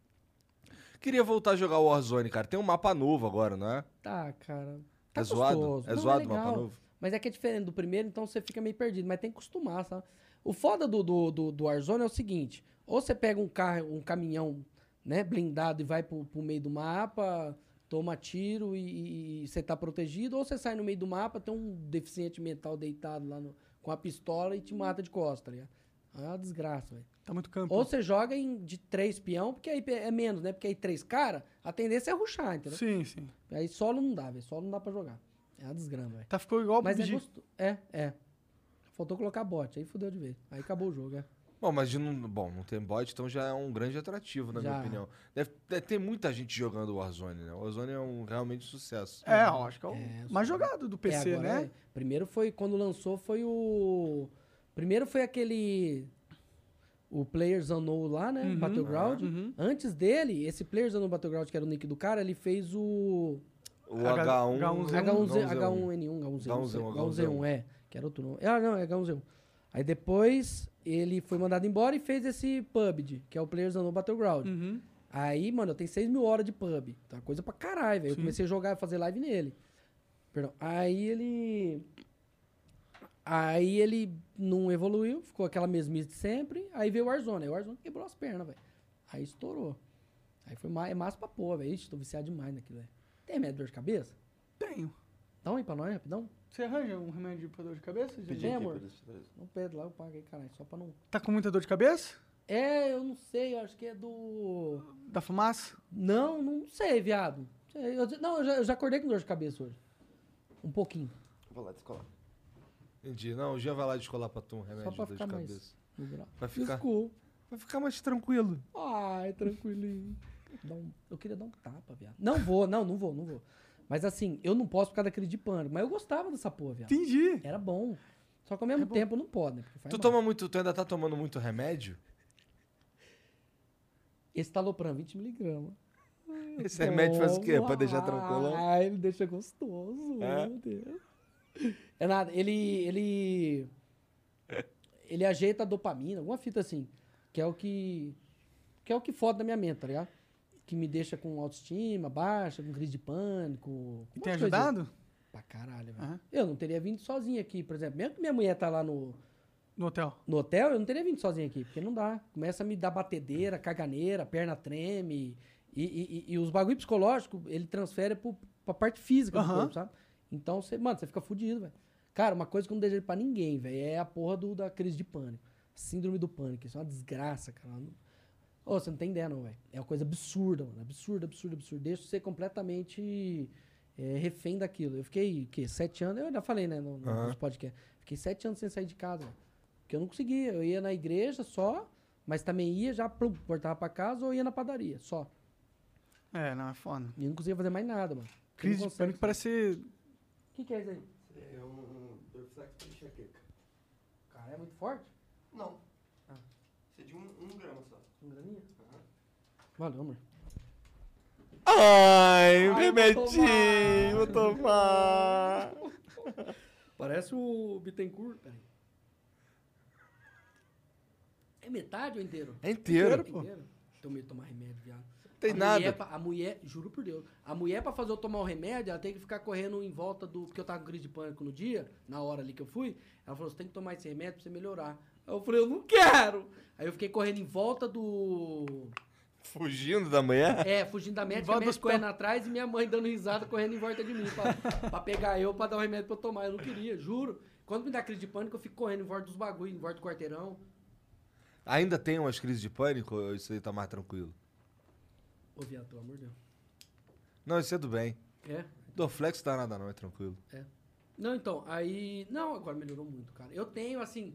Queria voltar a jogar Warzone, cara. Tem um mapa novo agora, não é?
Tá, cara. Tá
É zoado?
gostoso.
É
Não,
zoado o
legal.
mapa novo?
Mas é que é diferente do primeiro, então você fica meio perdido. Mas tem que acostumar, sabe? O foda do, do, do, do Warzone é o seguinte: ou você pega um carro, um caminhão, né, blindado e vai pro, pro meio do mapa, toma tiro e- e e você tá protegido, ou você sai no meio do mapa, tem um deficiente mental deitado lá no- com a pistola e te mata de costas, tá ligado? É uma desgraça, velho.
Tá muito campo.
Ou você joga em, de três peão, porque aí pe- é menos, né? Porque aí três cara, a tendência é ruxar, entendeu?
Sim, sim.
Aí solo não dá, velho. Solo não dá pra jogar. É uma desgrama, velho.
Tá, ficou igual o
Mas é
PUBG.
gostoso. É, é. Faltou colocar bot, aí fudeu de vez. Aí acabou o jogo, é.
Bom, mas de não, bom, não tem bot, então já é um grande atrativo, na minha
Já.
opinião. Deve, deve ter muita gente jogando Warzone, né? Warzone é um realmente sucesso.
É, eu acho que é o
É,
mais
sim.
jogado do PC,
É, agora
né?
é. Primeiro foi, quando lançou, foi o... Primeiro foi aquele... O Players Unknown lá, né? Battleground. Antes dele, esse Players Unknown Battleground, que era o nick do cara, ele fez o...
O H1,
H1Z1.
H1Z1, H1N1, H1Z1, não sei.
H1Z1,
H1Z1, é. Que era outro nome. Ah, não, é H1Z1. Aí depois ele foi mandado embora e fez esse PUBG, que é o Players Unknown Battleground. Aí, mano, eu tenho 6 mil horas de PUB. Tá coisa pra caralho, velho. Eu comecei a jogar, fazer live nele. Perdão. Aí ele... Aí ele não evoluiu, ficou aquela mesmice de sempre. Aí veio o Warzone. Aí o Warzone quebrou as pernas, velho. Aí estourou. Aí foi ma- é massa pra porra, velho. Ixi, tô viciado demais naquilo, velho. Tem medo de dor de cabeça?
Tenho.
Dá um aí pra nós, rapidão.
Você arranja um remédio pra dor de cabeça? Didi?
Vem, amor. Não pede lá, eu pago aí, caralho. Só pra não.
Tá com muita dor de cabeça?
É, eu não sei, eu acho que é do.
Da fumaça?
Não, não sei, viado. Sei, eu- Não, eu já, eu já acordei com dor de cabeça hoje. Um pouquinho.
Vou lá descolar.
Entendi. Não, o Jean vai lá descolar pra tu um remédio
pra
de dor de
ficar mais-
cabeça.
No grau.
Vai ficar-
Desculpa.
Vai ficar mais tranquilo.
Ai, tranquilinho. (laughs) Dá um- Eu queria dar um tapa, viado. Não vou, não, não vou, não vou. Mas assim, eu não posso por causa daquele de pano. Mas eu gostava dessa porra, viado.
Entendi.
Era bom. Só que ao mesmo tempo não pode, né? Porque faz
É Tu
mal.
toma muito, tu ainda tá tomando muito remédio?
Estalopram, 20 miligramas.
(laughs) Esse remédio faz o quê? Pra deixar
tranquilo?
tranquilão?
Ah, ele deixa gostoso,
É?
meu Deus. É nada, ele. Ele. Ele ajeita a dopamina, alguma fita assim. Que é o que. Que é o que foda da minha mente, tá ligado? Que me deixa com autoestima baixa, com crise de pânico. com
E
um
tem
monte de coisa.
ajudado?
Pra caralho, velho.
Aham.
Eu não teria vindo sozinho aqui, por exemplo. Mesmo que minha mulher tá lá no,
No hotel.
no hotel, eu não teria vindo sozinho aqui, porque não dá. Começa a me dar batedeira, caganeira, perna treme. E, e- e- e os bagulho psicológico, ele transfere pro, pra parte física do
Aham.
corpo, sabe? Então, você, mano, você fica fudido, velho. Cara, uma coisa que eu não desejo pra ninguém, velho, é a porra do, da crise de pânico. Síndrome do pânico. Isso é uma desgraça, cara. Não- Ô, você não tem ideia, não, velho. É uma coisa absurda, mano. Absurda, absurda, absurda. Deixa você completamente é, refém daquilo. Eu fiquei, o quê? Sete anos. Eu já falei, né, no, no nos podcast. Fiquei sete anos sem sair de casa, velho. Porque eu não conseguia. Eu ia na igreja só, mas também ia já, plum, voltava pra casa ou ia na padaria, só.
É, não, é foda.
E eu não conseguia fazer mais nada, mano. Você
Crise
não
de
consegue.
pânico parece ser...
O que, que é isso aí?
É um Dorflex de enxaqueca.
Cara, é muito forte? Ah.
Não. Isso é de um, um grama só.
Com graninha? Valeu, amor.
Ai, um
vou
remedinho, vou tomar.
Parece o Bittencourt. Peraí. É metade ou inteiro?
É inteiro.
Inteiro? Então meio tomar remédio, viado.
Tem
a
nada.
Mulher, é pra- a mulher, juro por Deus, a mulher pra fazer eu tomar o remédio, ela tem que ficar correndo em volta do. Porque eu tava com crise de pânico no dia, na hora ali que eu fui. Ela falou: você tem que tomar esse remédio pra você melhorar. Aí eu falei, eu não quero! Aí eu fiquei correndo em volta do.
Fugindo da manhã?
É, fugindo da médica, a
Volta
médica
dos
correndo atrás e minha mãe dando risada, correndo em volta de mim pra, pra pegar eu, pra dar um remédio pra eu tomar. Eu não queria, juro. Quando me dá crise de pânico, eu fico correndo em volta dos bagulho, em volta do quarteirão.
Ainda tem umas crises de pânico ou isso aí tá mais tranquilo?
Ô, viado, pelo amor de Deus.
Não, isso é do bem.
É,
Dorflex não dá nada não, é tranquilo.
é. Não, então, aí... Não, agora melhorou muito, cara. Eu tenho, assim...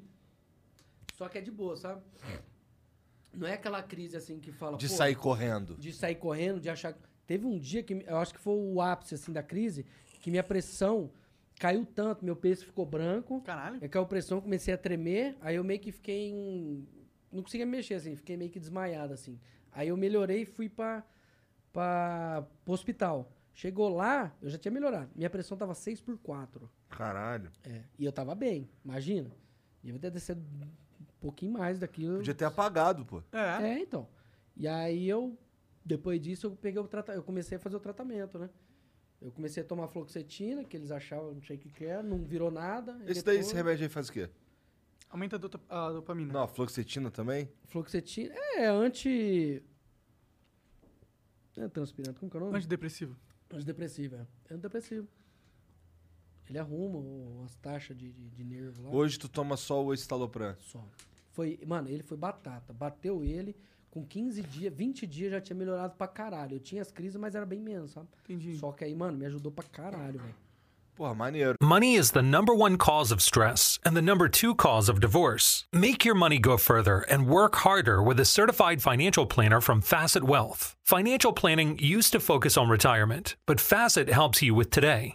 Só que é de boa, sabe? Não é aquela crise, assim, que fala...
De
"Pô,
sair correndo.
de sair correndo, de achar. Teve um dia que eu acho que foi o ápice assim da crise, que minha pressão caiu tanto, meu peso ficou branco.
Caralho.
Aí caiu a pressão, comecei a tremer, aí eu meio que fiquei em... não conseguia me mexer assim, fiquei meio que desmaiado assim. Aí eu melhorei e fui para para o hospital. Chegou lá, eu já tinha melhorado. Minha pressão tava 6 por 4.
Caralho.
É, e eu tava bem, imagina. Devia ter descido um pouquinho mais daquilo.
Podia ter apagado, pô.
É.
É, então. E aí eu, depois disso, eu peguei o trata... eu comecei a fazer o tratamento, né? Eu comecei a tomar fluoxetina, que eles achavam, não sei o que que era, não virou nada. e
Esse daí,
depois-
esse remédio aí faz o quê?
Aumenta a, dota- a dopamina.
Não, a fluoxetina também?
Fluoxetina é anti... É transpirante, como que é o nome?
Antidepressivo.
Antidepressivo, é. É antidepressivo. Ele arruma o- as taxas de, de, de nervo lá.
Hoje tu toma só o estalopram.
Só. Foi, mano, ele foi batata. Bateu ele, com 15 dias, 20 dias já tinha melhorado pra caralho. Eu tinha as crises, mas era bem menos, sabe?
Entendi.
Só que aí, mano, me ajudou pra caralho, velho.
Porra, maneiro.
Money is the number one cause of stress and the number two cause of divorce. Make your money go further and work harder with a certified financial planner from Facet Wealth. Financial planning used to focus on retirement, but Facet helps you with today.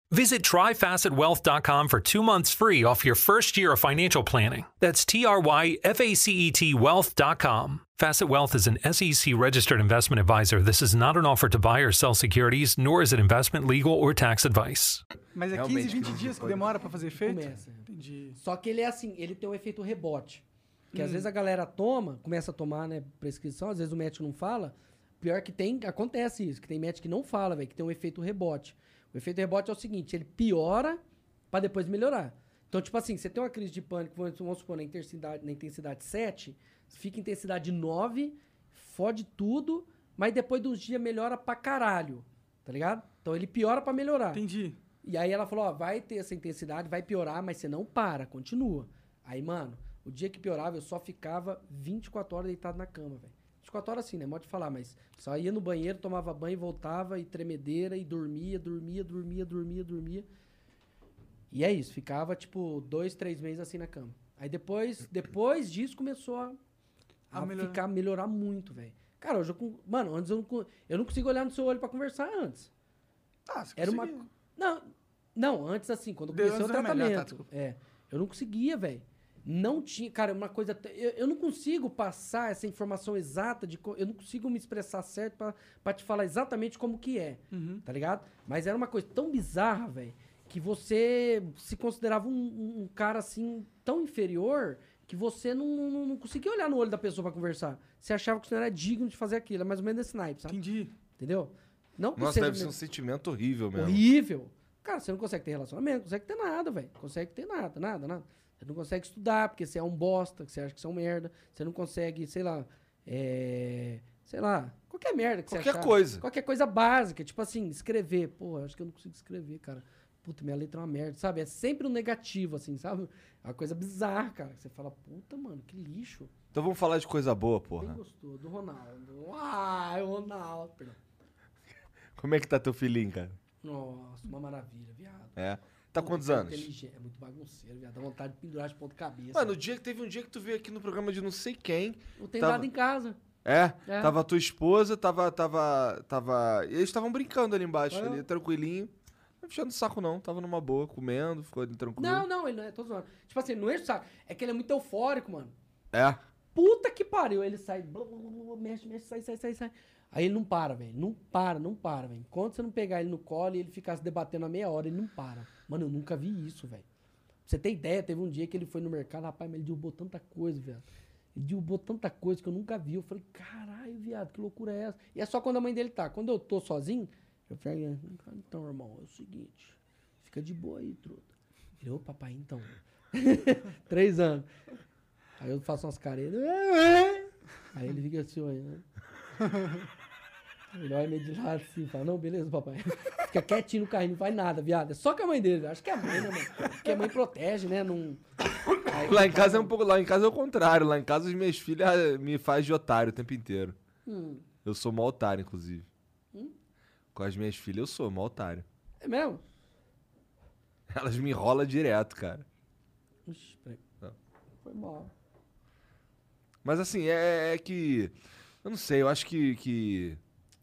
Visit tryfacetwealth.com for two months free off your first year of financial planning. That's T R Y F A C E T wealth.com. Facet Wealth is an SEC registered investment advisor. This is not an offer to buy or sell securities, nor is it investment, legal, or tax advice.
Mas é
Realmente,
15, 20
crise de
dias que
pânico.
demora pra fazer efeito?
Começa.
Entendi.
Só que ele é assim, ele tem um efeito rebote. Que às vezes a galera toma, começa a tomar, né, prescrição, às vezes o médico não fala. Pior que tem, acontece isso, que tem médico que não fala, velho, que tem um efeito rebote. O efeito rebote é o seguinte, ele piora pra depois melhorar. Então, tipo assim, você tem uma crise de pânico, vamos vamos supor, na intensidade, na intensidade 7, fica em intensidade 9, fode tudo, mas depois de uns dias melhora pra caralho, tá ligado? Então ele piora pra melhorar.
Entendi.
E aí ela falou, ó, vai ter essa intensidade, vai piorar, mas você não para, continua. Aí, mano, o dia que piorava, eu só ficava 24 horas deitado na cama, velho. 24 horas sim, né? Mó de falar, mas só ia no banheiro, tomava banho, voltava e tremedeira e dormia, dormia, dormia, dormia, dormia. E é isso, ficava tipo dois, três meses assim na cama. Aí depois, depois disso começou a, a
A melhorar.
ficar, melhorar muito, velho. Cara, hoje eu. con- Mano, antes eu não, con- eu não consigo olhar no seu olho pra conversar antes.
Ah, você
Era uma.
conseguiu.
Não, não, antes assim, quando eu
Deu
comecei o
antes era melhor, tá,
tratamento.
desculpa.
é. Eu não conseguia, velho. Não tinha. Cara, uma coisa. t- Eu, eu não consigo passar essa informação exata de. co- Eu não consigo me expressar certo pra- pra te falar exatamente como que é.
Uhum.
Tá ligado? Mas era uma coisa tão bizarra, velho, que você se considerava um- um, um cara assim, tão inferior, que você não, não, não conseguia olhar no olho da pessoa pra conversar. Você achava que você não era digno de fazer aquilo. É mais ou menos esse naipe, sabe?
Entendi.
Entendeu? Não que
Nossa,
seja
deve ser
mesmo-
um sentimento horrível mesmo.
horrível. Cara, você não consegue ter relacionamento, não consegue ter nada, velho. Não Consegue ter nada, nada, nada. Você não consegue estudar, porque você é um bosta, que você acha que você é um merda. Você não consegue, sei lá, é... Sei lá, qualquer merda que você
Qualquer
achar.
coisa.
Qualquer coisa básica, tipo assim, escrever. Pô, acho que eu não consigo escrever, cara. Puta, minha letra é uma merda, sabe? É sempre um negativo, assim, sabe? É uma coisa bizarra, cara. Você fala, puta, mano, que lixo.
Então vamos falar de coisa boa,
Quem
porra.
gostou? Do Ronaldo. Ah, é o Ronaldo. Perdão.
Como é que tá teu filhinho, cara?
Nossa, uma maravilha, viado.
É. Tá
Puta,
quantos
que
anos?
inteligente, É muito bagunceiro, viado. Dá vontade de pendurar de ponta cabeça.
Mano, o dia, teve um dia que tu veio aqui no programa de não sei quem.
não tem
tava-
nada em casa.
É,
É.
tava a tua esposa, tava, tava, tava... Eles estavam brincando ali embaixo, ali, tranquilinho. Não fechando o saco não, tava numa boa, comendo, ficou ali tranquilo.
Não, não, ele não é. Tô zoando. Tipo assim, ele não enche o saco. É que ele é muito eufórico, é mano.
É,
puta que pariu. Ele sai, blá, blá, blá, blá, mexe, mexe, sai, sai, sai, sai. Aí ele não para, velho. Não para, não para, velho. Enquanto você não pegar ele no colo e ele ficar se debatendo a meia hora, ele não para. Mano, eu nunca vi isso, velho. Pra você ter ideia, teve um dia que ele foi no mercado, rapaz, mas ele derrubou tanta coisa, velho. Ele derrubou tanta coisa que eu nunca vi. Eu falei, caralho, viado, que loucura é essa? E é só quando a mãe dele tá. Quando eu tô sozinho, eu falei, então, irmão, é o seguinte. Fica de boa aí, truta. Ele, ô, papai, então. (laughs) Três anos. Aí eu faço umas caretas. Aí ele fica assim, olha, né? Ele olha meio de lado assim, fala, não, beleza, papai. Fica quietinho no carrinho, não faz nada, viado. É só com a mãe dele. Acho que é a mãe, né, mano? Porque a mãe protege, né? Não... Aí
Lá em casa é um pouco. Lá em casa é o contrário. Lá em casa as minhas filhas ah, me fazem de otário o tempo inteiro.
Hum.
Eu sou mó otário, inclusive. Com as minhas filhas eu sou mó otário. (laughs)
É mesmo?
Elas me enrolam direto, cara.
Ixi, peraí.
Não.
Foi mal.
Mas assim, é, é que. Eu não sei, eu acho que. que...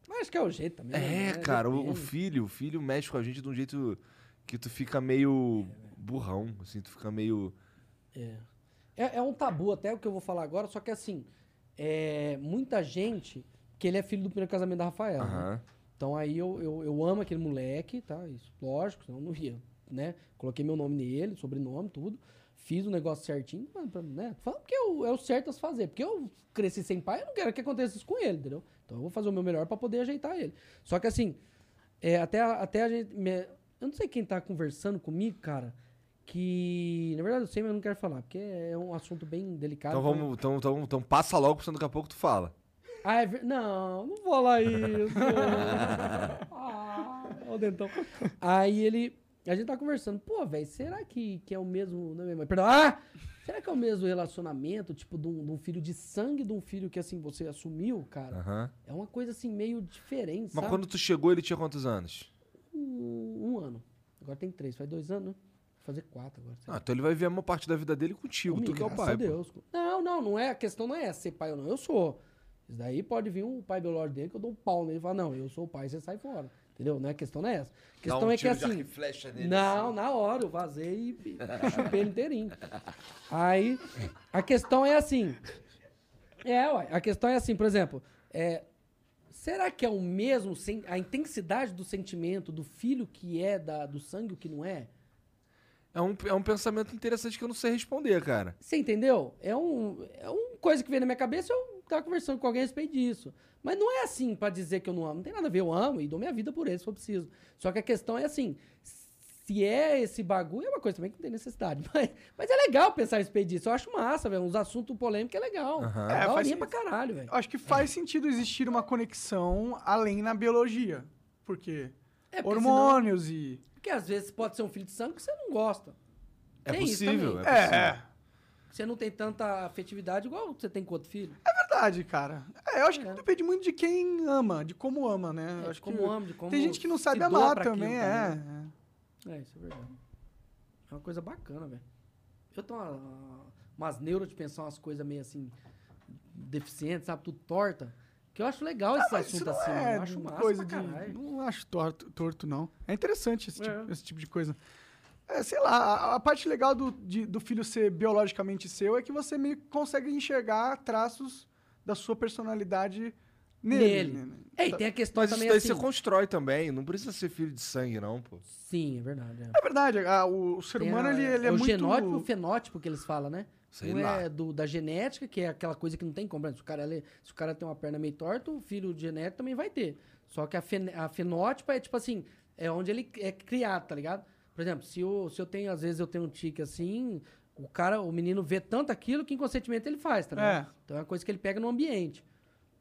Mas acho que é o jeito também.
É,
né?
cara, o, o
Depende.
filho, o filho mexe com a gente de um jeito que tu fica meio burrão, assim, tu fica meio.
É. É, é um tabu até o que eu vou falar agora, só que assim, é, muita gente, que ele é filho do primeiro casamento da Rafaela. né?
Aham.
Então aí eu, eu, eu amo aquele moleque, tá? Isso, lógico, senão eu não ia, né? Coloquei meu nome nele, sobrenome, tudo. Fiz o negócio certinho, mas pra- né? Falando que eu, é o certo a se fazer. Porque eu cresci sem pai, eu não quero que aconteça isso com ele, entendeu? Então eu vou fazer o meu melhor pra poder ajeitar ele. Só que assim, é, até, a- até a gente. me- eu não sei quem tá conversando comigo, cara, que. Na verdade eu sei, mas eu não quero falar, porque é um assunto bem delicado.
Então vamos. Então, então, então passa logo, senão daqui a pouco tu fala.
Ah, é ver... Não, não vou lá isso.
(laughs)
ah, ó o dentão. Aí ele. A gente tá conversando, pô, velho, será que, que é o mesmo. Não é mesmo? Perdão, ah! Será que é o mesmo relacionamento, tipo, de um, de um filho de sangue de um filho que assim você assumiu, cara?
Aham.
É uma coisa assim meio diferente,
Ah. Mas
sabe?
quando tu chegou, ele tinha quantos anos?
Um, um ano. Agora tem três, faz dois anos, né? Vou fazer quatro agora. sei lá.
Ah, então ele vai ver a maior parte da vida dele contigo, tu que é o
Graças
pai.
a
pô.
Deus. Não, não, não é. A questão não é ser pai ou não. Eu sou. Isso daí pode vir um pai biológico dele que eu dou um pau nele e fala, não, eu sou o pai, você sai fora. Entendeu? Não é a questão não é essa. A
Dá
questão
um
é que
tiro de
assim.
arco e flecha nele, assim.
Não, na hora, eu vazei e e chupei ele inteirinho. Aí, a questão é assim. É, ué, a questão é assim, por exemplo, é, será que é o mesmo, sen- a intensidade do sentimento do filho que é, da, do sangue o que não é?
É um, é um pensamento interessante que eu não sei responder, cara.
Você entendeu? É um, é uma coisa que veio na minha cabeça, eu tava conversando com alguém a respeito disso. Mas não é assim pra dizer que eu não amo. Não tem nada a ver, eu amo e dou minha vida por ele se for preciso. Só que a questão é assim, se é esse bagulho, é uma coisa também que não tem necessidade. (laughs) Mas, mas é legal pensar a respeito disso. Eu acho massa, velho. Uns assuntos polêmicos é legal.
Aham.
É,
É, faz
pra caralho, velho.
Eu acho que faz sentido existir uma conexão além na biologia. Porque
É, porque senão-
hormônios e.
porque às vezes pode ser um filho de sangue que você não gosta.
É
Tem isso
possível, é
também.
possível.
Você não tem tanta afetividade igual você tem com outro filho.
Verdade, cara. É, eu acho que depende muito de quem ama, de como ama, né?
É,
Eu
de
acho
como
que
ama, de como
tem gente que não
se
sabe
doa
amar
pra aquilo
também, é.
também, né? É, isso é verdade. É uma coisa bacana, velho. Eu tenho uma- umas neuras de pensar umas coisas meio assim, deficientes, sabe? Tudo torta. Que eu acho legal esse
Mas
assunto assim.
é
eu acho massa
coisa
pra
de.
caralho.
Não acho torto, torto, não. É interessante esse,
É.
Tipo, esse tipo de coisa. É, sei lá, a, a parte legal do, de- do filho ser biologicamente seu é que você meio que consegue enxergar traços da sua personalidade nele.
Nele.
né?
É, e tem a questão
Mas isso
também
daí
assim.
você constrói também. Não precisa ser filho de sangue, não, pô.
Sim, é verdade. É.
É verdade, a- o, o ser
Tem
humano
a-
ele, ele é,
o
muito.
genótipo e o fenótipo que eles falam, né?
Sei
um
lá.
é do, da genética, que é aquela coisa que não tem como. por exemplo, Se o, cara, ele- se o cara tem uma perna meio torta, o filho genético também vai ter. Só que a, fen, a fenótipa é tipo assim, é onde ele é criado, tá ligado? Por exemplo, se eu, se eu tenho, às vezes eu tenho um tique assim, o cara, o menino vê tanto aquilo que inconscientemente ele faz, tá ligado?
É.
Então é uma coisa que ele pega no ambiente,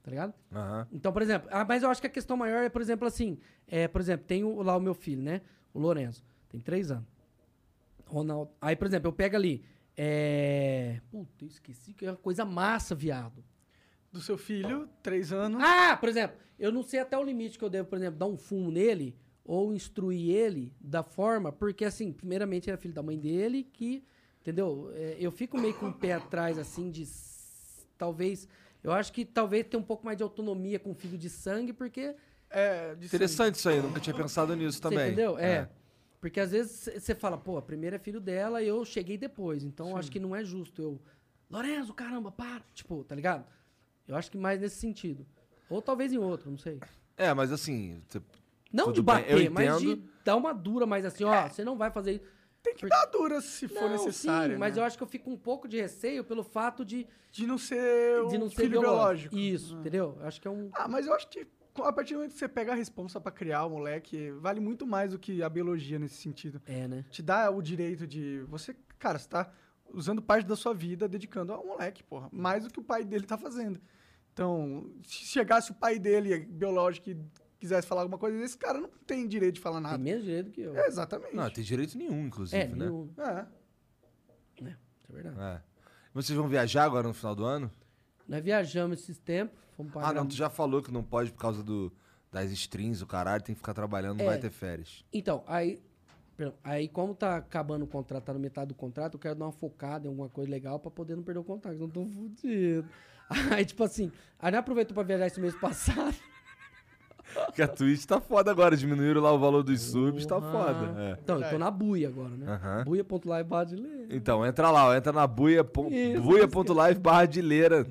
tá ligado?
Aham.
Então, por exemplo, ah, mas eu acho que a questão maior é, por exemplo, assim, é, por exemplo, tem o- lá o meu filho, né? O Lourenço, tem três anos. Ronaldo. Aí, por exemplo, eu pego ali. É. Puta, eu esqueci que é uma coisa massa, viado.
Do seu filho, três anos.
Ah, por exemplo, eu não sei até o limite que eu devo, por exemplo, dar um fumo nele ou instruir ele da forma, porque assim, primeiramente ele é filho da mãe dele, que, entendeu? É, eu fico meio com o pé atrás, assim, de s- talvez. Eu acho que talvez ter um pouco mais de autonomia com o filho de sangue, porque
É, de
Interessante isso aí, nunca tinha pensado nisso
Você
também.
entendeu? É. Porque às vezes você fala, pô, a primeira é filho dela e eu cheguei depois. Então acho que não é justo eu Lorenzo, caramba, para. Tipo, tá ligado? Eu acho que mais nesse sentido. Ou talvez em outro, não sei.
É, mas assim, você-
Não
Tudo
de
bem,
bater,
eu
mas de
entendo.
dar uma dura mais assim, ó, você não vai fazer isso.
Tem que dar dura se for
Não,
necessário.
sim, mas
né?
eu acho que eu fico um pouco de receio pelo fato de,
De não ser
de
um
não ser
filho biológico.
Isso, entendeu? Eu acho que é um.
Ah, mas eu acho que a partir do momento que você pega a responsa pra criar o moleque, vale muito mais do que a biologia nesse sentido.
É, né?
Te dá o direito de. Você, cara, você tá usando parte da sua vida dedicando ao moleque, porra. Mais do que o pai dele tá fazendo. Então, se chegasse o pai dele, biológico, e quisesse falar alguma coisa, esse cara não tem direito de falar
Tem
nada.
menos direito que eu.
É, exatamente.
Não, tem direito nenhum, inclusive,
É,
né?
nenhum.
É.
Isso é verdade.
É. Vocês vão viajar agora no final do ano?
Nós viajamos esses tempos, fomos pra
Ah, não,
Gramado.
tu já falou que não pode por causa do, das strings, o caralho, tem que ficar trabalhando, não
É.
vai ter férias.
Então, aí. perdão, aí, como tá acabando o contrato, tá no metade do contrato, eu quero dar uma focada em alguma coisa legal pra poder não perder o contrato, senão eu tô fudido. (laughs) Aí, tipo assim, aí não aproveitou pra viajar esse mês passado.
Porque a Twitch tá foda agora, diminuíram lá o valor dos subs, tá
Porra.
foda. é.
Então, eu tô na buia agora, né?
Aham.
Buia.live barra de leira.
Então, entra lá, ó, entra na buia, pon-
Isso,
buia.live barra de leira.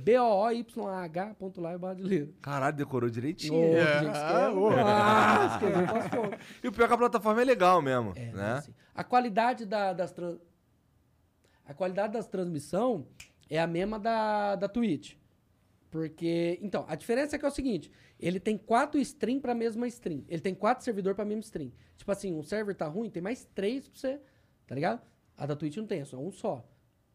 B-O-O-Y-H.live barra de leira.
Caralho, decorou direitinho.
Ô, gente, esquece. Ah, esquece, eu posso falar.
E o pior é que a plataforma é legal mesmo,
É,
né?
assim, A qualidade da- das trans... A qualidade das transmissão é a mesma da, da Twitch. Porque, então, a diferença é que é o seguinte, ele tem quatro stream pra mesma stream. Ele tem quatro servidor pra mesma stream. Tipo assim, um server tá ruim, tem mais três pra você, tá ligado? A da Twitch não tem, é só um só.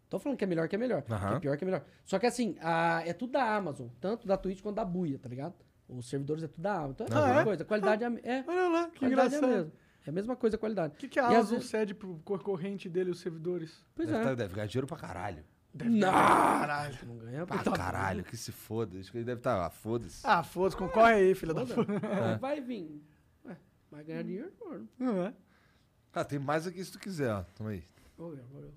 Tô falando que é melhor que é melhor, que
Aham.
é pior que é melhor. Só que assim, a- é tudo da Amazon, tanto da Twitch quanto da Buia, tá ligado? Os servidores é tudo da Amazon, então é a
Ah,
mesma
é?
coisa. A qualidade é, a- é,
Olha lá, que
qualidade é a
engraçado.
mesma. É a mesma coisa a qualidade.
O que, que a
E às
Amazon
vezes-
cede pro concorrente dele, os servidores?
Pois
deve,
é.
tá- deve ganhar dinheiro pra caralho.
Não!
Caralho.
Não ganha
Pra
puta-
caralho, que se foda. Acho que ele deve estar, ah, foda-se.
Ah, foda-se, concorre aí, filha da puta.
É, Vai vir. Ué, vai ganhar dinheiro? mano.
Ah, tem mais aqui se tu quiser, ó. Toma aí.
Vou ver, vou ver.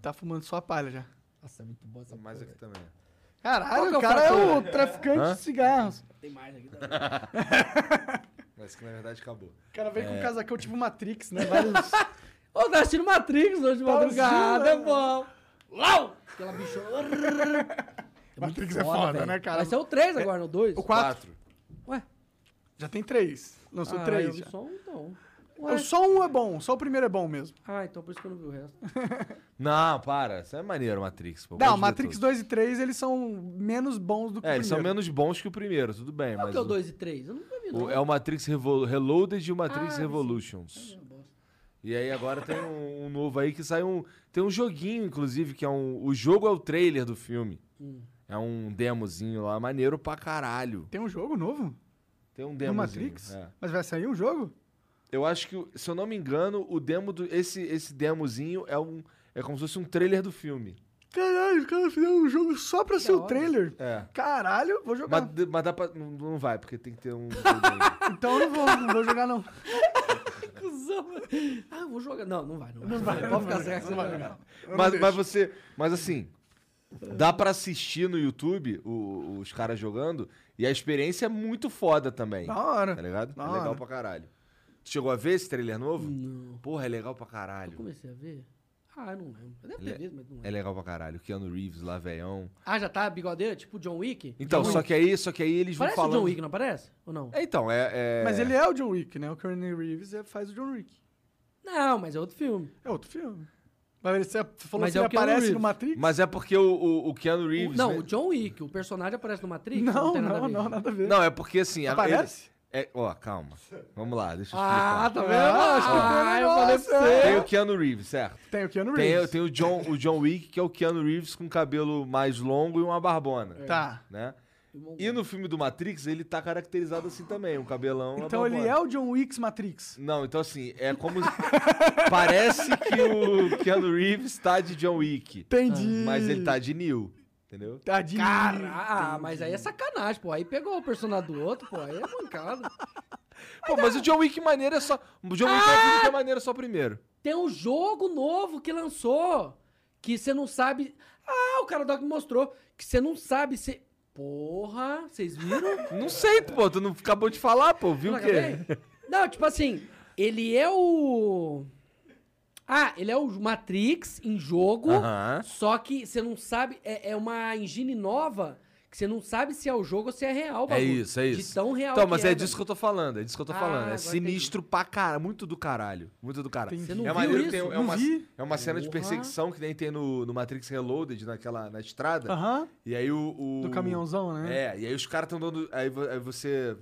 Tá fumando só a palha já.
Nossa, é muito boa essa
Tem mais aqui também.
Caralho, o cara é o traficante
Hã?
de cigarros.
Tem mais aqui também.
Mas que na verdade acabou.
O cara veio com
É.
um casacão tipo Matrix, né? Vários...
Ô, tá assistindo Matrix hoje de
Tá
madrugada, é
assistindo, né?
bom. Lau! Aquela bichona. É
Matrix é foda,
velho.
né, cara?
Vai ser o 3 agora, não o 2?
o 4.
Ué?
Já tem 3. Lançou
Ah,
3.
eu vi só um, então. Ué.
Só... só um é bom, só o primeiro é bom mesmo.
Ah, então por isso que eu não vi o resto.
Não, para. Isso é maneiro, Matrix. Pô.
Não,
Gosto de ver
Matrix
tudo.
2 e 3, eles são menos bons do que
É,
o
eles são
primeiro.
menos bons que o primeiro, tudo bem.
Qual
mas
que é o
o-
2 e 3? Eu nunca vi, não.
o- é o Matrix Revol- Reloaded e o
Ah,
Matrix
sim.
Revolutions.
Meu bosta.
E aí agora tem um, um novo aí que sai um. Tem um joguinho, inclusive, que é um. O jogo é o trailer do filme. É um demozinho lá, maneiro pra caralho.
Tem um jogo novo?
Tem um
Do
demozinho.
Matrix?
é.
Mas vai sair um jogo?
Eu acho que, se eu não me engano, o demo do. Esse, esse demozinho é um. É como se fosse um trailer do filme.
Caralho, os caras fizeram um jogo só pra ser
da
o
hora.
trailer.
É.
Caralho, vou jogar.
Mas, mas dá pra. Não, não vai, porque tem que
(laughs)
ter um.
Então eu não vou, não vou jogar
(laughs)
não.
Cusão, velho. Ah, eu vou jogar. Não, não vai, não vai. Não vai, pode ficar sem jogar.
mas, mas você. Mas assim. Dá pra assistir no YouTube o- os caras jogando. E a experiência é muito foda também.
Da hora.
Tá ligado?
Da
é legal
hora.
pra caralho. Tu chegou a ver esse trailer novo?
Não.
Porra, é legal pra
Eu
caralho.
comecei a ver? Ah, eu não lembro. Eu deve
Ele
ter
é-
visto, mas não lembro.
É legal pra caralho. Keanu Reeves, lá, velhão.
Ah, já tá bigodeira? Tipo John Wick?
Então,
John
só
Wick.
que aí, só que aí eles
Parece
vão
o John
Tipo, falando.
Wick, não parece? Ou não?
É, então, é. é-
Mas ele é o John Wick, né? O Keanu Reeves é- faz o John Wick.
Não, mas é outro filme.
É outro filme. Mas ele, você falou
Mas
que
é o
ele
Keanu
aparece no
Reeves.
Matrix?
Mas é porque o, o, o Keanu
O-
Reeves.
não,
né?
o John Wick, o personagem aparece no Matrix?
Não,
tem nada a
não,
ver.
não, nada a ver.
Não, é porque assim. a-
Aparece?
ele- é- ó, calma. Vamos lá, deixa eu explicar.
Ah, tá vendo?
Ah, acho que
Ah,
tem
eu
um
falei pra
negócio,
você.
Tem o Keanu Reeves, certo?
Tem o Keanu
É. Tem,
Reeves.
tem o, John, o John Wick, que é o Keanu Reeves com cabelo mais longo e uma barbona.
Tá.
Né? E no filme do Matrix, ele tá caracterizado assim também, um cabelão. uma
Então ele
barbona.
é o John Wick's Matrix.
Não, então assim, é como. Parece que o Keanu Reeves tá de John Wick.
Entendi. Tá,
Mas ele tá de Neil, entendeu?
Tadinho.
Cara, ah, mas aí é sacanagem, pô. Aí pegou o personagem do outro, pô. Aí é mancada.
Pô, mas o John Wick maneiro é só. O John Wick é
Ah!
tudo que é maneiro só o primeiro.
Tem um jogo novo que lançou. Que você não sabe. Ah, o cara do Doc me mostrou. Que você não sabe se. Porra, vocês viram?
Não sei, pô, tu não acabou de falar, pô, viu
Não
o quê?
acabei? Não, tipo assim, ele é o. Ah, ele é o Matrix em jogo,
Aham.
só que você não sabe. É, é uma engine nova que você não sabe se é o jogo ou se é real, o
É
bagulho.
isso, é isso.
De tão real
Então,
que
mas é
velho.
disso que eu tô falando, é disso que eu tô
Ah,
falando.
agora
É
entendi.
sinistro pra caralho, muito do caralho, muito do caralho.
Você
é
não viu
maneiro que
isso?
tem, é
Não
uma,
vi.
é uma cena de
Porra.
perseguição que nem tem no, no Matrix Reloaded, naquela, na estrada.
Aham.
E aí o, o-
Do caminhãozão, né?
É, e aí os caras estão dando. Aí, vo- aí você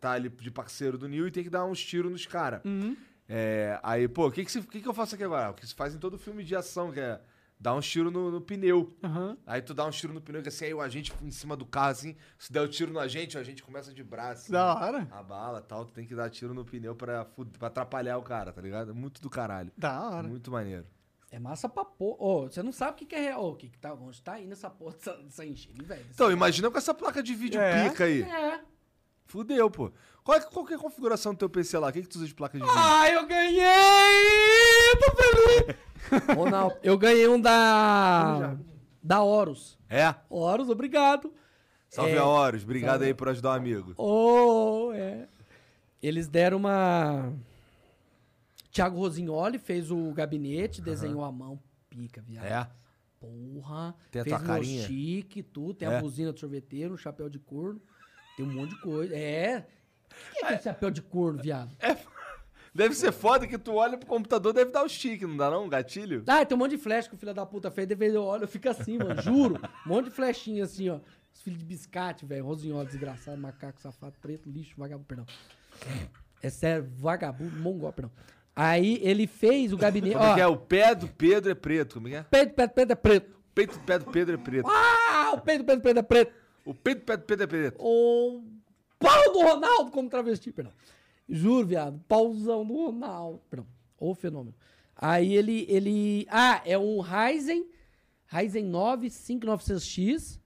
tá ali de parceiro do Neil e tem que dar uns tiros nos caras.
Uhum.
É, aí, pô, o que que, se- que que eu faço aqui agora? O que se faz em todo filme de ação, que é dar uns tiros no, no pneu.
Aham.
Aí tu dá uns tiros no pneu, que assim, aí o agente em cima do carro, assim, se der o tiro no agente, o agente começa de braço.
Da
né?
hora.
A bala e tal, tu tem que dar tiro no pneu pra, fu- pra atrapalhar o cara, tá ligado? É Muito do caralho.
Da hora.
Muito maneiro.
É massa pra porra. Ô, você não sabe o que, que é real. Ô, o que, que tá onde tá indo essa porra dessa, dessa engine, velho?
Então, imagina com essa placa de vídeo
É.
pica aí.
É.
Fudeu, pô. Qual, é- qual que é a configuração do teu PC lá? O que, que tu usa de placa de vídeo?
Ai, eu ganhei! Eu tô feliz! Ronaldo, eu ganhei um da. Da Horus.
É?
Horus, obrigado.
Salve
É.
a Horus. Obrigado aí por ajudar o amigo.
Oh, é. Eles deram uma. Thiago Rosignoli fez o gabinete, desenhou a mão, pica, viado.
É?
Porra.
Tem a
fez
tua carinha?
chique, tudo. Tem
É.
a buzina do sorveteiro, um chapéu de corno. Tem um monte de coisa. É. O que que é aquele chapéu de corno, viado?
Deve ser foda que tu olha pro computador, deve dar o chique, não dá não? Um gatilho?
Ah, tem um monte de flash que o filho da puta fez, daí eu olho, eu fico assim, mano, juro. Um monte de flechinha assim, ó. Os filhos de biscate, velho. Rosinhola, desgraçado, macaco, safado, preto, lixo, vagabundo, perdão. É sério, vagabundo, mongol, perdão. Aí ele fez o gabinete,
Como é que é?
ó.
O pé do Pedro é preto. Como é que é?
Peito, peito, peito é preto.
O peito do pé do Pedro é preto.
Ah, o peito, peito, peito é preto.
O peito do pé do Pedro é preto.
O Um pau do Ronaldo como travesti, perdão. Juro, viado. Pauzão do Ronaldo. Perdão. Ô fenômeno. Aí ele, ele... Ah, é um Ryzen. Ryzen 9 5900X.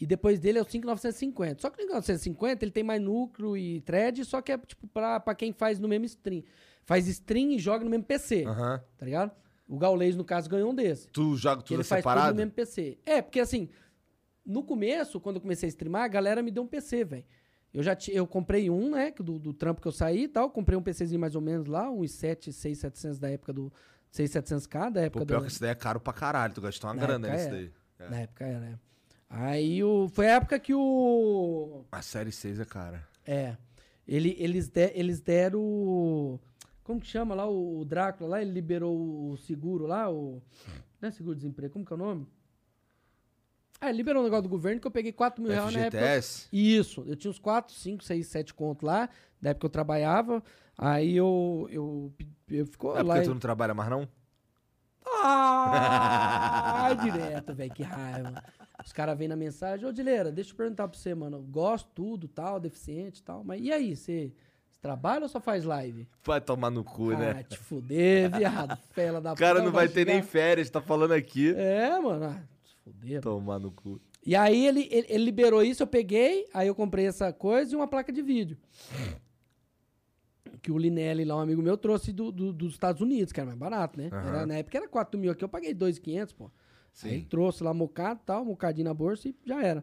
E depois dele é o 5950. Só que o 5950 ele tem mais núcleo e thread, só que é tipo pra, pra quem faz no mesmo stream. Faz stream e joga no mesmo PC,
Aham.
tá ligado? O Gaules, no caso, ganhou um desse.
Tu joga
Que
tudo
ele faz tudo
separado?
no mesmo PC. É, porque assim, no começo, quando eu comecei a streamar, a galera me deu um PC, velho. Eu já ti- eu comprei um, né, que do, do trampo que eu saí e tal, comprei um PCzinho mais ou menos lá, um i7 6700 da época do 6700K, da época
Pô,
do
pior que isso daí é caro pra caralho. Tu gastou uma
né? Na
grana
época
nisso
é.
daí. É.
na época era. né? Aí o foi a época que o
A série 6 é cara.
é, ele, eles, de- eles deram o- como que chama lá o, o Drácula lá, ele liberou o seguro lá, o não é seguro desemprego, como que é o nome? Ah, ele liberou um negócio do governo que eu peguei 4 mil reais na época.
FGTS?
Isso, né, eu tinha uns 4, 5, 6, 7 contos lá, na época eu trabalhava, aí eu, eu, eu ficou
Não é
lá...
porque
e-
tu não trabalha mais, não?
Ah, direto, velho, que raiva. Os caras vêm na mensagem, ô Dileira, deixa eu perguntar pra você, mano, eu gosto tudo, tal, deficiente e tal, mas e aí, você você trabalha ou só faz live?
Vai tomar no cu,
Ah,
né?
te fuder, viado, fela da
O cara não vai ter
chegar-
nem férias, tá falando aqui.
É, mano, ah, te fuder,
Tomar no cu.
e aí ele, ele, ele liberou isso, eu peguei, aí eu comprei essa coisa e uma placa de vídeo. Que o Linelli lá, um amigo meu, trouxe do, do- dos Estados Unidos, que era mais barato, né?
Aham.
Era- na época era 4 mil aqui, eu paguei 2,500, pô. Aí ele trouxe lá mocado e tal, mocadinho na bolsa e já era.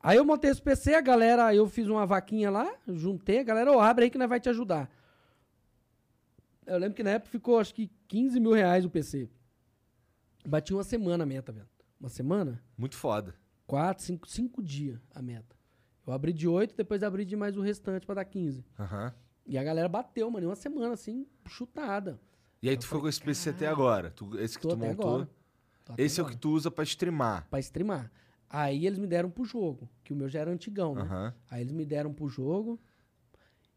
Aí eu montei esse PC, a galera, eu fiz uma vaquinha lá, juntei, a galera, ó, abre aí que nós vai te ajudar. Eu lembro que na época ficou, acho que 15 mil reais o PC. Bati uma semana a meta, velho. Uma semana?
Muito foda.
quatro, cinco, cinco dias a meta. Eu abri de oito, depois abri de mais o restante pra dar 15.
Aham.
E a galera bateu, mano, em uma semana, assim, chutada.
E aí tu ficou com esse PC até agora? Tu- esse que
Tô
tu
até
montou?
agora. Tô até
Esse é o
agora.
que tu usa pra streamar.
Pra streamar. Aí eles me deram pro jogo, que o meu já era antigão, né?
Aham.
Aí eles me deram pro jogo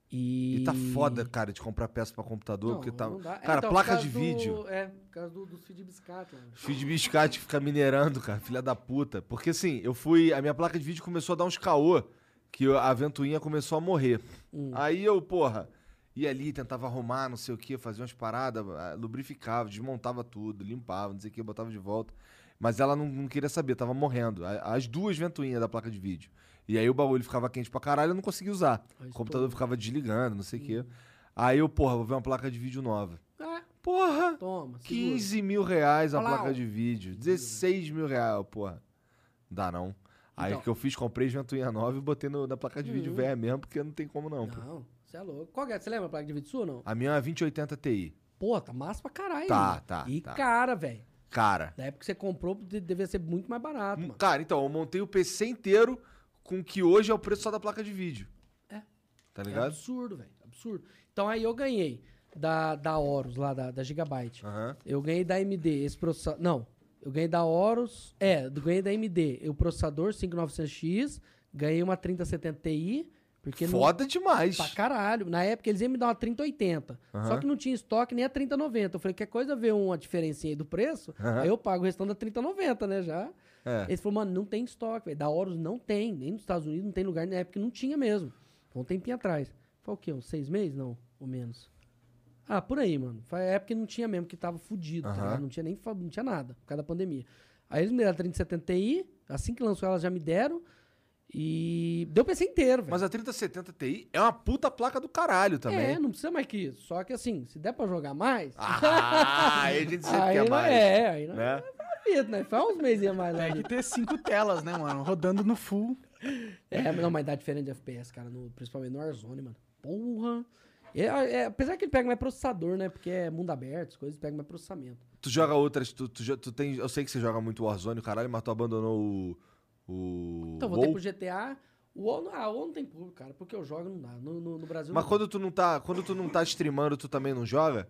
e...
E tá foda, cara, de comprar peça pra computador, porque tá.
não dá. É,
Cara,
então, por
placa
causa
de
do-
vídeo.
É, por causa do, do feed biscate, mano.
Feed biscate fica minerando, cara, filha da puta. Porque assim, eu fui. A minha placa de vídeo começou a dar uns caô, que eu- a ventoinha começou a morrer. Aí eu, porra, ia ali, tentava arrumar, não sei o que, fazia umas paradas, ah, lubrificava, desmontava tudo, limpava, não sei o que, botava de volta. Mas ela não, não queria saber, tava morrendo. A- As duas ventoinhas da placa de vídeo. E aí o bagulho ficava quente pra caralho, eu não conseguia usar.
Aí
o computador ficava desligando, não sei o quê. Aí eu, porra, vou ver uma placa de vídeo nova.
Ah,
Porra!
toma, segura.
15 mil reais a
Olha lá,
placa
ó.
de vídeo. 16 mil reais, porra. Não Dá não. Aí o
Então. Uhum.
que eu fiz, comprei Ventoinha 9 e botei no- na placa de vídeo velha mesmo, porque não tem como não. pô.
Não, você é louco. Qual que é? Você lembra a placa de vídeo sua ou não?
A minha é uma 2080 Ti.
Pô, tá massa pra caralho.
Tá,
mano.
tá,
E
tá.
cara, velho.
Cara.
Da época que você comprou, de- devia ser muito mais barato, mano.
Cara, então, eu montei o PC inteiro com o que hoje é o preço só da placa de vídeo.
É.
Tá
É
ligado?
absurdo, velho. Absurdo. Então aí eu ganhei da, da Horus, lá da, da Gigabyte.
Aham.
Eu ganhei da AMD esse processador. Não, eu ganhei da Horus. É, eu ganhei da AMD o processador 5900X. Ganhei uma 3070 Ti. Porque não-
Foda demais.
Pra caralho. Na época eles iam me dar uma 3080. Só
Aham.
que não tinha estoque nem a 3090. Eu falei, quer coisa ver uma diferencinha aí do preço?
Aham.
Aí eu pago o restante da 3090, né? Já.
É.
Eles falaram, mano, não tem estoque, velho. Da Horus não tem. Nem nos Estados Unidos não tem lugar. Na época não tinha mesmo. Foi um tempinho atrás. Foi o quê? Uns seis meses? Não, ou menos. Ah, por aí, mano. Foi a época que não tinha mesmo, que tava fudido, tá
Aham.
ligado? Não tinha nem fa- não tinha nada, por causa da pandemia. Aí eles me deram a 3070 Ti, assim que lançou ela já me deram. E deu o PC inteiro, velho.
Mas a 3070 Ti é uma puta placa do caralho também.
É, não precisa mais que isso. Só que assim, se der pra jogar mais.
Ah, aí a gente sempre
aí
quer
não
mais.
É, aí não é.
Né? É
Faz né? Faz uns meses mais lá. né?
Tem que ter cinco telas, né, mano? Rodando no full.
É, mas não, mas dá diferença de FPS, cara. no- principalmente no Warzone, mano. Porra. É, é, apesar que ele pega mais processador, né? Porque é mundo aberto, as coisas pegam mais processamento.
Tu joga outras. Tu, tu, jo- tu tem, eu sei que você joga muito Warzone, caralho, mas tu abandonou o. O.
Então,
WoW.
voltei pro GTA. O WoW, não- ah, o WoW não tem público, cara. Porque eu jogo não dá. No, no, no Brasil.
Mas
não.
quando tu não tá. Quando tu não tá streamando, tu também não joga?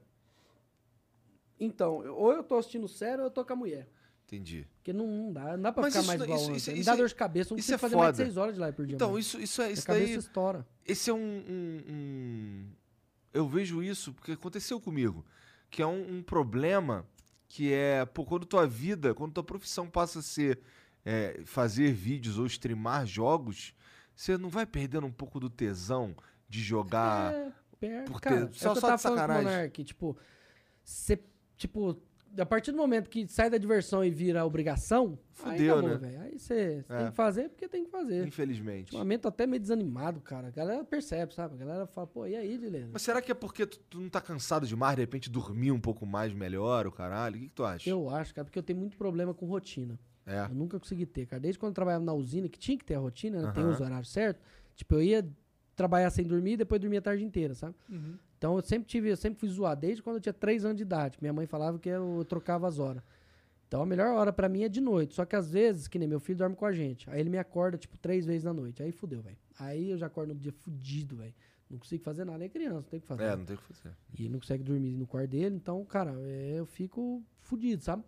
Então, eu- ou eu tô assistindo sério ou eu tô com a mulher.
Entendi.
Porque não, não dá. Não dá pra
Mas
ficar
isso
mais
não-
igual
isso-
antes.
isso-
Me
isso
dá
é-
dor de cabeça. Eu não
isso
consigo
é
fazer mais de
foda.
6 horas de live por dia.
Então,
mano.
isso, isso é.
Minha
Isso
cabeça
daí.
estoura.
Esse é um, um- um- Eu vejo isso porque aconteceu comigo. Que é um, um problema que é. Pô, quando tua vida, quando tua profissão passa a ser é, fazer vídeos ou streamar jogos, você não vai perdendo um pouco do tesão de jogar.
É, per...
por
cara,
ter- Ah, só-
é o que eu
só
tava
de
falando com o
sacanagem.
Monark, tipo, você, tipo, a partir do momento que sai da diversão e vira obrigação,
Fudeu,
aí
né?
acabou, velho. Aí você
É.
tem que fazer porque tem que fazer.
Infelizmente.
Ultimamente tô até meio desanimado, cara. A galera percebe, sabe? A galera fala, pô, e aí, Dileno?
Mas será que é porque tu, tu não tá cansado demais, de repente dormir um pouco mais melhor, o caralho? O que, que tu acha?
Eu acho, cara, porque eu tenho muito problema com rotina.
É.
Eu nunca consegui ter, cara. Desde quando eu trabalhava na usina, que tinha que ter a rotina, né? tem
Aham.
os horários certos. Tipo, eu ia trabalhar sem dormir e depois dormia a tarde inteira, sabe?
Uhum.
Então eu sempre tive, eu sempre fui zoado, desde quando eu tinha 3 anos de idade. Minha mãe falava que eu, eu trocava as horas. Então a melhor hora pra mim é de noite. Só que às vezes, que nem meu filho dorme com a gente. Aí ele me acorda, tipo, três vezes na noite. Aí fudeu, velho. Aí eu já acordo no dia fudido, velho. Não consigo fazer nada, é criança, não tem o que fazer.
É, não tem o que fazer.
E ele não consegue dormir no quarto dele, então, cara, é, eu fico fudido, sabe?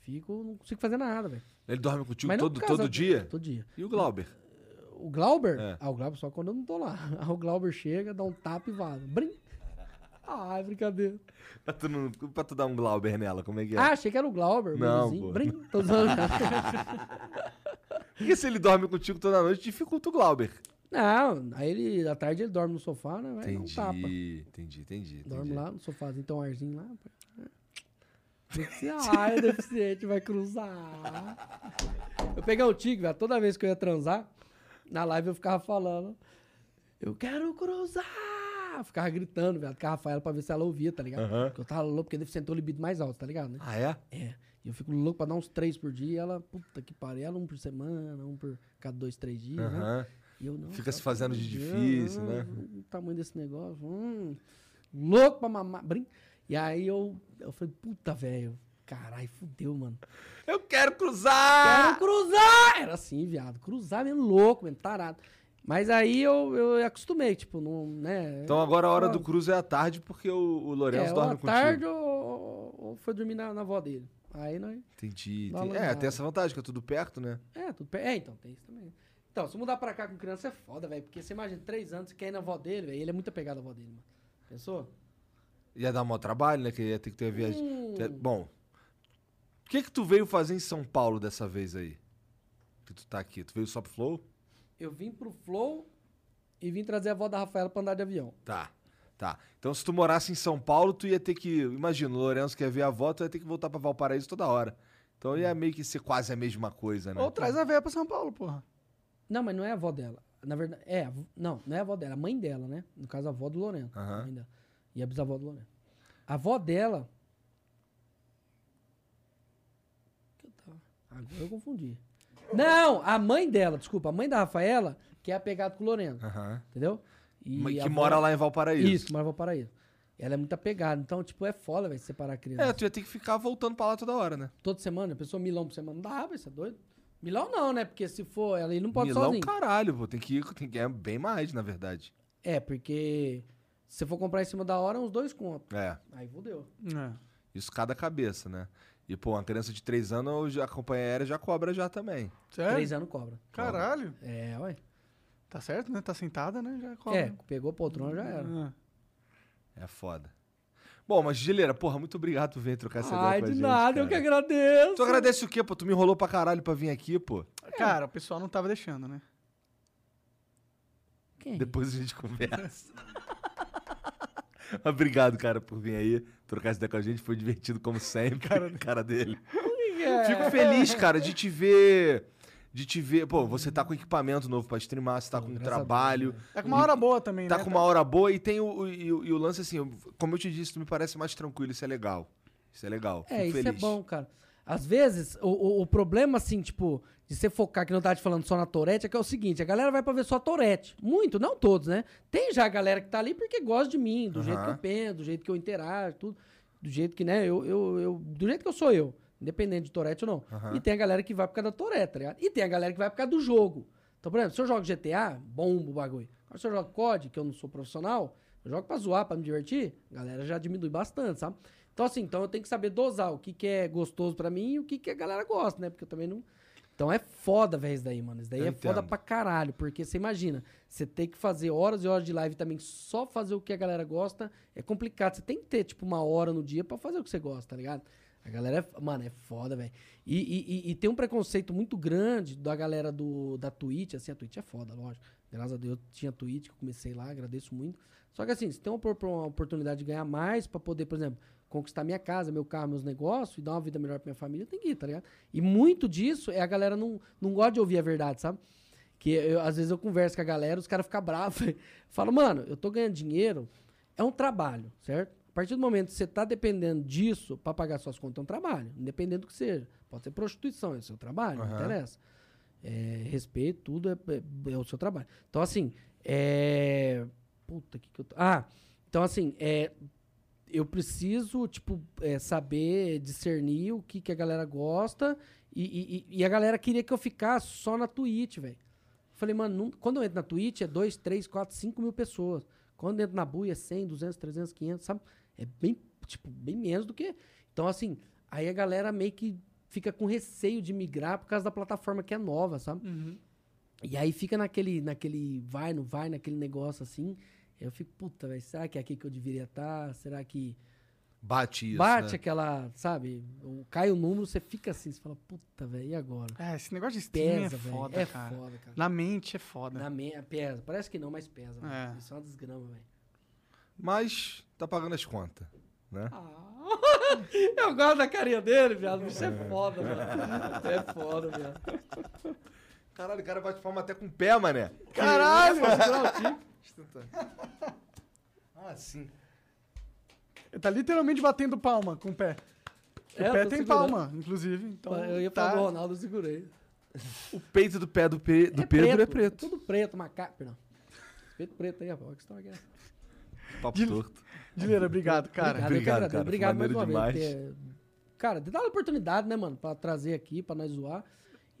Fico, não consigo fazer nada, velho.
Ele dorme contigo
Mas não
todo,
por causa-
todo dia?
Todo dia.
E o Glauber?
O Glauber?
É.
Ah, o Glauber só quando eu não tô lá. (laughs) Ah, o Glauber chega, dá um tapa e vaza. Brin... Ah, é brincadeira.
Pra tu, não- pra tu dar um Glauber nela, como é que é?
Ah, achei que era o Glauber, o
Não,
bebezinho.
pô.
Brim, tô zoando. (laughs)
Porque se ele dorme contigo toda noite, dificulta o Glauber.
não, aí ele, à tarde ele dorme no sofá, né? Vai dar um
Entendi,
tapa.
entendi, entendi, entendi.
Dorme lá no sofá, então um arzinho lá. (laughs) Ah, é deficiente, vai cruzar. Eu peguei o tigre, velho. Toda vez que eu ia transar, na live eu ficava falando. Eu quero cruzar! Eu Ficava gritando, velho, com a Rafaela pra ver se ela ouvia, tá ligado?
Aham.
Porque eu tava louco, porque deficiente tem o libido mais alto, tá ligado? Né?
Ah, é?
É. E eu fico louco pra dar uns três por dia. E ela, puta que pariu, ela um por semana, um por cada dois, três dias, né?
Aham.
E eu não. tá
Fica
cara,
se fazendo de
meu
difícil, né?
Deus, hum, O tamanho desse negócio. hum, louco pra mamar. Brin... E aí eu, eu falei, puta, velho. Caralho, fudeu, mano.
Eu quero cruzar!
Quero cruzar! Era assim, viado. Cruzar mesmo, louco, mesmo, tarado. Mas aí eu, eu acostumei, tipo, não, né?
Então agora a hora do cruzo é à tarde, porque o, o Lourenço
é, ou
dorme
à
contigo.
tarde ou, ou- ou foi dormir na, na avó dele. Aí nós.
Entendi.
Dá
entendi.
uma
É,
olhada.
tem essa vantagem, que é tudo perto, né?
É, tudo per... É, então, tem isso também. Então, se mudar pra cá com criança é foda, velho. Porque você imagina, três anos, você quer ir na avó dele, velho. Ele é muito apegado à avó dele, mano. Pensou?
Ia dar maior trabalho, né? Que ia ter que ter a viagem.
Hum.
Te- Bom, o que que tu veio fazer em São Paulo dessa vez aí? Que tu tá aqui? Tu veio só pro Flow?
Eu vim pro Flow e vim trazer a avó da Rafaela pra andar de avião.
Tá, tá. Então se tu morasse em São Paulo, tu ia ter que... Imagina, o Lourenço quer ver a avó, tu ia ter que voltar pra Valparaíso toda hora. Então
Hum.
ia meio que ser quase a mesma coisa, né?
Ou traz a velha pra São Paulo, porra.
Não, mas não é a avó dela. Na verdade, é. a v- Não, não é a avó dela, a mãe dela, né? No caso, a avó do Lorento.
Aham.
a mãe dela. E a bisavó do Lorento. A avó dela. Que eu tava- Agora eu confundi. Não, a mãe dela, desculpa, a mãe da Rafaela, que é apegada com o Lorento.
Aham.
Entendeu? E
Mas
a
Ah. Que
avó-
mora lá em Valparaíso.
Isso, que morava em Paraíso. Ela é muito apegada. Então, tipo, é foda, velho, separar a criança.
É, tu ia ter que ficar voltando pra lá toda hora, né?
Toda semana, a pessoa milão por semana. Não dá, velho, você é doido? Milão não, né? Porque se for, ela aí não pode
Milão,
sozinha.
caralho, pô. Tem que ir, tem que ganhar bem mais, na verdade.
É, porque se você for comprar em cima da hora, é uns dois contos.
É.
Aí fudeu.
Isso cada cabeça, né? E, pô, uma criança de 3 anos, a companhia aérea já cobra já também.
Sério?
Três anos cobra.
Caralho.
É, ué.
Tá certo, né? Tá sentada, né? Já cobra.
É, pegou poltrona, já era.
Ah.
É foda. Bom, mas, Gileira, porra, muito obrigado por vir trocar essa ideia
Ai,
com a
de
gente,
nada,
cara.
eu que agradeço.
Tu agradece o quê, pô? Tu me enrolou pra caralho pra vir aqui, pô.
É. Cara, o pessoal não tava deixando, né?
Quem?
Depois a gente conversa. (laughs) Obrigado, cara, por vir aí, trocar essa ideia com a gente. Foi divertido, como
(laughs)
sempre. (laughs) Cara, dele. Fico feliz, cara, de te ver. De te ver. Pô, você tá com equipamento novo pra streamar, você tá com um
graças a Deus, né?
trabalho.
Tá com uma hora boa também,
Tá
né?
com uma hora boa e tem o, o- e o- e o lance assim, eu- como eu te disse, tu me parece mais tranquilo, isso é legal. Isso é legal.
É,
Fico
isso é
feliz.
bom, cara. Às vezes, o, o, o problema, assim, tipo, de você focar, que não tá te falando só na Torete, é que é o seguinte, a galera vai pra ver só a Torete. Muito, não todos, né? Tem já a galera que tá ali porque gosta de mim, do jeito que eu
Aham.
penso, do jeito que eu interajo, tudo. Do jeito que, né, eu, eu, eu- do jeito que eu sou eu, independente de Torete ou não.
Aham.
E tem a galera que vai por causa da Torete, tá ligado? E tem a galera que vai por causa do jogo. Então, por exemplo, se eu jogo GTA, bombo o bagulho. Agora, se eu jogo COD, que eu não sou profissional, eu jogo pra zoar, pra me divertir, a galera já diminui bastante, sabe? Então, assim, então eu tenho que saber dosar o que, que é gostoso pra mim e o que, que a galera gosta, né? Porque eu também não. Então é foda, velho, isso daí, mano. Isso daí
Eu
é foda
entendo.
pra caralho, porque você imagina, você tem que fazer horas e horas de live também, só fazer o que a galera gosta é complicado. Você tem que ter, tipo, uma hora no dia pra fazer o que você gosta, tá ligado? A galera, é, mano, é foda, velho. E, e- e- e tem um preconceito muito grande da galera do, da Twitch, assim, a Twitch é foda, lógico. Graças a Deus tinha Twitch que eu comecei lá, agradeço muito. Só que assim, se tem uma, opor- uma oportunidade de ganhar mais pra poder, por exemplo, conquistar minha casa, meu carro, meus negócios e dar uma vida melhor pra minha família, tem que ir, tá ligado? E muito disso é a galera não, não gosta de ouvir a verdade, sabe? Que eu- às vezes eu converso com a galera, os caras ficam bravos. (laughs) Falam, mano, eu tô ganhando dinheiro, é um trabalho, certo? A partir do momento que você tá dependendo disso pra pagar suas contas, é um trabalho, independente do que seja. Pode ser prostituição, é seu trabalho, não
Aham.
interessa. É, respeito, tudo é, é- é o seu trabalho. Então, assim, é. Puta, que que eu tô. Ah, então, assim, é, eu preciso, tipo, é, saber discernir o que, que a galera gosta. E, e- e- e a galera queria que eu ficasse só na Twitch, velho. Falei, mano, não- quando eu entro na Twitch é 2, 3, 4, 5 mil pessoas. Quando eu entro na Bui é 100, 200, 300, 500, sabe? É bem, tipo, bem menos do que... Então, assim, aí a galera meio que fica com receio de migrar por causa da plataforma que é nova, sabe?
Uhum.
E aí fica naquele, naquele vai, não vai, naquele negócio assim. Eu fico, puta, velho, será que é aqui que eu deveria estar? Será que
Bate isso.
bate
né?
aquela, sabe? o- Cai o número, você fica assim, você fala, puta, velho, e agora?
É, esse negócio de streaming
Pesa,
é
velho.
foda,
é
cara.
foda, cara.
Na mente é foda.
Na me... Pesa. Parece que não, mas pesa.
É.
velho. Isso é uma desgrama, velho.
Mas tá pagando as contas, né?
(laughs) Ah. Eu gosto da carinha dele, viado. Isso é foda, velho. Isso é foda, viado.
(laughs) Caralho, o cara bate palma até com o pé, mané.
Caralho!
é
Ah, sim.
Ele tá literalmente batendo palma com o pé. O pé tem palma, inclusive. Então,
É, Eu ia
tá...
falar né? do Ronaldo, eu segurei.
O peito do pé do, Pe- do Pedro é preto.
tudo preto, macaco. Perdão. Peito preto aí, rapaz. Que história que é essa?
Papo torto.
Dileira, obrigado, cara.
eu que
obrigado, cara,
agradeço.
foi
Obrigado mais
maneiro
uma
demais.
vez. porque, cara, dá uma oportunidade, né, mano, pra trazer aqui, pra nós zoar.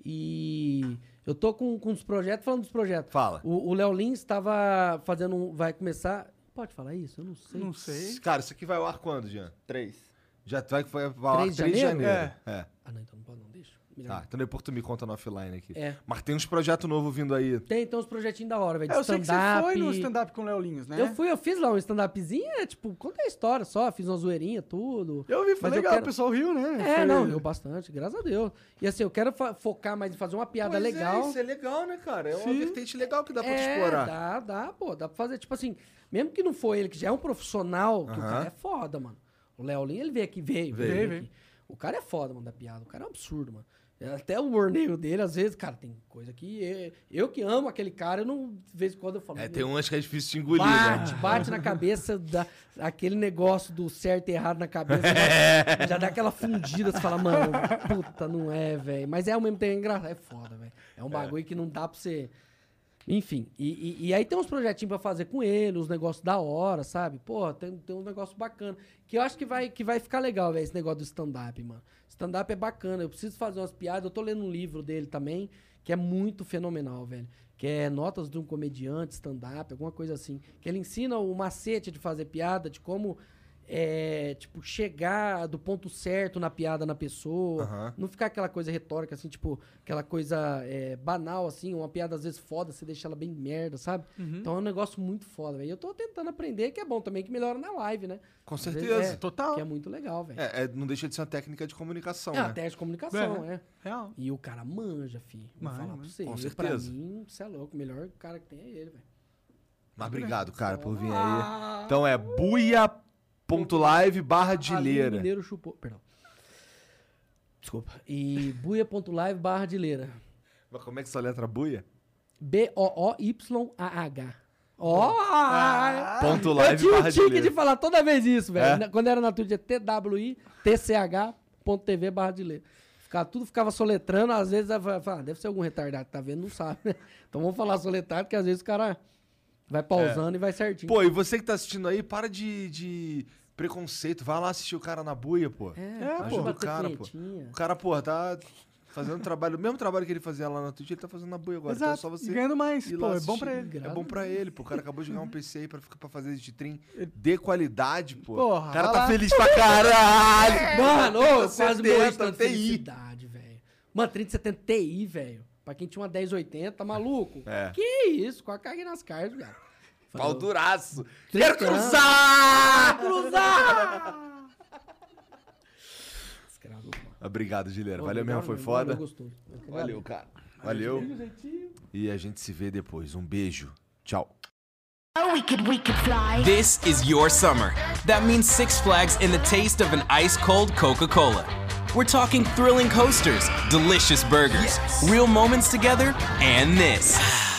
E eu tô com, com os projetos, falando dos projetos.
Fala.
O o Léo Lins tava fazendo um. Vai começar. Pode falar isso? Eu não sei.
Não sei.
Cara, isso aqui vai ao ar quando, Jean?
Três.
Já vai, vai ao ar 3
Três de
de janeiro.
janeiro?
É.
Ah, não, então não pode, não. Deixa. Melhor
Tá, então depois tu me conta no offline aqui.
É.
Mas tem uns projetos novos vindo aí.
Tem então uns projetinhos da hora, velho.
É,
de
eu sei que você
stand-up.
foi no stand-up com o Leolinhos, né?
Eu fui, eu fiz lá um stand-upzinho, é tipo, conta a história só, fiz uma zoeirinha, tudo.
Eu vi, foi
Mas eu
legal,
quero-
o pessoal riu, né?
É,
Foi-
não, eu bastante, graças a Deus. E assim, eu quero fa- focar mais em fazer uma piada
Pois
legal.
É, isso é legal, né, cara? É uma vertente legal que dá pra te
É,
explorar.
Dá, dá, pô. Dá pra fazer, tipo assim, mesmo que não foi ele, que já é um profissional, que o
Aham.
cara é foda, mano. O Léo Lin, ele veio aqui, veio.
Veio.
veio aqui. O cara é foda, mano, da piada. O cara é um absurdo, mano. É, Até o horneio dele, às vezes, cara, tem coisa que. é- Eu que amo aquele cara, eu não. De vez em quando eu falo.
É,
"Meu
tem umas que é difícil de engolir,
Bate,
né?
bate na cabeça, dá aquele negócio do certo e errado
(laughs)
na cabeça. já- Já dá aquela fundida, você fala, mano,
É.
puta, não é, velho. Mas é ao mesmo tempo engraçado. É foda, velho. É um bagulho que não dá pra você. Enfim, e, e- e aí tem uns projetinhos pra fazer com ele, uns negócios da hora, sabe? Pô, tem, tem um negócio bacana. Que eu acho que vai, que vai ficar legal, velho, esse negócio do stand-up, mano. Stand-up é bacana, eu preciso fazer umas piadas. Eu tô lendo um livro dele também, que é muito fenomenal, velho. Que é Notas de um Comediante, stand-up, alguma coisa assim. Que ele ensina o macete de fazer piada, de como, é, tipo, chegar do ponto certo na piada na pessoa.
Aham.
Não ficar aquela coisa retórica, assim, tipo, aquela coisa é, banal, assim, uma piada às vezes foda, você deixa ela bem merda, sabe? Então é um negócio muito foda, velho. Eu tô tentando aprender, que é bom também, que melhora na live, né?
Com
Às vezes,
certeza.
é,
Total.
Que é muito legal, velho. É,
Ah. É, é, não deixa de ser uma técnica de comunicação,
uma
né?
teste É, de comunicação, é.
Real.
E o cara manja, fi. Vou
Manja,
falar pra
manja.
você.
Com
Eu,
certeza.
Pra mim, você é louco. O melhor cara que tem é ele, velho.
Mas obrigado, cara, por vir aí. Então é buia.live barra
Ali o
dileira.
Mineiro chupou. Perdão. Desculpa. E buia.live barra de leira.
Mas como é que essa letra buia?
B-O-O-Y-A-H. Ó!
Ah,
é.
Ponto
eu
live
tinha
barra
o tique
dileira.
de falar toda vez isso,
É?
velho. Na- Quando era na Twitch, é twitch.tw.tv barra de ler. Ficava, tudo ficava soletrando, às vezes eu falava, ah, deve ser algum retardado que tá vendo, não sabe, né? (laughs) Então vamos falar soletrado, que às vezes o cara vai pausando e vai certinho.
É. Pô, e você que tá assistindo aí, para de, de preconceito. Vai lá assistir o cara na buia, é, pô.
pô.
Ajuda o cara, pô.
punhetinha.
O cara, pô, tá fazendo um trabalho, o mesmo trabalho que ele fazia lá na Twitch, ele tá fazendo na buia agora. Então é
Exato.
só você
E ganhando mais.
ir
Pô, é
lá
bom
assistir.
pra ele.
É bom pra ele, pô. O cara acabou de ganhar um PC aí pra, ficar- pra fazer esse stream
Ele-
de qualidade, pô.
Porra,
o cara
vai
tá
lá.
feliz pra caralho.
(laughs) Mano, ô, eu quase
70
morri de tanta
TI.
felicidade, velho. Mano, 3070 Ti, velho. Pra quem tinha uma 1080, tá maluco?
É.
Que isso, quase caguei nas cartas, cara.
Pau
Falou.
duraço.
Trinta
Quero
Ah,
cruzar!
Escravo, mano.
Obrigado, Gileiro.
Pô,
Valeu mesmo, foi
legal Valeu,
foda.
gostoso. Eu que agradeço.
Valeu, cara. Valeu. E a gente se vê depois. Um beijo. Tchau.
This is your summer. That means Six Flags and the taste of an ice cold Coca Cola. We're talking thrilling coasters, delicious burgers, real moments together, and this. (sighs)